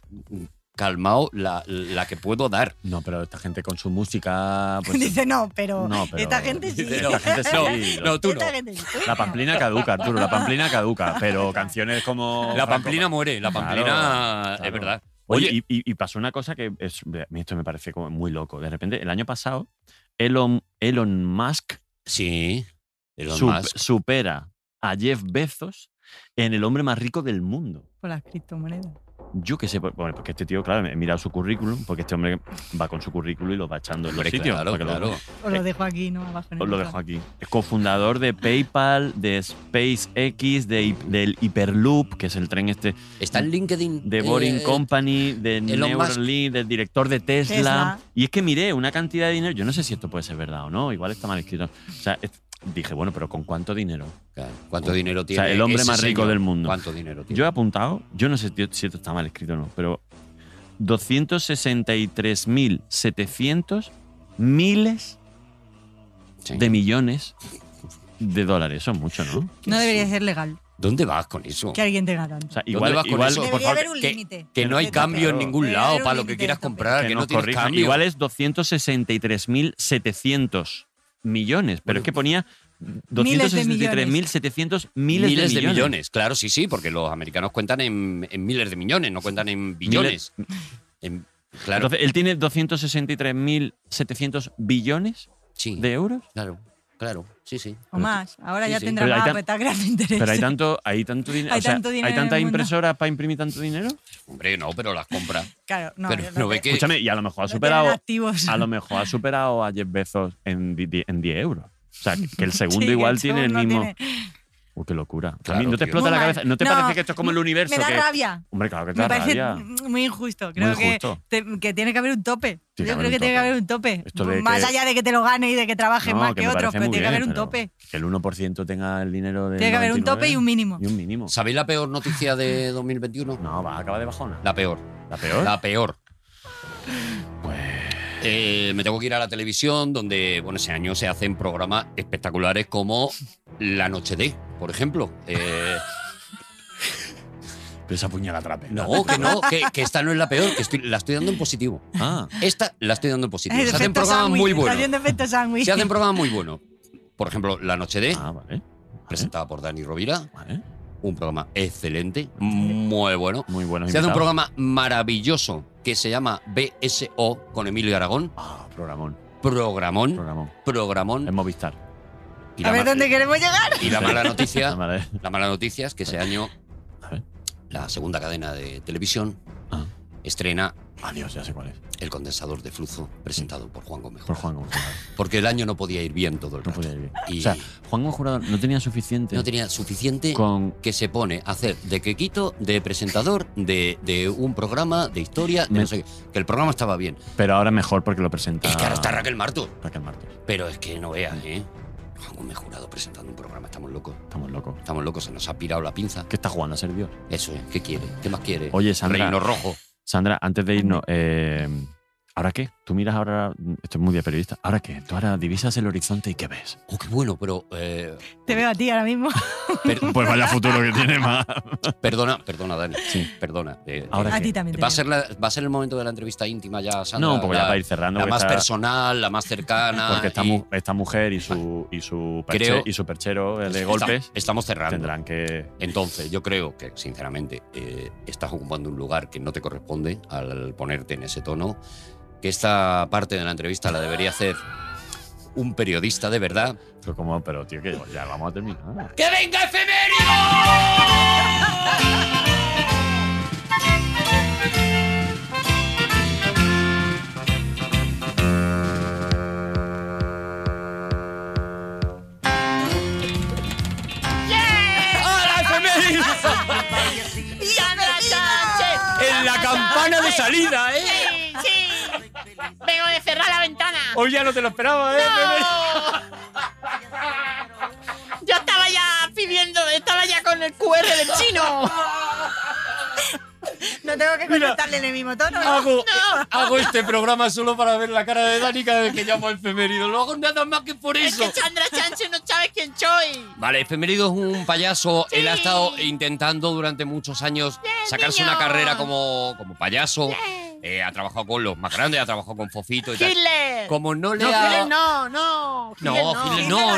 S2: calmado la, la que puedo dar.
S4: No, pero esta gente con su música. Pues,
S3: Dice, no pero,
S4: No, pero-
S3: esta gente sí.
S4: Esta gente sí.
S2: No, no, tú no.
S3: Esta gente sí.
S4: La pamplina caduca, Arturo, la pamplina caduca. Pero canciones como.
S2: La
S4: Franco-
S2: pamplina muere, la pamplina
S4: Claro,
S2: es
S4: claro.
S2: verdad.
S4: Oye,
S2: Oye,
S4: y, y- y pasó una cosa que es- a mí esto me parece como muy loco. De repente, el año pasado, Elon, Elon Musk,
S2: sí, Elon
S4: sup-
S2: Musk.
S4: supera a Jeff Bezos en el hombre más rico del mundo.
S3: Por las criptomonedas.
S4: Yo qué sé, pues, bueno, porque este tío, claro, he mirado su currículum, porque este hombre va con su currículum y lo va echando en los
S2: Hombre,
S4: sitios.
S2: claro,
S4: para que lo-
S2: claro.
S3: Os lo dejo aquí, ¿no? Abajo en el
S4: Os lo
S3: chat.
S4: dejo aquí. Es cofundador de PayPal, de SpaceX, de, hi- del Hyperloop, que es el tren este,
S2: Está en LinkedIn.
S4: de
S2: eh,
S4: Boring Company, de
S2: Elon Musk.
S4: Neuralink, del director de Tesla.
S3: Tesla.
S4: Y es que miré una cantidad de dinero, yo no sé si esto puede ser verdad o no, igual está mal escrito. O sea, es- dije, bueno, pero ¿con cuánto dinero?
S2: Claro, ¿Cuánto dinero
S4: sea,
S2: tiene?
S4: el hombre
S2: ese
S4: más rico
S2: señor?
S4: del mundo.
S2: ¿Cuánto dinero tiene?
S4: Yo he apuntado, yo no sé tío, si esto está mal escrito o no, pero 263.700 miles
S2: Sí.
S4: de millones de dólares. Son mucho, ¿no?
S3: No debería ser legal
S2: ¿Dónde vas con eso?
S3: que alguien tenga tanto.
S4: O sea,
S2: ¿Dónde
S4: igual,
S2: vas con
S4: igual
S2: eso?
S4: por
S3: debería
S4: favor,
S3: haber un
S2: que-
S3: límite.
S2: Que no hay
S4: Perfecto,
S2: cambio en
S4: claro.
S2: ningún
S3: Debería
S2: lado
S3: haber un
S2: para lo que
S3: límite
S2: quieras
S3: de esto,
S2: comprar, que, no
S4: nos
S2: tienes
S4: corrijan.
S2: cambio.
S4: Igual es 263.700 millones, pero es que ponía
S3: Miles de millones.
S4: 263.700 miles,
S2: miles,
S4: de millones.
S2: Claro, sí, sí, porque los americanos cuentan en, en miles de millones, no cuentan en billones. En- claro,
S4: Entonces, él tiene 263.700 billones
S2: sí,
S4: de euros.
S2: claro, claro, sí, sí.
S3: O más. Ahora
S2: Sí,
S3: ya
S2: sí.
S3: tendrá
S4: Pero hay
S3: más,
S4: tan-
S3: pues está creando interés.
S4: Pero hay tanto, hay tanto dinero.
S3: Hay
S4: o sea,
S3: tanto dinero
S4: hay
S3: en el
S4: tantas
S3: mundo.
S4: impresoras para imprimir tanto dinero.
S2: Hombre, no, pero las compra.
S3: Claro, no.
S2: pero
S3: yo
S2: no ve
S3: te-
S2: que
S4: Escúchame, y a lo mejor ha
S3: no
S4: superado.
S3: tienen activos.
S4: A lo mejor ha superado a Jeff Bezos en, di- di- en 10 euros. O sea, que el segundo
S3: Sí,
S4: igual
S3: el
S4: tiene el
S3: segundo
S4: mismo.
S3: tiene-
S4: Uy, qué locura.
S2: Claro,
S4: También, no te
S2: tío.
S4: explota
S3: Muy
S4: la
S3: mal.
S4: cabeza. ¿No te
S3: No,
S4: parece que esto es como el universo?
S3: Me da
S4: que-
S3: rabia.
S4: Hombre, claro que te
S3: Me
S4: da
S3: parece
S4: rabia.
S3: muy injusto. Creo
S4: Muy
S3: que,
S4: justo.
S3: te- que tiene que haber un tope.
S4: Tiene
S3: Yo
S4: que haber
S3: creo
S4: un
S3: que tiene que
S4: tope.
S3: haber un tope.
S4: Esto de
S3: Más
S4: que-
S3: allá de que te lo gane y de que trabajes
S4: No,
S3: más que,
S4: me
S3: otros,
S4: parece
S3: pero
S4: muy
S3: tiene que
S4: bien,
S3: haber un
S4: pero
S3: tope.
S4: Que el 1% tenga el dinero de.
S3: Tiene que haber un tope y un mínimo.
S4: Y un mínimo.
S2: ¿Sabéis la peor noticia de 2021?
S4: No, va, acaba de bajona.
S2: La peor.
S4: ¿La peor?
S2: La peor.
S4: Pues-
S2: Eh, me tengo que ir a la televisión, donde bueno, ese año se hacen programas espectaculares como La Noche de, por ejemplo. Eh,
S4: Pero esa puñalada trape.
S2: no, que no, que, que esta no es la peor, que estoy- la estoy dando en positivo.
S4: Ah,
S2: Esta la estoy dando en positivo.
S3: El
S2: Se hacen
S3: efecto
S2: programas
S3: sándwich,
S2: muy
S3: está haciendo
S2: buenos.
S3: efecto sándwich.
S2: Se hacen programas muy buenos. Por ejemplo, La Noche de,
S4: ah, vale. Vale,
S2: presentada por Dani Rovira,
S4: vale.
S2: un programa excelente, muy bueno.
S4: Muy buenos
S2: Se hace un
S4: invitados.
S2: programa maravilloso que se llama BSO con Emilio Aragón.
S4: Ah, programón,
S2: Programón,
S4: programón.
S2: programón.
S4: Es Movistar.
S2: Y
S3: a
S2: la,
S3: ver
S2: ma-
S3: dónde queremos llegar.
S2: Mm. y la mala
S4: Ah,
S2: noticia,
S4: vale.
S2: la mala noticia es que ese año
S4: A ver.
S2: la segunda cadena de televisión
S4: Ah.
S2: estrena
S4: Adiós, Ah, ya sé cuál es.
S2: El condensador de flujo presentado por Juan Gómez.
S4: Por
S2: Jurado.
S4: Juan Gómez Jurado.
S2: Porque el año no podía ir bien todo el
S4: No
S2: rato.
S4: podía ir bien.
S2: Y
S4: O sea, Juan Gómez Jurado no tenía suficiente
S2: no tenía suficiente
S4: con.
S2: que se pone a hacer de quequito, de presentador, de, de un programa, de historia, de
S4: Me-
S2: no sé qué. Que el programa estaba bien.
S4: Pero ahora mejor porque lo presenta.
S2: Es que ahora está Raquel Marto.
S4: Raquel Martínez.
S2: Pero es que no veas, ¿eh? Juan Gómez Jurado presentando un programa, estamos locos.
S4: Estamos locos.
S2: Estamos locos, se nos ha pirado la pinza.
S4: ¿Qué está jugando a ser Dios?
S2: Eso es, ¿qué quiere? ¿Qué más quiere?
S4: Oye, Sandra.
S2: Reino Rojo.
S4: Sandra, antes de irnos, eh, ¿ahora qué? Tú miras ahora. Esto es muy de periodista. ¿Ahora qué? Tú ahora divisas el horizonte y ¿qué ves?
S2: Oh, qué bueno, pero. eh,
S3: Te veo a ti ahora mismo.
S2: per-
S4: Pues vaya futuro que tiene más.
S2: perdona, perdona, Dani. Perdona. eh,
S4: Ahora
S2: eh,
S3: A
S4: qué?
S3: ti también. te
S2: va, a
S3: veo.
S2: ser la- va a ser el momento de la entrevista íntima ya, Sandra.
S4: No, porque ya
S2: la-
S4: para ir cerrando.
S2: La
S4: que
S2: más
S4: está-
S2: personal, la más cercana.
S4: Porque esta,
S2: Ah, y-
S4: mu- esta mujer y su, y su, perche-
S2: Creo-
S4: y su perchero eh, de
S2: Esta-
S4: golpes
S2: Estamos cerrando.
S4: tendrán que.
S2: Entonces, yo creo que, sinceramente, eh, estás ocupando un lugar que no te corresponde al ponerte en ese tono. Que esta parte de la entrevista la debería hacer un periodista de verdad.
S4: Pero, como, pero tío, que ya vamos a terminar.
S2: ¡Que venga efemérido! ¡Hola, efemérido! En la campana de salida, ¿eh?
S9: Sí, sí. Vengo de cerrar la ventana.
S2: Hoy ya no te lo esperaba, ¿eh? efemérido?
S9: Yo estaba ya pidiendo, estaba ya con el QR del chino.
S3: No tengo que contestarle en el mismo tono. ¿no?
S2: Hago, hago este programa solo para ver la cara de Dani cada vez que llamo a efemérido. No hago nada más que por
S9: Es
S2: eso.
S9: que Sandra Sánchez no sabe quién soy.
S2: Vale, Efemérido es un payaso.
S9: Sí.
S2: Él ha estado intentando durante muchos años sacarse
S9: niño.
S2: una carrera como, como payaso. Eh, ha trabajado con los más grandes, ha trabajado con Fofito y tal.
S9: Hitler.
S2: Como no le
S9: No,
S2: ha.
S9: Hitler no, no.
S2: No,
S9: Hitler no.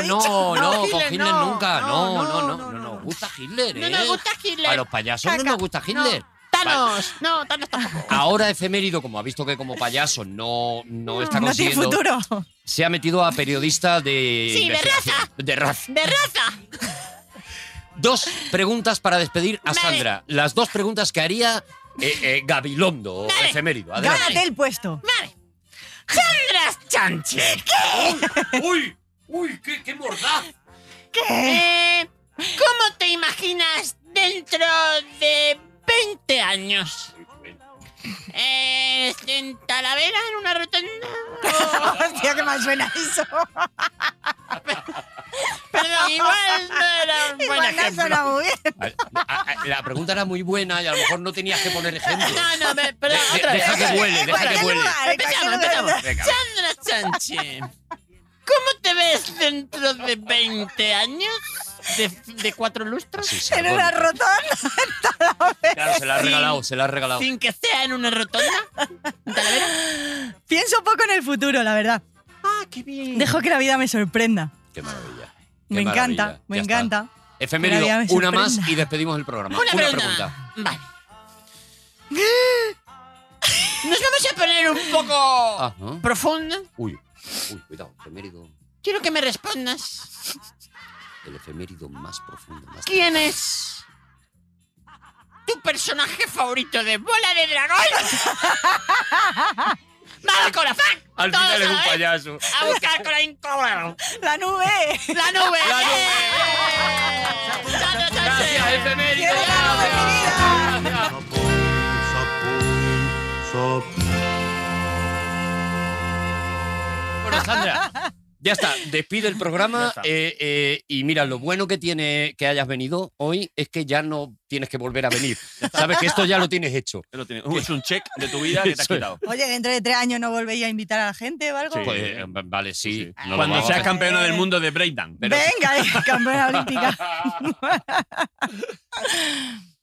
S2: Hitler no,
S3: Hitler lo ha
S2: no,
S3: dicho.
S2: no,
S9: No,
S2: con
S9: Hitler
S2: Hitler
S9: no,
S2: nunca. No, no, no, no, no,
S3: no.
S2: nos gusta Hitler,
S9: No
S2: ¿eh?
S9: nos gusta Hitler.
S2: A los payasos no
S9: Caca.
S2: nos gusta Hitler.
S9: No. Thanos. No, Thanos tampoco.
S2: Ahora Efemérido, como ha visto que como payaso no, no está
S3: No tiene
S2: consiguiendo,
S3: futuro.
S2: se ha metido a periodista de
S9: Sí, de
S2: investigación.
S9: raza.
S2: De raza.
S9: De raza.
S2: Dos preguntas para despedir a
S9: Vale.
S2: Sandra. Las dos preguntas que haría eh, eh, Gabilondo, o
S9: Vale.
S2: efemérido. Adelante.
S3: Gánate el puesto.
S9: Vale. Sandra Sánchez.
S6: ¡Uy! ¡Uy! ¡Qué, qué mordaz!
S9: Eh, ¿Cómo te imaginas dentro de 20 años? Eh, ¿En Talavera, en una rotonda? O-
S3: Hostia, que mal suena eso.
S9: Perdón, igual no era un buen
S3: Igual no
S9: ejemplo.
S3: suena muy bien.
S2: A- a- a- La pregunta era muy buena y a lo mejor no tenías que poner ejemplo.
S9: No, no, me-
S2: De-
S9: perdón,
S2: de-
S9: otra vez.
S2: deja que vuele,
S3: En
S2: deja que
S3: cualquier
S2: vuele.
S3: lugar, en
S9: Empezamos,
S3: cualquier
S9: empezamos.
S3: lugar.
S2: Venga,
S9: Sandra Sánchez, ¿cómo te ves dentro de 20 años? ¿De, de cuatro lustros?
S2: sí, sí,
S3: En una
S2: bueno.
S3: rotonda.
S2: Claro, se la ha
S9: Sí.
S2: regalado, se la ha regalado.
S9: ¿Sin que sea en una rotonda? ¿En Talavera?
S3: Pienso poco en el futuro, la verdad.
S9: Ah, qué bien.
S3: Dejo que la vida me sorprenda.
S2: Qué maravilla. Qué
S3: Me encanta,
S2: maravilla.
S3: me
S2: Ya está.
S3: encanta.
S2: Efemérido,
S3: Todavía me
S2: una
S3: sorprenda.
S2: más y despedimos el programa.
S9: Una, pregunta.
S2: pregunta.
S9: Vale. Nos vamos a poner un poco
S2: Ah, ¿no?
S9: profunda.
S2: Uy, uy, cuidado, efemérido.
S9: Quiero que me respondas.
S2: El efemérido más profundo. Más
S9: ¿Quién es tu personaje favorito de Bola de Dragón? ¡Vamos, corazón!
S2: Al
S9: Todos
S2: final es un
S9: a ver,
S2: payaso.
S9: A buscar con la incómoda.
S3: La nube.
S9: ¡La nube!
S2: La nube.
S9: ¡Eh!
S2: Sandra. Ya está, despide el
S4: Ya
S2: programa
S4: está.
S2: eh, eh, y mira, lo bueno que tiene que hayas venido hoy es que ya no tienes que volver a venir. Sabes que esto ya lo tienes hecho.
S4: Lo tienes. uh, Es un check de tu vida que te has
S2: Eso es.
S4: quitado.
S3: Oye, dentro de tres años no volvéis a invitar a la gente o algo.
S4: Sí.
S2: Pues, eh, vale, sí.
S4: Sí.
S2: no lo
S4: Cuando
S2: vamos a
S4: seas
S2: hacer.
S4: campeona del mundo de breakdown.
S2: pero-
S3: Venga, eh, campeona olímpica.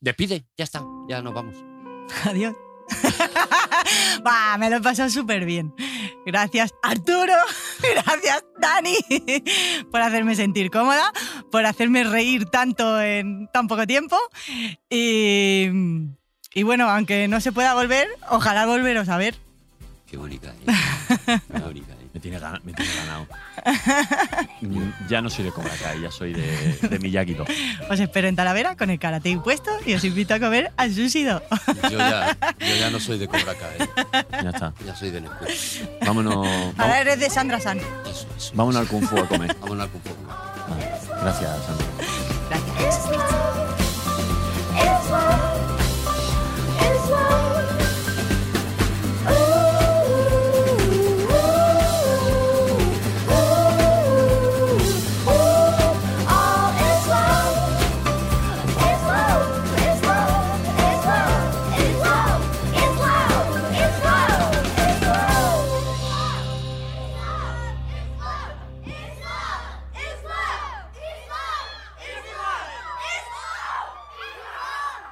S2: Despide, ya está, ya nos vamos.
S3: Adiós. Buah, me lo he pasado súper bien. Gracias Arturo, gracias Dani por hacerme sentir cómoda, por hacerme reír tanto en tan poco tiempo. Y, y bueno, aunque no se pueda volver, ojalá volveros a ver.
S2: Qué bonita, ¿eh? Qué bonita, ¿eh?
S4: Me tiene, gana- me tiene ganado. Mm, ya no soy de Cobra Kai, ya soy de, de Miyagi Do.
S3: Os espero en Talavera con el karate impuesto y os invito a comer al sushi Do.
S2: Yo ya, yo ya no soy de Cobra Kai, ¿eh?
S4: Ya está.
S2: ya soy de Nesquik.
S4: Vámonos.
S3: Ahora
S4: Vamos,
S3: eres de Sandra San.
S2: Eso, eso.
S4: vámonos al Kung Fu a comer.
S2: Vámonos al confort.
S4: Vale. Gracias, Sandra.
S3: Gracias.